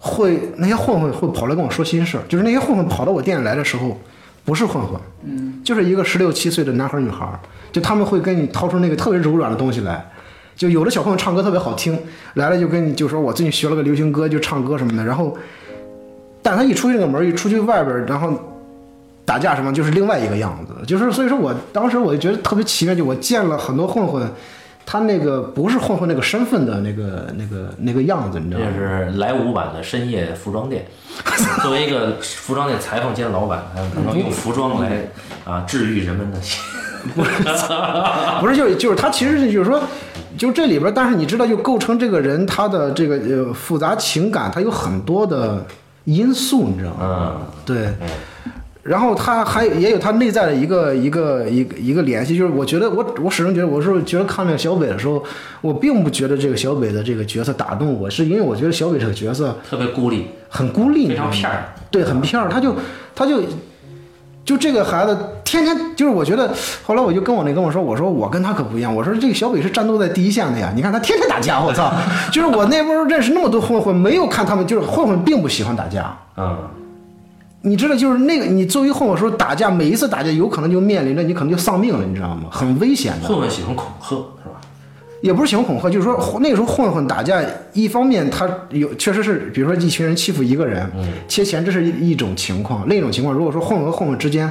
S3: 会那些混混会跑来跟我说心事儿，就是那些混混跑到我店里来的时候不是混混，嗯，就是一个十六七岁的男孩儿女孩儿，就他们会跟你掏出那个特别柔软的东西来。就有的小朋友唱歌特别好听，来了就跟你就说我最近学了个流行歌，就唱歌什么的。然后，但他一出这个门，一出去外边，然后打架什么，就是另外一个样子。就是所以说我当时我就觉得特别奇妙，就我见了很多混混，他那个不是混混那个身份的那个那个那个样子，你知
S1: 这
S3: 道吗？
S1: 是莱芜版的深夜服装店。 作为一个服装店裁缝兼老板，他可能用服装来啊治愈人们的心。
S3: 不是，就是就是他其实是就是说，就这里边儿，但是你知道，就构成这个人他的这个呃复杂情感，他有很多的因素，你知道吗？
S1: 嗯，
S3: 对。然后他还也有他内在的一个一个一个一个联系，就是我觉得我我始终觉得我是觉得看那个小北的时候，我并不觉得这个小北的这个角色打动我，是因为我觉得小北这个角色
S1: 特别孤立，
S3: 很孤立，
S1: 非常
S3: 你知
S1: 片
S3: 道吗
S1: 儿。
S3: 对，很片儿，他就他就就这个孩子天天就是，我觉得后来我就跟我那哥们说，我说我跟他可不一样，我说这个小北是战斗在第一线的呀，你看他天天打架，我操， 就是我那波认识那么多混混，没有看他们，就是混混并不喜欢打架。
S1: 嗯，
S3: 你知道，就是那个，你作为混混说打架，每一次打架有可能就面临着你可能就丧命了，你知道吗？很危险的。
S1: 混混喜欢恐吓是吧？
S3: 也不是喜欢恐吓，就是说那个时候混混打架，一方面他有确实是，比如说一群人欺负一个人，切钱这是一一种情况；另一种情况，如果说混混和混混之间，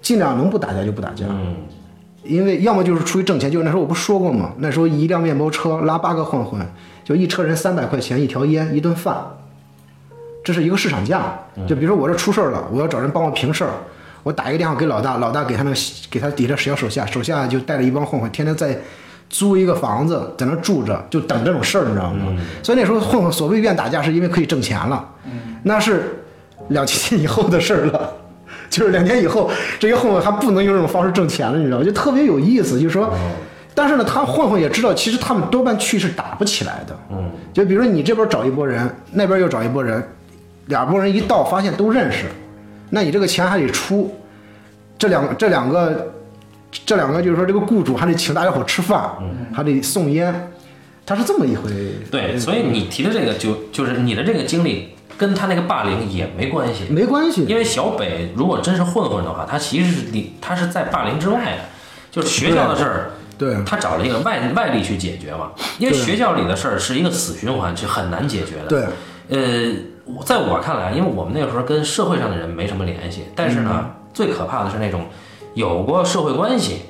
S3: 尽量能不打架就不打架，
S1: 嗯，
S3: 因为要么就是出于挣钱，就是那时候我不说过吗？那时候一辆面包车拉八个混混，就一车人三百块钱一条烟一顿饭，这是一个市场价。就比如说我这出事儿了，我要找人帮我平事儿，我打一个电话给老大，老大给他那个给他底下小手下，手下就带着一帮混混，天天在租一个房子在那住着，就等这种事儿，你知道吗？所以那时候混混所谓愿打架，是因为可以挣钱了，那是两千年以后的事儿了。 就是两年以后，这些混混还不能用这种方式挣钱了，你知道吗？就特别有意思，就是说，但是呢，他混混也知道，其实他们多半去是打不起来的。嗯，就比如说你这边找一拨人，那边又找一拨人，俩拨人一到，发现都认识，那你这个钱还得出，这两这两个，这两个就是说这个雇主还得请大家伙吃饭，还得送烟，他是这么一回。
S1: 对，所以你提的这个就就是你的这个经历跟他那个霸凌也没关系，
S3: 没关系，
S1: 因为小北如果真是混混的话，他其实是离他是在霸凌之外的，就是学校的事儿。
S3: 对
S1: 他找了一个外外力去解决嘛，因为
S3: 对
S1: 学校里的事儿是一个死循环，是很难解决的。
S3: 对，
S1: 呃，我在
S3: 嗯
S1: 我看来，因为我们那个时候跟社会上的人没什么联系，但是呢，最可怕的是那种有过社会关系，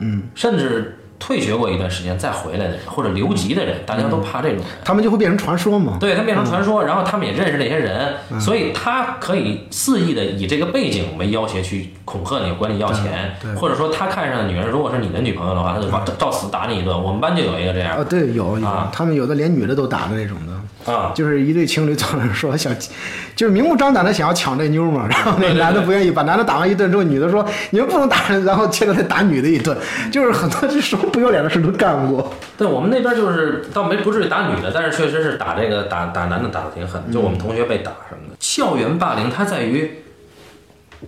S1: 嗯，甚至退学过一段时间再回来的人，或者留级的人，大
S3: 嗯
S1: 家都怕这种人。
S3: 他们就会变成传说嘛。
S1: 对他变成传说，然后他们也认识那些人，
S3: 嗯
S1: 所以他可以肆意的以这个背景为要挟去恐吓你，管你要钱，
S3: 对嗯
S1: 或者说他看上的女人如果是你的女朋友的话，他就把照死打你一顿。我们班就有一个这样
S3: 啊，对，有有
S1: 啊，
S3: 他们有的连女的都打的那种的，
S1: 啊，
S3: 就是一对情侣坐那儿说想，就是明目张胆的想要抢这妞嘛， 然后那男的不愿意，把男的打完一顿之后，女的说你们不能打人，然后接着再打女的一顿，就是很多这什么不要脸的事都干过。
S1: 对我们那边就是倒没不至于打女的，但是确实是打这个打打男的打的挺狠的，就
S3: 嗯
S1: 我们同学被打什么的。校园霸凌它在于，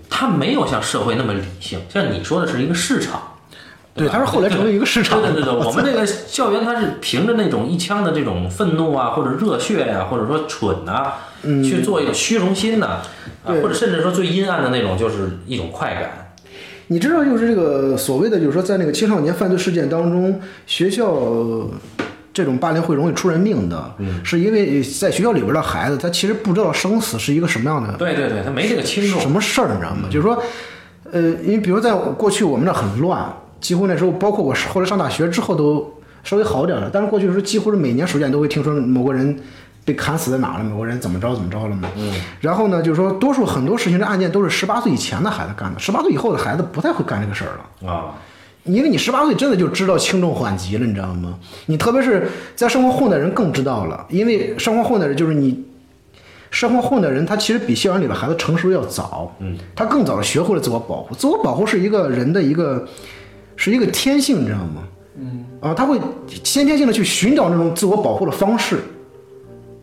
S1: 它没有像社会那么理性，像你说的是一个市场，
S3: 对，
S1: 吧
S3: 他是后来成为一个市场。
S1: 对对对对，我们这个校园它是凭着那种一腔的这种愤怒啊，或者热血呀、或者说蠢呐、去做一种虚荣心呐、啊，
S3: 嗯对
S1: 或者甚至说最阴暗的那种就是一种快感。
S3: 你知道，就是这个所谓的，就是说，在那个青少年犯罪事件当中，学校呃这种霸凌会容易出人命的，
S1: 嗯
S3: 是因为在学校里边的孩子，他其实不知道生死是一个什么样的
S1: 对对对，他没这个轻重
S3: 什。么事儿，你知道吗？就是说，呃，因为比如在过去我们那很乱，几乎那时候，包括我后来上大学之后都稍微好点了，但是过去的时候几乎是每年暑假你都会听说某个人被砍死在哪儿了，某个人怎么着怎么着了嘛。嗯。然后呢，就是说，多数很多事情的案件都是十八岁以前的孩子干的，十八岁以后的孩子不太会干这个事儿了。
S1: 啊，
S3: 因为你十八岁真的就知道轻重缓急了，你知道吗？你特别是在生活混的人更知道了，因为生活混的人就是你，生活混的人他其实比校园里的孩子成熟要早，嗯，他更早的学会了自我保护。自我保护是一个人的一个是一个天性，你知道吗？嗯，啊，他会先天性的去寻找那种自我保护的方式，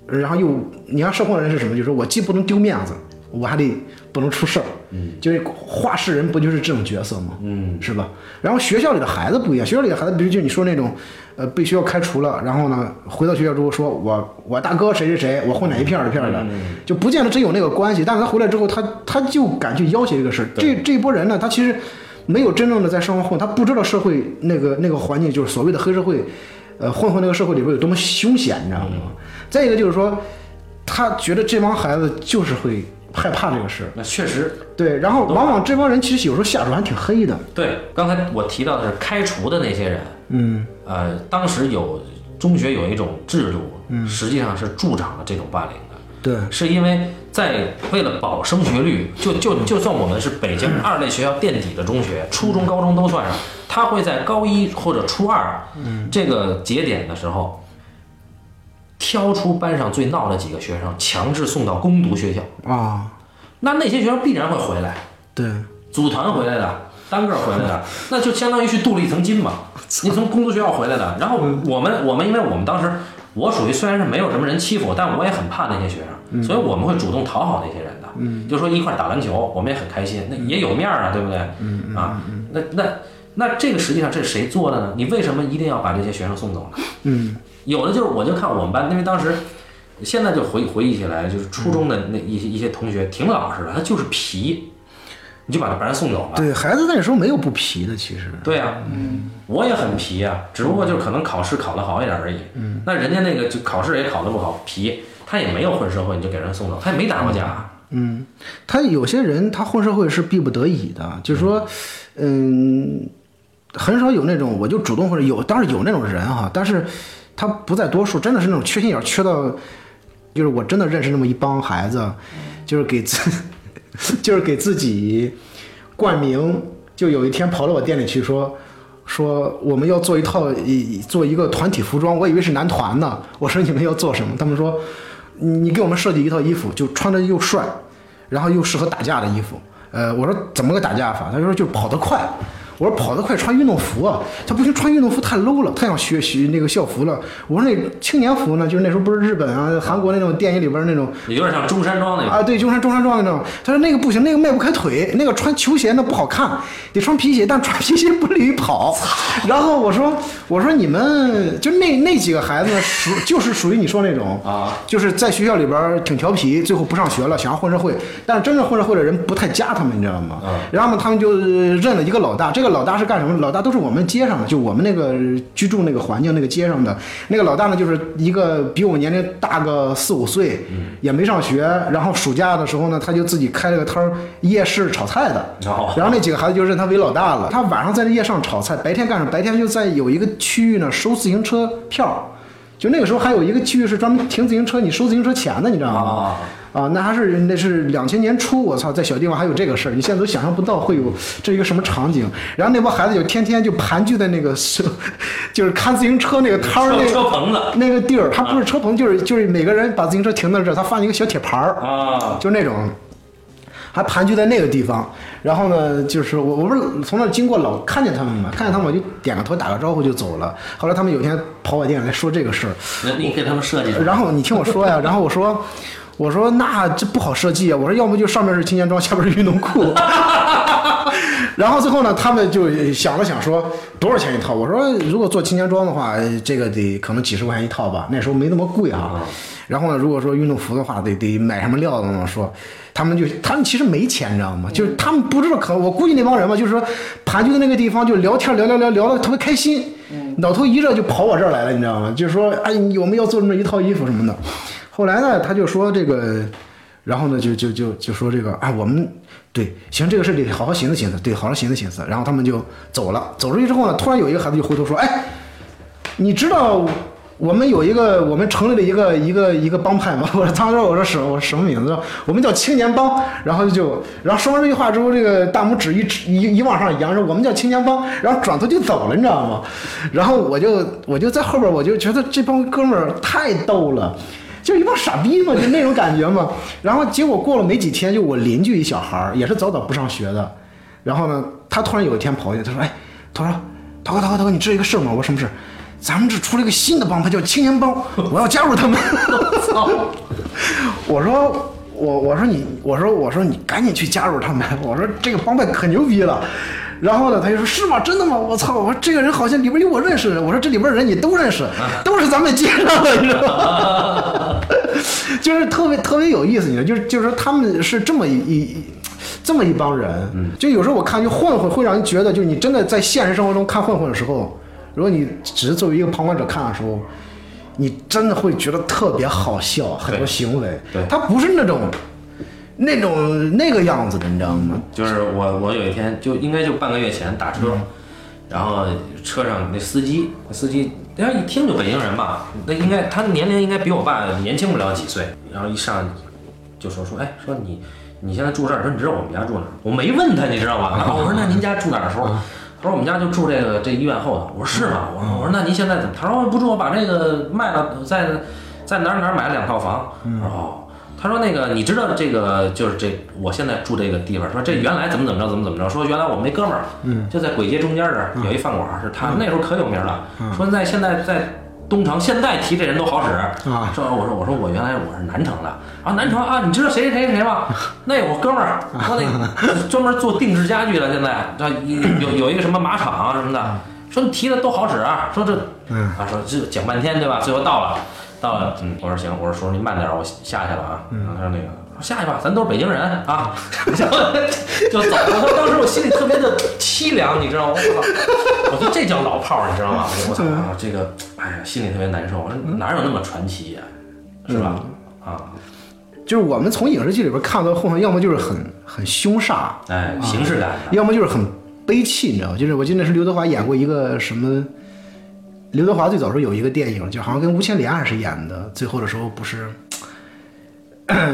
S3: 然后又你看社会人是什么？就是说我既不能丢面子，我还得不能出事儿，嗯，就是画事人不就是这种角色吗？嗯，是吧？然后学校里的孩子不一样，学校里的孩子，比如就你说那种，呃，被学校开除了，然后呢，回到学校之后说我我大哥谁谁谁，我混哪一片儿的片儿的，就不见得真有那个关系，但是他回来之后，他他就敢去要挟这个事儿。这这一波人呢，他其实。没有真正的在生活混，他不知道社会那个那个环境，就是所谓的黑社会，呃，混混那个社会里边有多么凶险，你知道吗？再一个就是说，他觉得这帮孩子就是会害怕这个事儿，
S1: 那确实
S3: 对。然后往往这帮人其实有时候下手还挺黑的，
S1: 对。刚才我提到的是开除的那些人，
S3: 嗯，
S1: 呃，当时有中学有一种制度，实际上是助长了这种霸凌的。
S3: 对，
S1: 是因为在为了保升学率，就就就算我们是北京二类学校垫底的中学，初中、高中都算上，他会在高一或者初二这个节点的时候，挑出班上最闹的几个学生，强制送到攻读学校。
S3: 啊，
S1: 那那些学生必然会回来，
S3: 对，
S1: 组团回来的，单个儿回来的， 那就相当于去镀了一层金 嘛。你从工作学校回来的，然后我们我们因为我们当时我属于虽然是没有什么人欺负我，但我也很怕那些学生，所以我们会主动讨好那些人的。嗯，就说一块儿打篮球，我们也很开心，那也有面儿啊，对不对？嗯啊，那那那这个实际上这是谁做的呢？你为什么一定要把这些学生送走呢？
S3: 嗯，
S1: 有的就是我就看我们班，因为当时。现在就回回忆起来，就是初中的那一些一些同学挺老实的，他就是皮，你就把他把人送走了。
S3: 对，孩子那时候没有不皮的，其实，
S1: 对呀、我也很皮呀、只不过就是可能考试考得好一点而已。嗯，那人家那个就考试也考得不好，皮，他也没有混社会，你就给人送走，他也没打过架。
S3: 嗯，他有些人他混社会是逼不得已的，就是说，嗯，很少有那种我就主动或者有，当然有那种人哈，但是他不在多数，真的是那种缺心眼儿缺到，就是我真的认识那么一帮孩子，就是给自， 就是给自己冠名，就有一天跑到我店里去说。说我们要做一套一做一个团体服装，我以为是男团呢。我说你们要做什么？他们说你给我们设计一套衣服，就穿着又帅，然后又适合打架的衣服。呃，我说怎么个打架法？他说就是跑得快。我说跑得快穿运动服啊，他不行，穿运动服太 low 了，太想学习那个校服了。我说那青年服呢？就是那时候不是日本啊、韩国那种电影里边那种
S1: 也有点像中山装那种。
S3: 啊，对，中山中山装那种。他说那个不行，那个迈不开腿，那个穿球鞋那不好看，得穿皮鞋，但穿皮鞋不利于跑。然后我说我说你们就那那几个孩子呢属就是属于你说那种
S1: 啊，
S3: 就是在学校里边儿挺调皮，最后不上学了，想要混社会，但是真正混社会的人不太加他们，你知道吗？然后他们就认了一个老大，这个个老大是干什么？老大都是我们街上的，就我们那个居住那个环境那个街上的。那个老大呢，就是一个比我们年龄大个四五岁，也没上学。然后暑假的时候呢，他就自己开了个摊儿，夜市炒菜的。
S1: 然后
S3: 然后那几个孩子就认他为老大了。他晚上在那夜上炒菜，白天干什么？白天就在有一个区域呢收自行车票，就那个时候还有一个区域是专门停自行车，你收自行车钱的，你知道吗？
S1: 啊，
S3: 啊，那还是那是两千年初，我操，在小地方还有这个事儿，你现在都想象不到会有这一个什么场景。然后那帮孩子就天天就盘踞在那个是， 就是看自行车那个摊儿
S1: 车
S3: 那个
S1: 车棚子
S3: 那个地儿，他不是车棚，就是就是每个人把自行车停在这儿，他放一个小铁牌儿，
S1: 啊，
S3: 就那种，还盘踞在那个地方。然后呢，就是我我不是从那儿经过，老看见他们嘛，看见他们我就点个头打个招呼就走了。后来他们有天跑我店来说这个事儿，
S4: 那你给他们设计出来
S3: 然后你听我说呀，然后我说，我说那这不好设计啊，我说要么就上面是青年装，下边是运动裤。然后最后呢，他们就想了想说多少钱一套？我说如果做青年装的话，呃这个得可能几十块钱一套吧，那时候没那么贵啊。然后呢，如果说运动服的话，得得买什么料子呢？说他们就他们其实没钱，你知道吗？就是他们不知道可我估计那帮人吧，就是说盘踞在那个地方就聊天聊聊聊聊的特别开心，脑头一热就跑我这儿来了，你知道吗？就是说哎，你我们要做这么一套衣服什么的。后来呢，他就说这个，然后呢，就就就就说这个啊，我们对行，这个事得好好寻思寻思，对，好好寻思寻思。然后他们就走了，走出去之后呢，突然有一个孩子就回头说，哎，你知道我们有一个，我们成立了一个一个一个帮派吗？我 说当时我说什我说什么名字？我们叫青年帮。然后就然后说完这句话之后，这个大拇指一指一一往上扬，说我们叫青年帮，然后转头就走了，你知道吗？然后我就我就在后边，我就觉得这帮哥们儿太逗了。就是一帮傻逼嘛，就那种感觉嘛。然后结果过了没几天，就我邻居一小孩儿，也是早早不上学的，然后呢，他突然有一天跑进来，他说：“哎，他说，涛哥，涛哥，涛哥，你知道一个事儿吗？”我说：“什么事儿？”咱们这出了一个新的帮派，叫青年帮，我要加入他们。 我说我我说你我说我说你赶紧去加入他们，我说这个帮派可牛逼了。然后呢，他就说是吗？真的吗？我操！我说这个人好像里边有我认识的人。我说这里边人你都认识，都是咱们街上的，你知道吗？ 就是特别特别有意思，你知道，就是就是说他们是这么一一一这么一帮人，
S1: 嗯
S3: 就有时候我看就混混会让人觉得，就是你真的在现实生活中看混混的时候，如果你只是作为一个旁观者看的时候，你真的会觉得特别好笑，很多行为
S1: 对，
S3: 他不是那种那种那个样子的，你知道吗？
S1: 就是我我有一天就应该就半个月前打车，然后车上那司机那司机，人家一听就北京人吧，那应该他年龄应该比我爸年轻不了几岁，然后一上就说说哎说你你现在住这儿，说你知道我们家住哪儿？我没问他，你知道吗？然后我说那您家住哪儿？说。他说我们家就住这个这医院后头。我说是吗？我说我说那您现在怎么？他说不住，我把这个卖了，在在哪儿哪儿买了两套房。我说哦，他说那个你知道这个就是这我现在住这个地方，说这原来怎么怎么着怎么怎么着，说原来我们那哥们儿，就在簋街中间这儿有一饭馆儿，是他那时候可有名了，说在现在在。东城现在提这人都好使
S3: 啊！
S1: 说我说我说我原来我是南城的啊，南城啊，你知道谁谁谁谁吗？那我哥们儿，说那专门做定制家具的，现在啊有有有一个什么马场啊什么的，说你提的都好使啊，说这
S3: 嗯
S1: 啊说这讲半天对吧？最后到了，到了，嗯，我说行，我说叔您慢点儿，我下去了啊。然后他说那个，我说下去吧，咱都是北京人啊， 然后就走了。我当时我心里特别的凄凉，你知道吗？我操，我说这叫老炮儿，你知道吗？我操，啊这个，哎呀，心里特别难受。我说哪有那么传奇呀、是吧？啊，
S3: 就是我们从影视剧里边看到混混，要么就是很很凶煞，
S1: 哎，形式感的，
S3: 要么就是很悲戚，你知道吗？就是我记得是刘德华演过一个什么，刘德华最早时候有一个电影，就好像跟吴千莲还是演的，最后的时候不是，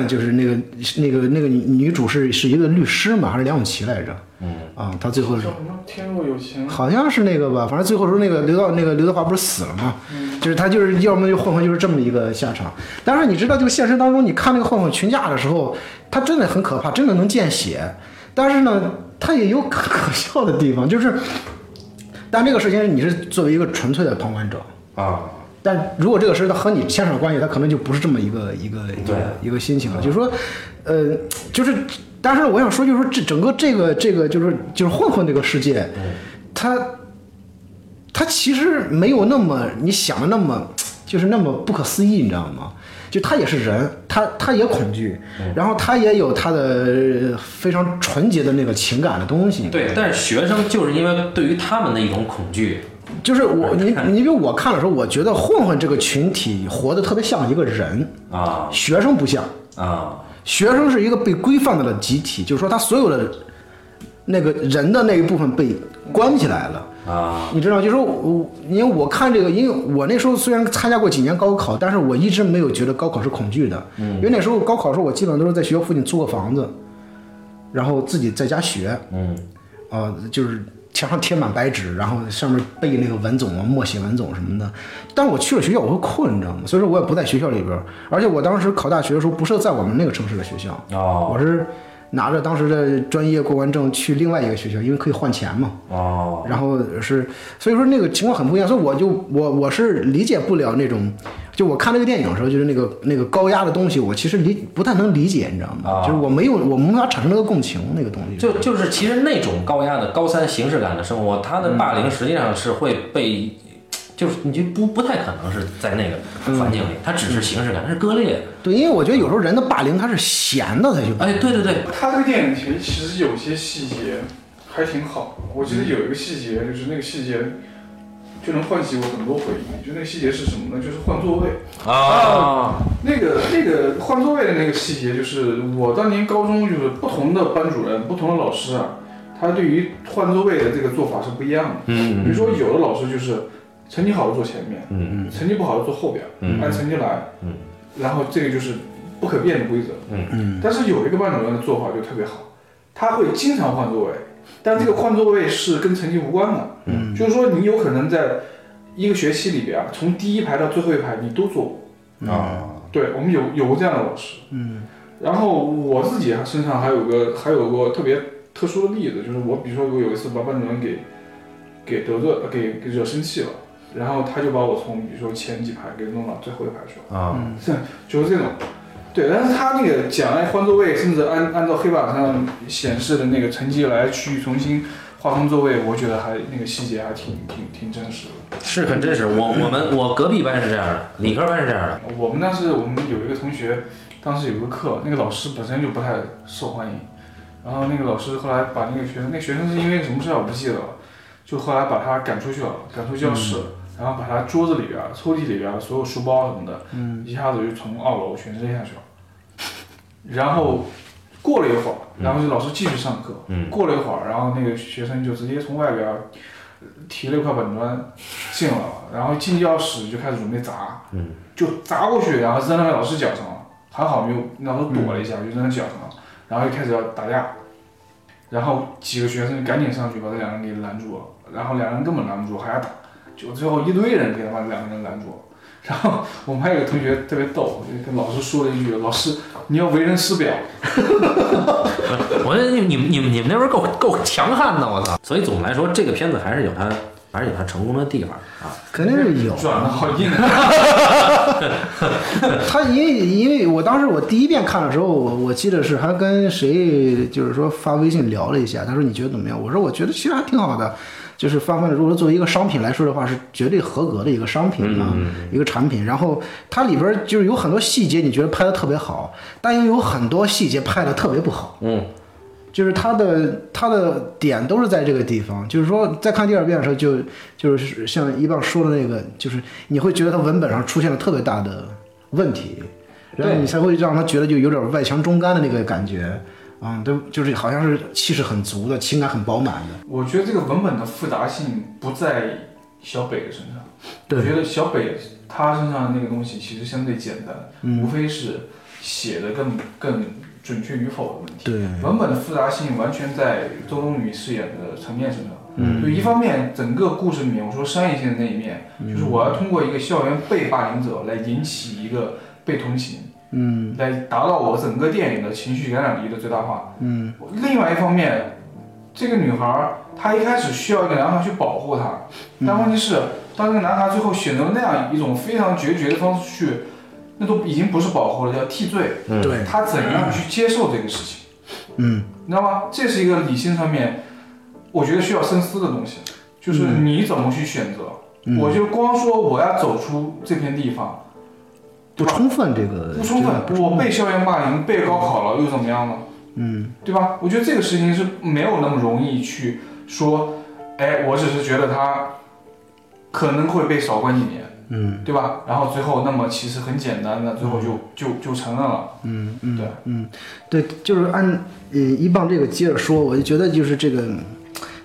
S3: 就是那个那个那个女女主是是一个律师嘛，还是梁咏琪来着？嗯啊，她最后
S2: 叫什么天若有情，
S3: 好像是那个吧，反正最后时候那个刘德那个刘德华不是死了吗？就是他就是要么就混混就是这么一个下场。但是你知道，就现实当中，你看那个混混群架的时候，他真的很可怕，真的能见血。但是呢，他也有可可笑的地方，就是，但这个事情你是作为一个纯粹的旁观者，
S1: 啊，
S3: 但如果这个事儿它和你牵扯关系，它可能就不是这么一个一个一
S1: 对
S3: 个一个心情了。就是说，呃，就是，但是我想说，就是说这整个这个这个就是就是混混这个世界，它它其实没有那么你想的那么。就是那么不可思议，你知道吗？就他也是人，他他也恐惧，然后他也有他的呃非常纯洁的那个情感的东西。
S1: 对，但是学生就是因为对于他们的一种恐惧，
S3: 就是我你你比如我看的时候，我觉得混混这个群体活得特别像一个人，
S1: 啊
S3: 学生不像。
S1: 啊，
S3: 学生是一个被规范的集体，就是说他所有的那个人的那一部分被关起来了。
S1: 啊，
S3: 你知道，就是我，因为我看这个，因为我那时候虽然参加过几年高考，但是我一直没有觉得高考是恐惧的，因为那时候高考的时候，我基本上都是在学校附近租个房子，然后自己在家学，
S1: 嗯
S3: 呃，就是墙上贴满白纸，然后上面背那个文总啊、默写文总什么的。但我去了学校，我会困，你知道吗？所以说我也不在学校里边儿，而且我当时考大学的时候不是在我们那个城市的学校，
S1: 哦
S3: 我是拿着当时的专业过完证去另外一个学校，因为可以换钱嘛。
S1: 哦，
S3: 然后是，所以说那个情况很不一样，所以我就我我是理解不了那种，就我看那个电影的时候，就是那个那个高压的东西，我其实理不太能理解，你知道吗？
S1: 啊
S3: 就是我没有我无法产生那个共情那个东西。
S1: 就就是其实那种高压的高三形式感的生活，他
S3: 嗯
S1: 的霸凌实际上是会被，就是你就不不太可能是在那个
S3: 嗯
S1: 环境里，它只是形式感，它是割裂的。
S3: 对，因为我觉得有时候人的霸凌他是闲的，他就
S1: 哎，对对对，
S2: 他这个电影其实其实有些细节还挺好的，我记得有一个细节，就是那个细节就能唤起我很多回忆。就那个细节是什么呢？就是换座位。
S3: 哦
S1: 啊
S2: 那个那个换座位的那个细节，就是我当年高中就是不同的班主任、不同的老师啊，他对于换座位的这个做法是不一样的。比如
S1: 嗯
S2: 说有的老师就是成绩好的坐前面，
S1: 嗯
S2: 成绩不好的坐后边，
S1: 嗯
S2: 按成绩来。
S1: 嗯
S2: 然后这个就是不可变的规则。
S3: 嗯，
S2: 但是有一个班主任的做法就特别好，他会经常换座位，但这个换座位是跟成绩无关的，
S3: 嗯
S2: 就是说你有可能在一个学期里边啊，从第一排到最后一排你都坐。
S1: 啊
S2: 对我们有有过这样的老师，
S3: 嗯
S2: 然后我自己身上还有个还有过特别特殊的例子，就是我比如说我有一次把班主任给给得罪呃给给惹生气了，然后他就把我从比如说前几排给弄到最后一排去了。
S1: 啊
S3: 嗯
S2: 就是这种。对，但是他那个讲爱换座位，甚至按按照黑板上显示的那个成绩来去重新划分座位，我觉得还那个细节还挺挺挺真实的。
S1: 是很真实。我我们我隔壁班是这样的，理科班是这样的。
S2: 我们当时我们有一个同学，当时有个课，那个老师本身就不太受欢迎，然后那个老师后来把那个学生，那个学生是因为什么事儿我不记得了，就后来把他赶出去了，赶出教室，然后把他桌子里边、抽屉里边所有书包什么的
S3: 嗯
S2: 一下子就从二楼全扔下去了。然后过了一会儿，然后就老师继续上课。
S1: 嗯
S2: 过了一会儿，然后那个学生就直接从外边儿呃提了一块板砖进了，然后进教室就开始准备砸，
S1: 嗯
S2: 就砸过去，然后扔到老师脚上了。还好没有，那老师躲了一下，就扔到脚上了，然后就开始要打架。然后几个学生赶紧上去把这两人给拦住了，然后两人根本拦不住，还要打，就最后一堆人给他把两个人拦住了。然后我们还有个同学特别逗，就跟老师说了一句：“老师，你要为人师表。
S1: 我觉得你们你们你们你们那边够够强悍的，我操！所以总的来说，这个片子还是有它还是有它成功的地方啊。
S3: 肯定是”有。
S2: 转的好硬啊！
S3: 他因为因为我当时我第一遍看的时候，我我记得是还跟谁就是说发微信聊了一下，他说你觉得怎么样？我说我觉得其实还挺好的，就是翻翻如果作为一个商品来说的话，是绝对合格的一个商品啊，一个产品。然后它里边儿就是有很多细节，你觉得拍的特别好，但又有很多细节拍的特别不好。
S1: 嗯
S3: 就是他的他的点都是在这个地方，就是说再看第二遍的时候就，就是像一棒说的那个，就是你会觉得他文本上出现了特别大的问题，然后你才会让他觉得就有点外强中干的那个感觉，嗯，都就是好像是气势很足的，情感很饱满的，
S2: 我觉得这个文本的复杂性不在小北的身上，我
S3: 对，
S2: 觉得小北他身上的那个东西其实相对简单，
S3: 嗯
S2: 无非是写的更更准确与否的问题。
S3: 对，
S2: 文本的复杂性完全在周冬雨饰演的陈念身上。
S3: 嗯
S2: 就一方面，整个故事里面，我说商业性的那一面，
S3: 嗯
S2: 就是我要通过一个校园被霸凌者来引起一个被同情，
S3: 嗯
S2: 来达到我整个电影的情绪感染力的最大化。
S3: 嗯
S2: 另外一方面，这个女孩儿她一开始需要一个男孩去保护她，
S3: 嗯
S2: 但问题是，当这个男孩最后选择那样一种非常决绝的方式去，那都已经不是保护了，叫替罪。
S1: 嗯
S3: 对，
S2: 她怎样去接受这个事情？
S3: 嗯
S2: 你知道吗？这是一
S3: 嗯
S2: 个理性上面，我觉得需要深思的东西，就是你怎么去选择。我就光说我要走出这片地方，
S3: 不充分这个，
S2: 不充
S3: 这
S2: 分，
S3: 个
S2: 我被校园霸凌，被高考了又怎么样呢？
S3: 嗯
S2: 对吧？我觉得这个事情是没有那么容易去说，哎，我只是觉得他可能会被少关几年，
S3: 嗯
S2: 对吧？然后最后那么其实很简单的，最后就、就就承认了。
S3: 嗯嗯，
S2: 对
S3: 嗯，对，就是按呃一棒这个接着说，我就觉得就是这个。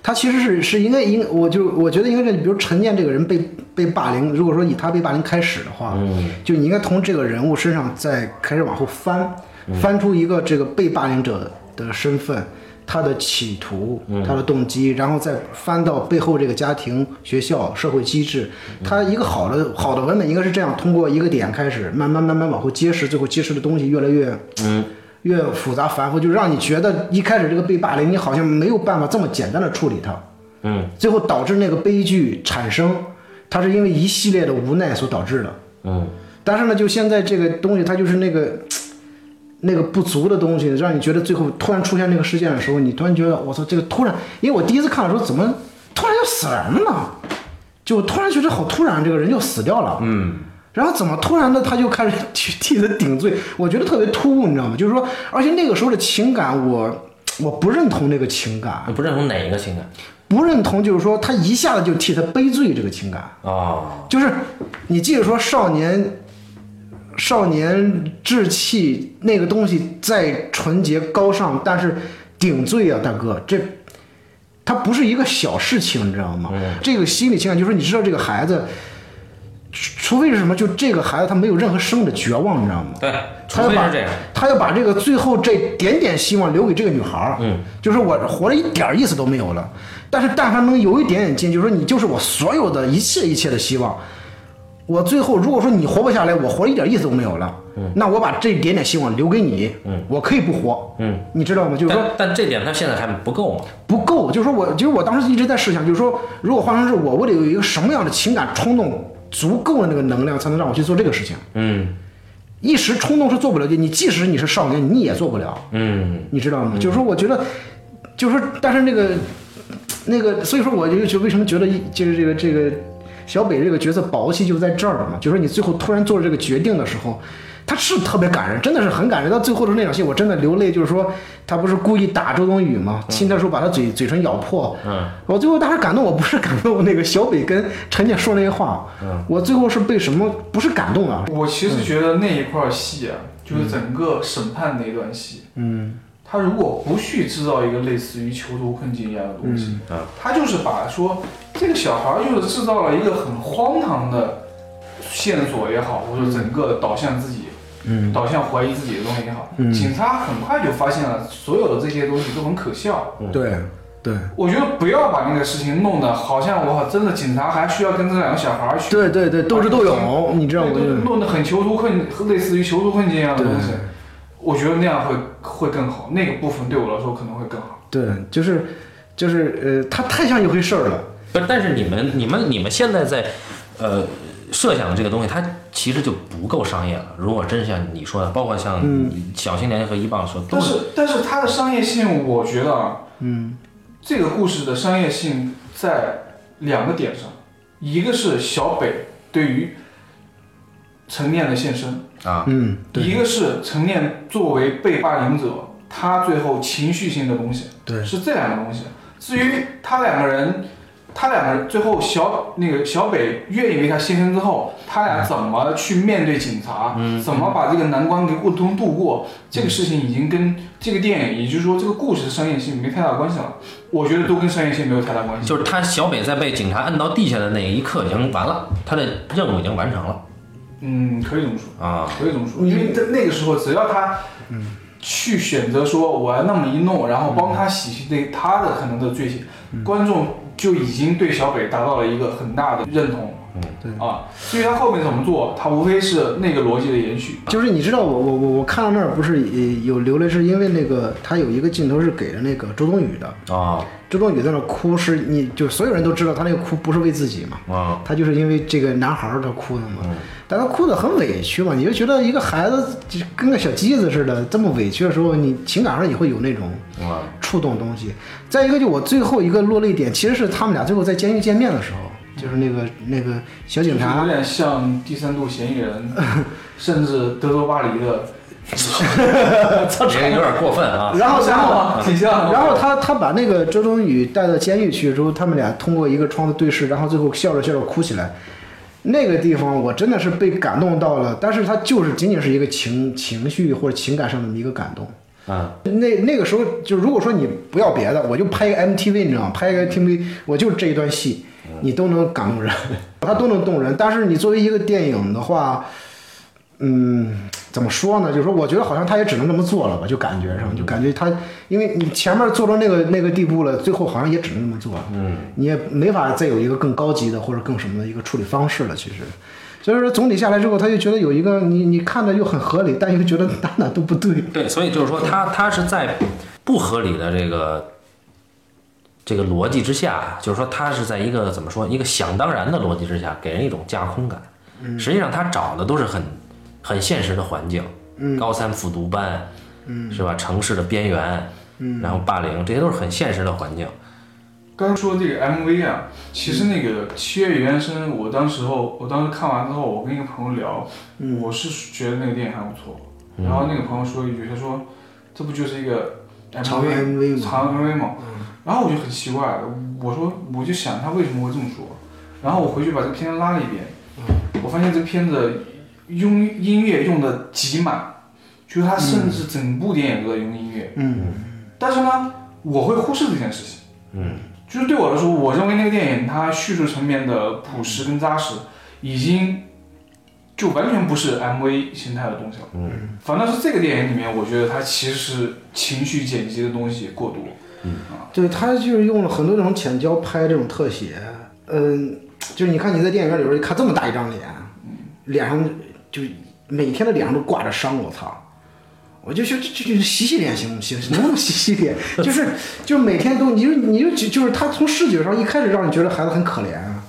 S3: 他其实是是应该应，我就我觉得应该是，比如陈念这个人被被霸凌，如果说以他被霸凌开始的话，
S1: 嗯
S3: 就你应该从这个人物身上再开始往后翻，
S1: 嗯
S3: 翻出一个这个被霸凌者的身份，他的企图，
S1: 嗯
S3: 他的动机，然后再翻到背后这个家庭、学校、社会机制。
S1: 嗯
S3: 他一个好的好的文本应该是这样，通过一个点开始，慢慢慢慢往后揭示，最后揭示的东西越来越
S1: 嗯，
S3: 越复杂繁复，就让你觉得一开始这个被霸凌，你好像没有办法这么简单的处理它。
S1: 嗯，
S3: 最后导致那个悲剧产生，它是因为一系列的无奈所导致的。
S1: 嗯，
S3: 但是呢，就现在这个东西，它就是那个那个不足的东西，让你觉得最后突然出现那个事件的时候，你突然觉得我操，这个突然，因为我第一次看的时候，怎么突然就死人了？就突然觉得好突然，这个人就死掉了。嗯。然后怎么突然的他就开始去替他顶罪？我觉得特别突兀，你知道吗？就是说，而且那个时候的情感我，我不认同那个情感，
S1: 你不认同哪一个情感
S3: 不认同就是说他一下子就替他背罪这个情感。
S1: 啊？
S3: 就是你记着说少年，少年志气那个东西再纯洁高尚，但是顶罪啊，大哥，这它不是一个小事情，你知道吗？这个心理情感就是你知道这个孩子，除除非是什么，就这个孩子他没有任何生的绝望，你知道吗？
S1: 对，除
S3: 他要
S1: 非
S3: 把
S1: 是这样。
S3: 他要把这个最后这点点希望留给这个女孩儿，
S1: 嗯，
S3: 就是我活着一点儿意思都没有了。但是但凡能有一点点劲，就是说你就是我所有的一切一切的希望。我最后如果说你活不下来，我活着一点意思都没有了，嗯，那我把这一点点希望留给你，嗯，我可以不活，
S1: 嗯，
S3: 你知道吗？就是说
S1: 但但这点他现在还不够嘛？
S3: 不够，就是说我，就是我当时一直在试想，就是说，如果换成是我，我得有一个什么样的情感冲动，足够的那个能量，才能让我去做这个事情。
S1: 嗯
S3: 一时冲动是做不了的，你即使你是少年，你也做不了。
S1: 嗯
S3: 你知道吗？就是说，我觉得，就是说，但是那个那个，所以说，我就就为什么觉得一就是这个这个小北这个角色薄气就在这儿了嘛，就是说你最后突然做这个决定的时候。他是特别感人，真的是很感人。到最后的那场戏，我真的流泪。就是说，他不是故意打周冬雨吗？亲的时候把他嘴嘴唇咬破。
S1: 嗯
S3: 我最后当时感动，我不是感动那个小北跟陈姐说那些话，我最后是被什么？不是感动啊，
S2: 我其实觉得那一块戏啊，就是整个审判那段戏，
S3: 嗯
S2: 他如果不去制造一个类似于囚徒困境一样的东西，
S1: 嗯啊
S2: 他就是把说这个小孩儿就是制造了一个很荒唐的线索也好，或者整个导向自己、
S3: 嗯
S2: 导向怀疑自己的东西也好，
S3: 嗯
S2: 警察很快就发现了所有的这些东西都很可笑。
S3: 对对
S2: 我觉得不要把那个事情弄得好像我靠，真的警察还需要跟这两个小孩儿去
S3: 对对对，斗智斗勇，你知道
S2: 对
S3: 我
S2: 就
S3: 就是是
S2: 弄得很囚徒困，类似于囚徒困境一样的东西
S3: 对。
S2: 我觉得那样会会更好，那个部分对我来说可能会更好。
S3: 对，就是就是呃，他太像一回事儿了。
S1: 不是，但是你们你们你们现在在，呃，设想的这个东西，它其实就不够商业了。如果真像你说的，包括像小青年和一棒说，都
S2: 但是但是它的商业性，我觉得啊，
S3: 嗯
S2: 这个故事的商业性在两个点上，一个是小北对于陈念的献身，
S1: 啊，
S3: 嗯，
S2: 一个是陈念作为被霸凌者，他最后情绪性的东西。
S3: 对
S2: 是这两个东西。至于他两个人，他两个人最后小那个小北愿意为他牺牲之后，他俩怎么去面对警察，怎么把这个难关给共同度过，这个事情已经跟这个电影，也就是说这个故事的商业性没太大关系了。我觉得都跟商业性没有太大关系。
S1: 就是他小北在被警察摁到地下的那一刻已经完了，他的任务已经完成了
S2: 嗯，可以这么说，
S1: 啊。
S2: 可以这么
S3: 嗯
S2: 说，因为在那个时候，只要他。去选择说我要那么一弄，然后帮
S3: 嗯
S2: 他洗去那他的可能的罪行，观众就已经对小北达到了一个很大的认同。
S1: 嗯
S3: 对，
S2: 啊，至于他后面怎么做，他无非是那个逻辑的延续。
S3: 就是你知道我我我我看到那儿不是呃有流泪，是因为那个他有一个镜头是给了那个周冬雨的，
S1: 啊
S3: 周冬雨在那儿哭是你就所有人都知道他那个哭不是为自己嘛，
S1: 啊！
S3: 他就是因为这个男孩儿他哭的嘛，但他哭的很委屈嘛，你就觉得一个孩子就跟个小鸡子似的，这么委屈的时候，你情感上也会有那种
S1: 啊
S3: 触动的东西。再一个，就我最后一个落泪点，其实是他们俩最后在监狱见面的时候，就是那个那个小警
S2: 有
S3: 察，
S2: 点像第三度嫌疑 人，甚至德州巴黎的，
S1: 也有点过分啊。
S3: 然后然后
S2: 挺像的。
S3: 然后他他把那个周冬雨带到监狱去之后，他们俩通过一个窗户对视，然后最后笑着笑着哭起来。那个地方我真的是被感动到了，但是他就是仅仅是一个情情绪或者情感上的一个感动。
S1: 嗯，
S3: 那那个时候就如果说你不要别的，我就拍一个 MTV，你知道吗？拍一个 MTV，我就这一段戏，你都能感动人， 他都能动人。但是你作为一个电影的话，嗯，怎么说呢？就是说，我觉得好像他也只能这么做了吧，就感觉上，就感觉他，因为你前面做到那个那个地步了，最后好像也只能这么做了。嗯，你也没法再有一个更高级的或者更什么的一个处理方式了，其实。所以说总体下来之后，他就觉得有一个你你看着又很合理，但又觉得哪哪都不对。
S1: 对，所以就是说他他是在不合理的这个这个逻辑之下，啊就是说他是在一个怎么说一个想当然的逻辑之下，给人一种架空感。
S3: 嗯
S1: 实际上他找的都是很很现实的环境，
S3: 嗯
S1: 高三复读班，是吧？城市的边缘，
S3: 嗯
S1: 然后霸凌，这些都是很现实的环境。
S2: 刚刚说这个 MV 啊，其实那个《七月与安生》，我当时候，我当时看完之后，我跟一个朋友聊，我是觉得那个电影还不错。然后那个朋友说一句，他说：“这不就是一个 MV
S3: 长篇 MV 嘛
S2: 长篇 MV 嘛。”
S3: 嗯
S2: 然后我就很奇怪，我说我就想他为什么会这么说。然后我回去把这个片子拉了一遍，
S3: 嗯
S2: 我发现这片子用音乐用的极满，就是它甚至整部电影都在用音乐。
S3: 嗯
S2: 但是呢，我会忽视这件事情。嗯，就是对我来说，我认为那个电影它叙述层面的朴实跟扎实，已经就完全不是 MV 形态的东西了。嗯，反倒是这个电影里面，我觉得它其实是情绪剪辑的东西过多。
S3: 对他就是用了很多这种浅焦拍这种特写，嗯，就是你看你在电影院里边儿看这么大一张脸，脸上就每天的脸上都挂着伤，我操！我就说这这这洗洗脸行不行？ 能不能洗洗脸？就是就是每天都，你就你就就是他从视觉上一开始让你觉得孩子很可怜啊，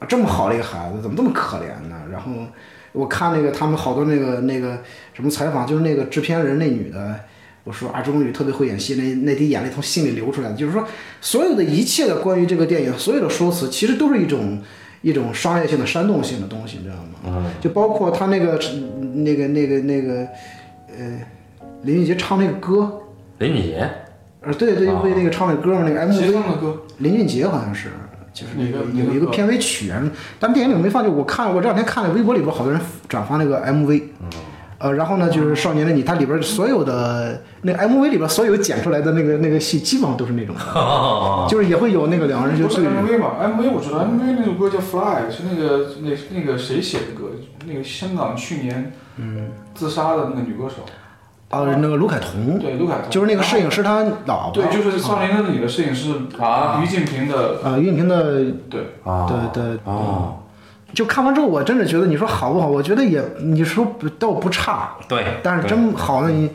S3: 啊这么好的一个孩子怎么这么可怜呢？然后我看那个他们好多那个那个什么采访，就是那个制片人那女的，我说啊，周冬雨特别会演戏，那那滴眼泪从心里流出来的，就是说所有的一切的关于这个电影所有的说辞，其实都是一种一种商业性的煽动性的东西，你知道吗？就包括他那个那个那个那个呃，林俊杰唱那个歌，
S1: 林俊 杰，
S3: 呃，对对，
S1: 啊
S3: 为那个唱那歌嘛，那个
S2: 谁
S3: MV
S2: 唱的歌？
S3: 林俊杰好像是，就是那个
S2: 哪个
S3: 有一
S2: 哪
S3: 个
S2: 个
S3: 片尾曲，啊但电影里没放。就我看，我这两天看了微博里边好多人转发那个 MV，呃，然后呢就是《少年的你》，它里边所有的那个 MV 里边所有剪出来的那个那个戏，基本上都是那种的，就是也会有那个两个人就
S2: 不是
S3: 对着
S2: MV 嘛？MV 我知道，MV 那首歌叫《Fly》，是那个那那个谁写的歌？那个香港去年
S3: 嗯
S2: 自杀的那个女歌手，
S3: 啊，那个卢凯彤，
S2: 对，卢凯彤，
S3: 就是那个摄影师啊他老婆，
S2: 对，就是《少年的你》的摄影师
S1: 啊
S2: 于静平的，
S3: 呃，岳云平的
S2: 对。
S1: 啊，
S3: 对对
S1: 哦，
S3: 就看完之后，我真的觉得你说好不好？我觉得也，你说不倒不差，
S1: 对，
S3: 但是
S1: 对
S3: 真好呢。你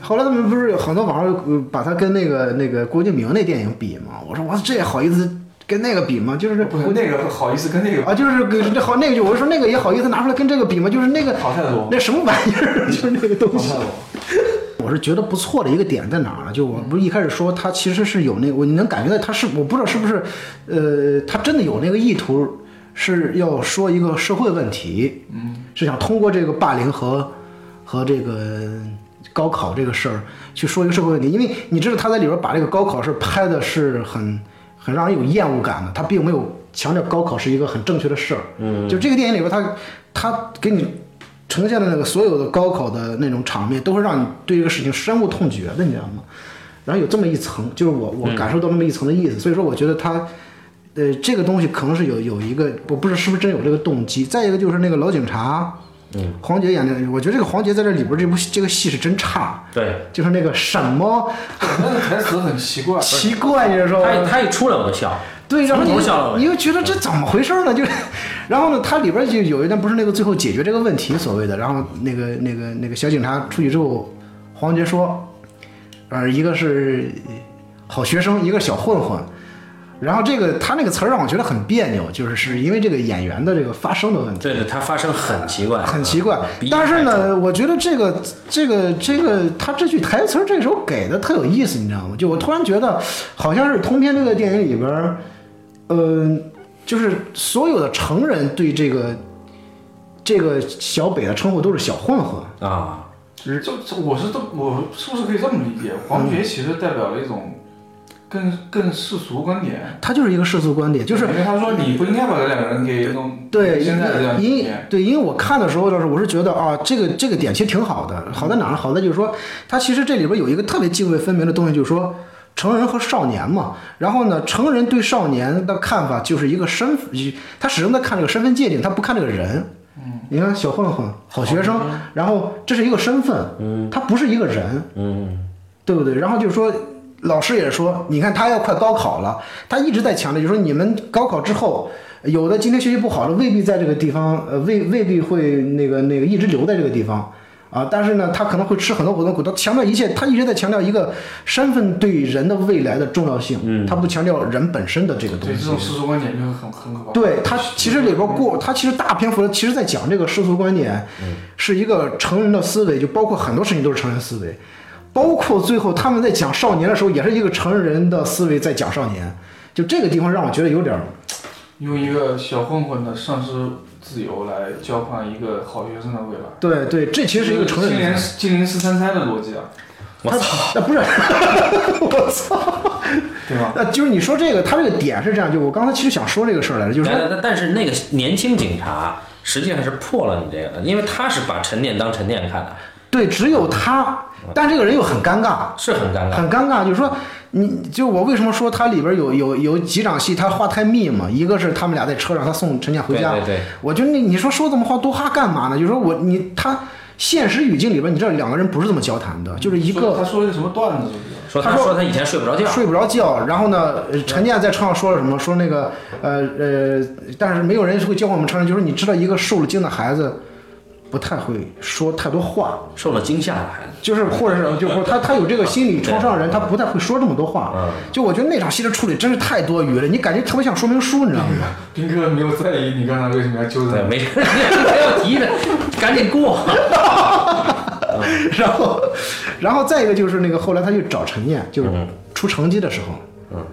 S3: 后来他们不是很多网上呃把它跟那个那个郭敬明那电影比嘛？我说我这也好意思跟那个比吗？就是
S2: 不是那个好意思跟那个
S3: 啊，就是跟这好那个就我说那个也好意思拿出来跟这个比吗？就是那个
S2: 好太多，
S3: 那什么玩意儿， 就是那个东
S2: 好
S3: 西
S2: 太。多。
S3: 我是觉得不错的一个点在哪儿呢？就我不是一开始说他其实是有那个，我能感觉到他是我不知道是不是，呃，他真的有那个意图是要说一个社会问题，嗯，是想通过这个霸凌和和这个高考这个事儿去说一个社会问题，因为你知道他在里边把这个高考是拍的是很很让人有厌恶感的，他并没有强调高考是一个很正确的事儿，嗯，就这个电影里边他他给你呈现的那个所有的高考的那种场面，都会让你对这个事情深恶痛绝的，你知道吗？然后有这么一层，就是我我感受到那么一层的意思，所以说我觉得他，呃，这个东西可能是有有一个，我不知道是不是真有这个动机。再一个就是那个老警察，嗯，黄觉演的，我觉得这个黄觉在这里边这部戏这个戏是真差，
S1: 对，
S3: 就是那个什么
S2: 那个台词很奇怪，
S3: 奇怪，你说
S1: 他一他一出来我就笑，
S3: 对，然后
S1: 从头笑到尾
S3: 你你又觉得这怎么回事呢？就是，然后呢，它里边就有一段不是那个最后解决这个问题所谓的，然后那个那个那个小警察出去之后，黄觉说，呃，一个是好学生，一个小混混。然后这个他那个词儿让我觉得很别扭，就是是因为这个演员的这个发声的问题。
S1: 对对，他发声很奇怪，
S3: 很奇怪
S1: 嗯鼻。音
S3: 但是
S1: 太重
S3: 呢，我觉得这个这个这个他这句台词儿这时候给的特有意思，你知道吗？就我突然觉得好像是通篇这个电影里边儿，呃，就是所有的成人对这个这个小北的称呼都是小混混，
S1: 啊，
S2: 这这我是这我是不是可以这么理解？
S3: 嗯
S2: 黄觉其实代表了一种更更世俗观点，
S3: 他就是一个世俗观点，就是
S2: 因为他说你不应该把这两个人给弄
S3: 对，
S2: 现在这样
S3: 因
S2: 理
S3: 因
S2: 解
S3: 对，因为我看的时候，就是我是觉得啊，这个这个点其实挺好的，好在哪儿呢？好在就是说，它其实这里边有一个特别泾渭分明的东西，就是说成人和少年嘛。然后呢，成人对少年的看法就是一个身份，一他始终在看这个身份界定，他不看这个人。嗯，你看小混混、好学生，然后这是一个身份，嗯，他不是一个人，
S1: 嗯，
S3: 对不对？然后就是说，老师也说，你看他要快高考了，他一直在强调，就是说你们高考之后，有的今天学习不好的未必在这个地方，呃，未未必会那个那个一直留在这个地方。啊，但是呢，他可能会吃很多苦头苦，他强调一切，他一直在强调一个身份对人的未来的重要性，嗯、他不强调人本身的这个东
S2: 对
S3: 西
S2: 这。种世俗观点就是很很可怕。嗯
S3: 对他其实里边过，他其实大篇幅的其实在讲这个世俗观点，是一个成人的思维，就包括很多事情都是成人思维，包括最后他们在讲少年的时候，也是一个成人的思维在讲少年，就这个地方让我觉得有点儿
S2: 用一个小混混的丧失自由来交换一个好学生的未来，
S3: 对对，这其实是一个成
S2: 金
S3: 人
S2: 陵
S3: 的思维。
S2: 金陵十三钗的逻辑啊，
S1: 我
S3: 他那不是，啊我操！
S2: 对吧？
S3: 那就是你说这个，他这个点是这样，就我刚才其实想说这个事儿来着，就是说
S1: 但但但是那个年轻警察实际上是破了你这个的，因为他是把陈念当陈念看的，
S3: 对，只有他，但这个人又很尴尬，
S1: 是很尴尬。
S3: 很尴尬，就是说，你就我为什么说它里边有有有几场戏，他画太密嘛？一个是他们俩在车上，他送陈念回
S1: 对
S3: 家，
S1: 对对，
S3: 我觉得你你说说这么话多哈干嘛呢？就是说我你他现实语境里边，你知道两个人不是这么交谈的，就是一
S2: 说
S3: 个
S2: 他说一个什么段子，是不是？
S1: 说他
S3: 他说
S1: 说他以前睡不着觉，
S3: 睡不着觉，然后呢，呃陈念在车上说了什么？说那个呃呃，但是没有人会教我们成人，就是你知道一个受了惊的孩子不太会说太多话，
S1: 受了惊吓的孩子。
S3: 就是或者是就是说他他有这个心理创伤的人，他不太会说这么多话。
S1: 嗯，
S3: 就我觉得那场戏的处理真是太多余了，你感觉特别像说明书，你知道 吗？
S2: 斌哥没有在意你刚才为什么要纠
S3: 嗯
S1: 对，
S2: 正，
S1: 没事，不要提着，赶紧过。
S3: 然后，然后再一个就是那个后来他去找陈念，就是出成绩的时候，
S1: 嗯，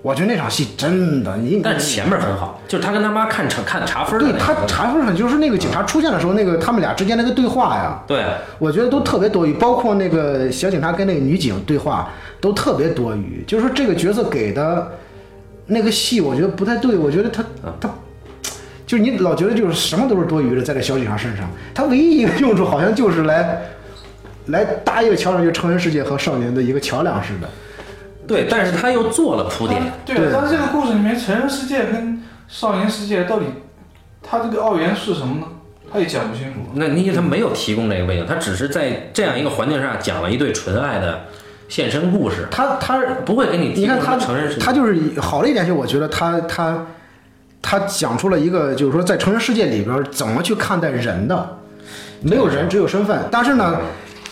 S3: 我觉得那场戏真的，你
S1: 但是前面很好，就是他跟他妈看查看查分的
S3: 对
S1: 那个
S3: 他查分很就是那个警察出现的时候，那个他们俩之间那个对话呀，
S1: 对，
S3: 我觉得都特别多余，包括那个小警察跟那个女警对话都特别多余，就是说这个角色给的那个戏，我觉得不太对，我觉得他他。就是你老觉得就是什么都是多余的，在这小警察身上，他唯一一个用处好像就是来，来搭一个桥梁，就是成人世界和少年的一个桥梁似的。
S1: 对，但是他又做了铺垫。
S2: 对
S3: 对
S2: 但是这个故事里面，成人世界跟少年世界到底，它这个奥元是什么呢？他也讲不清楚。
S1: 那因为他没有提供这个背景，他只是在这样一个环境下讲了一对纯爱的现身故事，
S3: 他他
S1: 不会给你提
S3: 你看
S1: 供
S3: 他
S1: 承认是
S3: 他就是好的一点是，我觉得他他他讲出了一个，就是说在成人世界里边儿怎么去看待人的，没有人只有身份，但是
S1: 嗯
S3: 呢，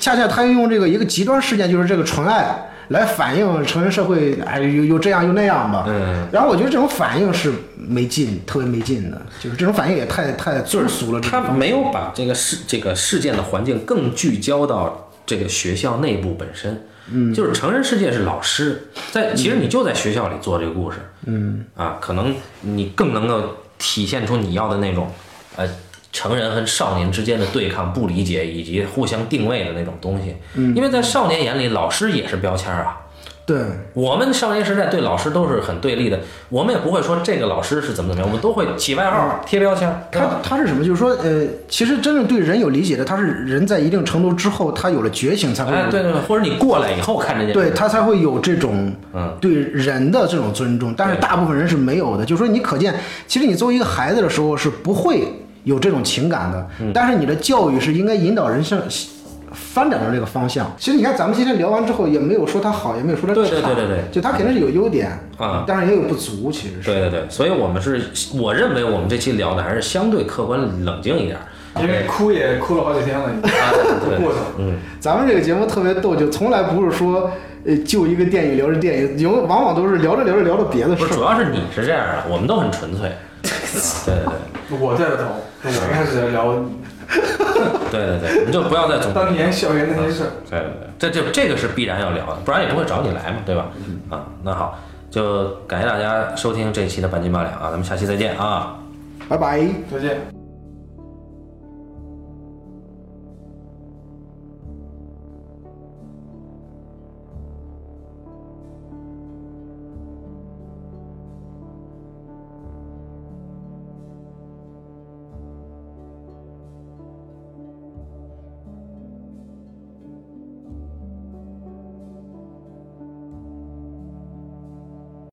S3: 恰恰他又用这个一个极端事件，就是这个纯爱来反映成人社会，哎，又又这样又那样吧。
S1: 嗯，
S3: 然后我觉得这种反应是没劲，特别没劲的，就是这种反应也太太粗俗了。这
S1: 他
S3: 种
S1: 没有把这个事这个事件的环境更聚焦到这个学校内部本身。嗯，就是成人世界是老师在，其实你就在学校里做这个故事。嗯，啊，可能你更能够体现出你要的那种，呃，成人和少年之间的对抗、不理解以及互相定位的那种东西。嗯，因为在少年眼里，老师也是标签儿啊。
S3: 对
S1: 我们少年时代对老师都是很对立的，我们也不会说这个老师是怎么怎么样，我们都会起外号、贴标签儿，对吧？
S3: 他他是什么？就是说，呃，其实真正对人有理解的，他是人在一定程度之后，他有了觉醒才会有
S1: 哎，对对，对或者你过来以后看这件事，
S3: 对他才会有这种
S1: 嗯
S3: 对人的这种尊重，但是
S1: 对
S3: 大部分人是没有的。就是说，你可见，其实你作为一个孩子的时候是不会有这种情感的，
S1: 嗯
S3: 但是你的教育是应该引导人向翻转到这个方向。其实你看，咱们今天聊完之后，也没有说他好，也没有说他差，
S1: 对对对对对
S3: 就他肯定是有优点
S1: 啊
S3: 但是也有不足，其实是。
S1: 对对对，所以我们是，我认为我们这期聊的还是相对客观冷静一点儿，
S2: 因为哭也哭了好几天了，已经
S1: 啊对嗯
S2: 过程。
S3: 咱们这个节目特别逗，就从来不是说呃就一个电影聊着电影，有往往都是聊着聊着聊着别的
S1: 不
S3: 事儿
S1: 是，。主要是你是这样的，我们都很纯 粹，对对
S2: 我带的头，我开始聊
S1: 对对对对，你就不要再总
S2: 当年校园那些事儿。
S3: 嗯
S1: 对对对，这这这个是必然要聊的，不然也不会找你来嘛，对吧？啊，那好，就感谢大家收听这一期的半斤八两啊，咱们下期再见啊。
S3: 拜拜。
S1: 嗯
S2: 再见。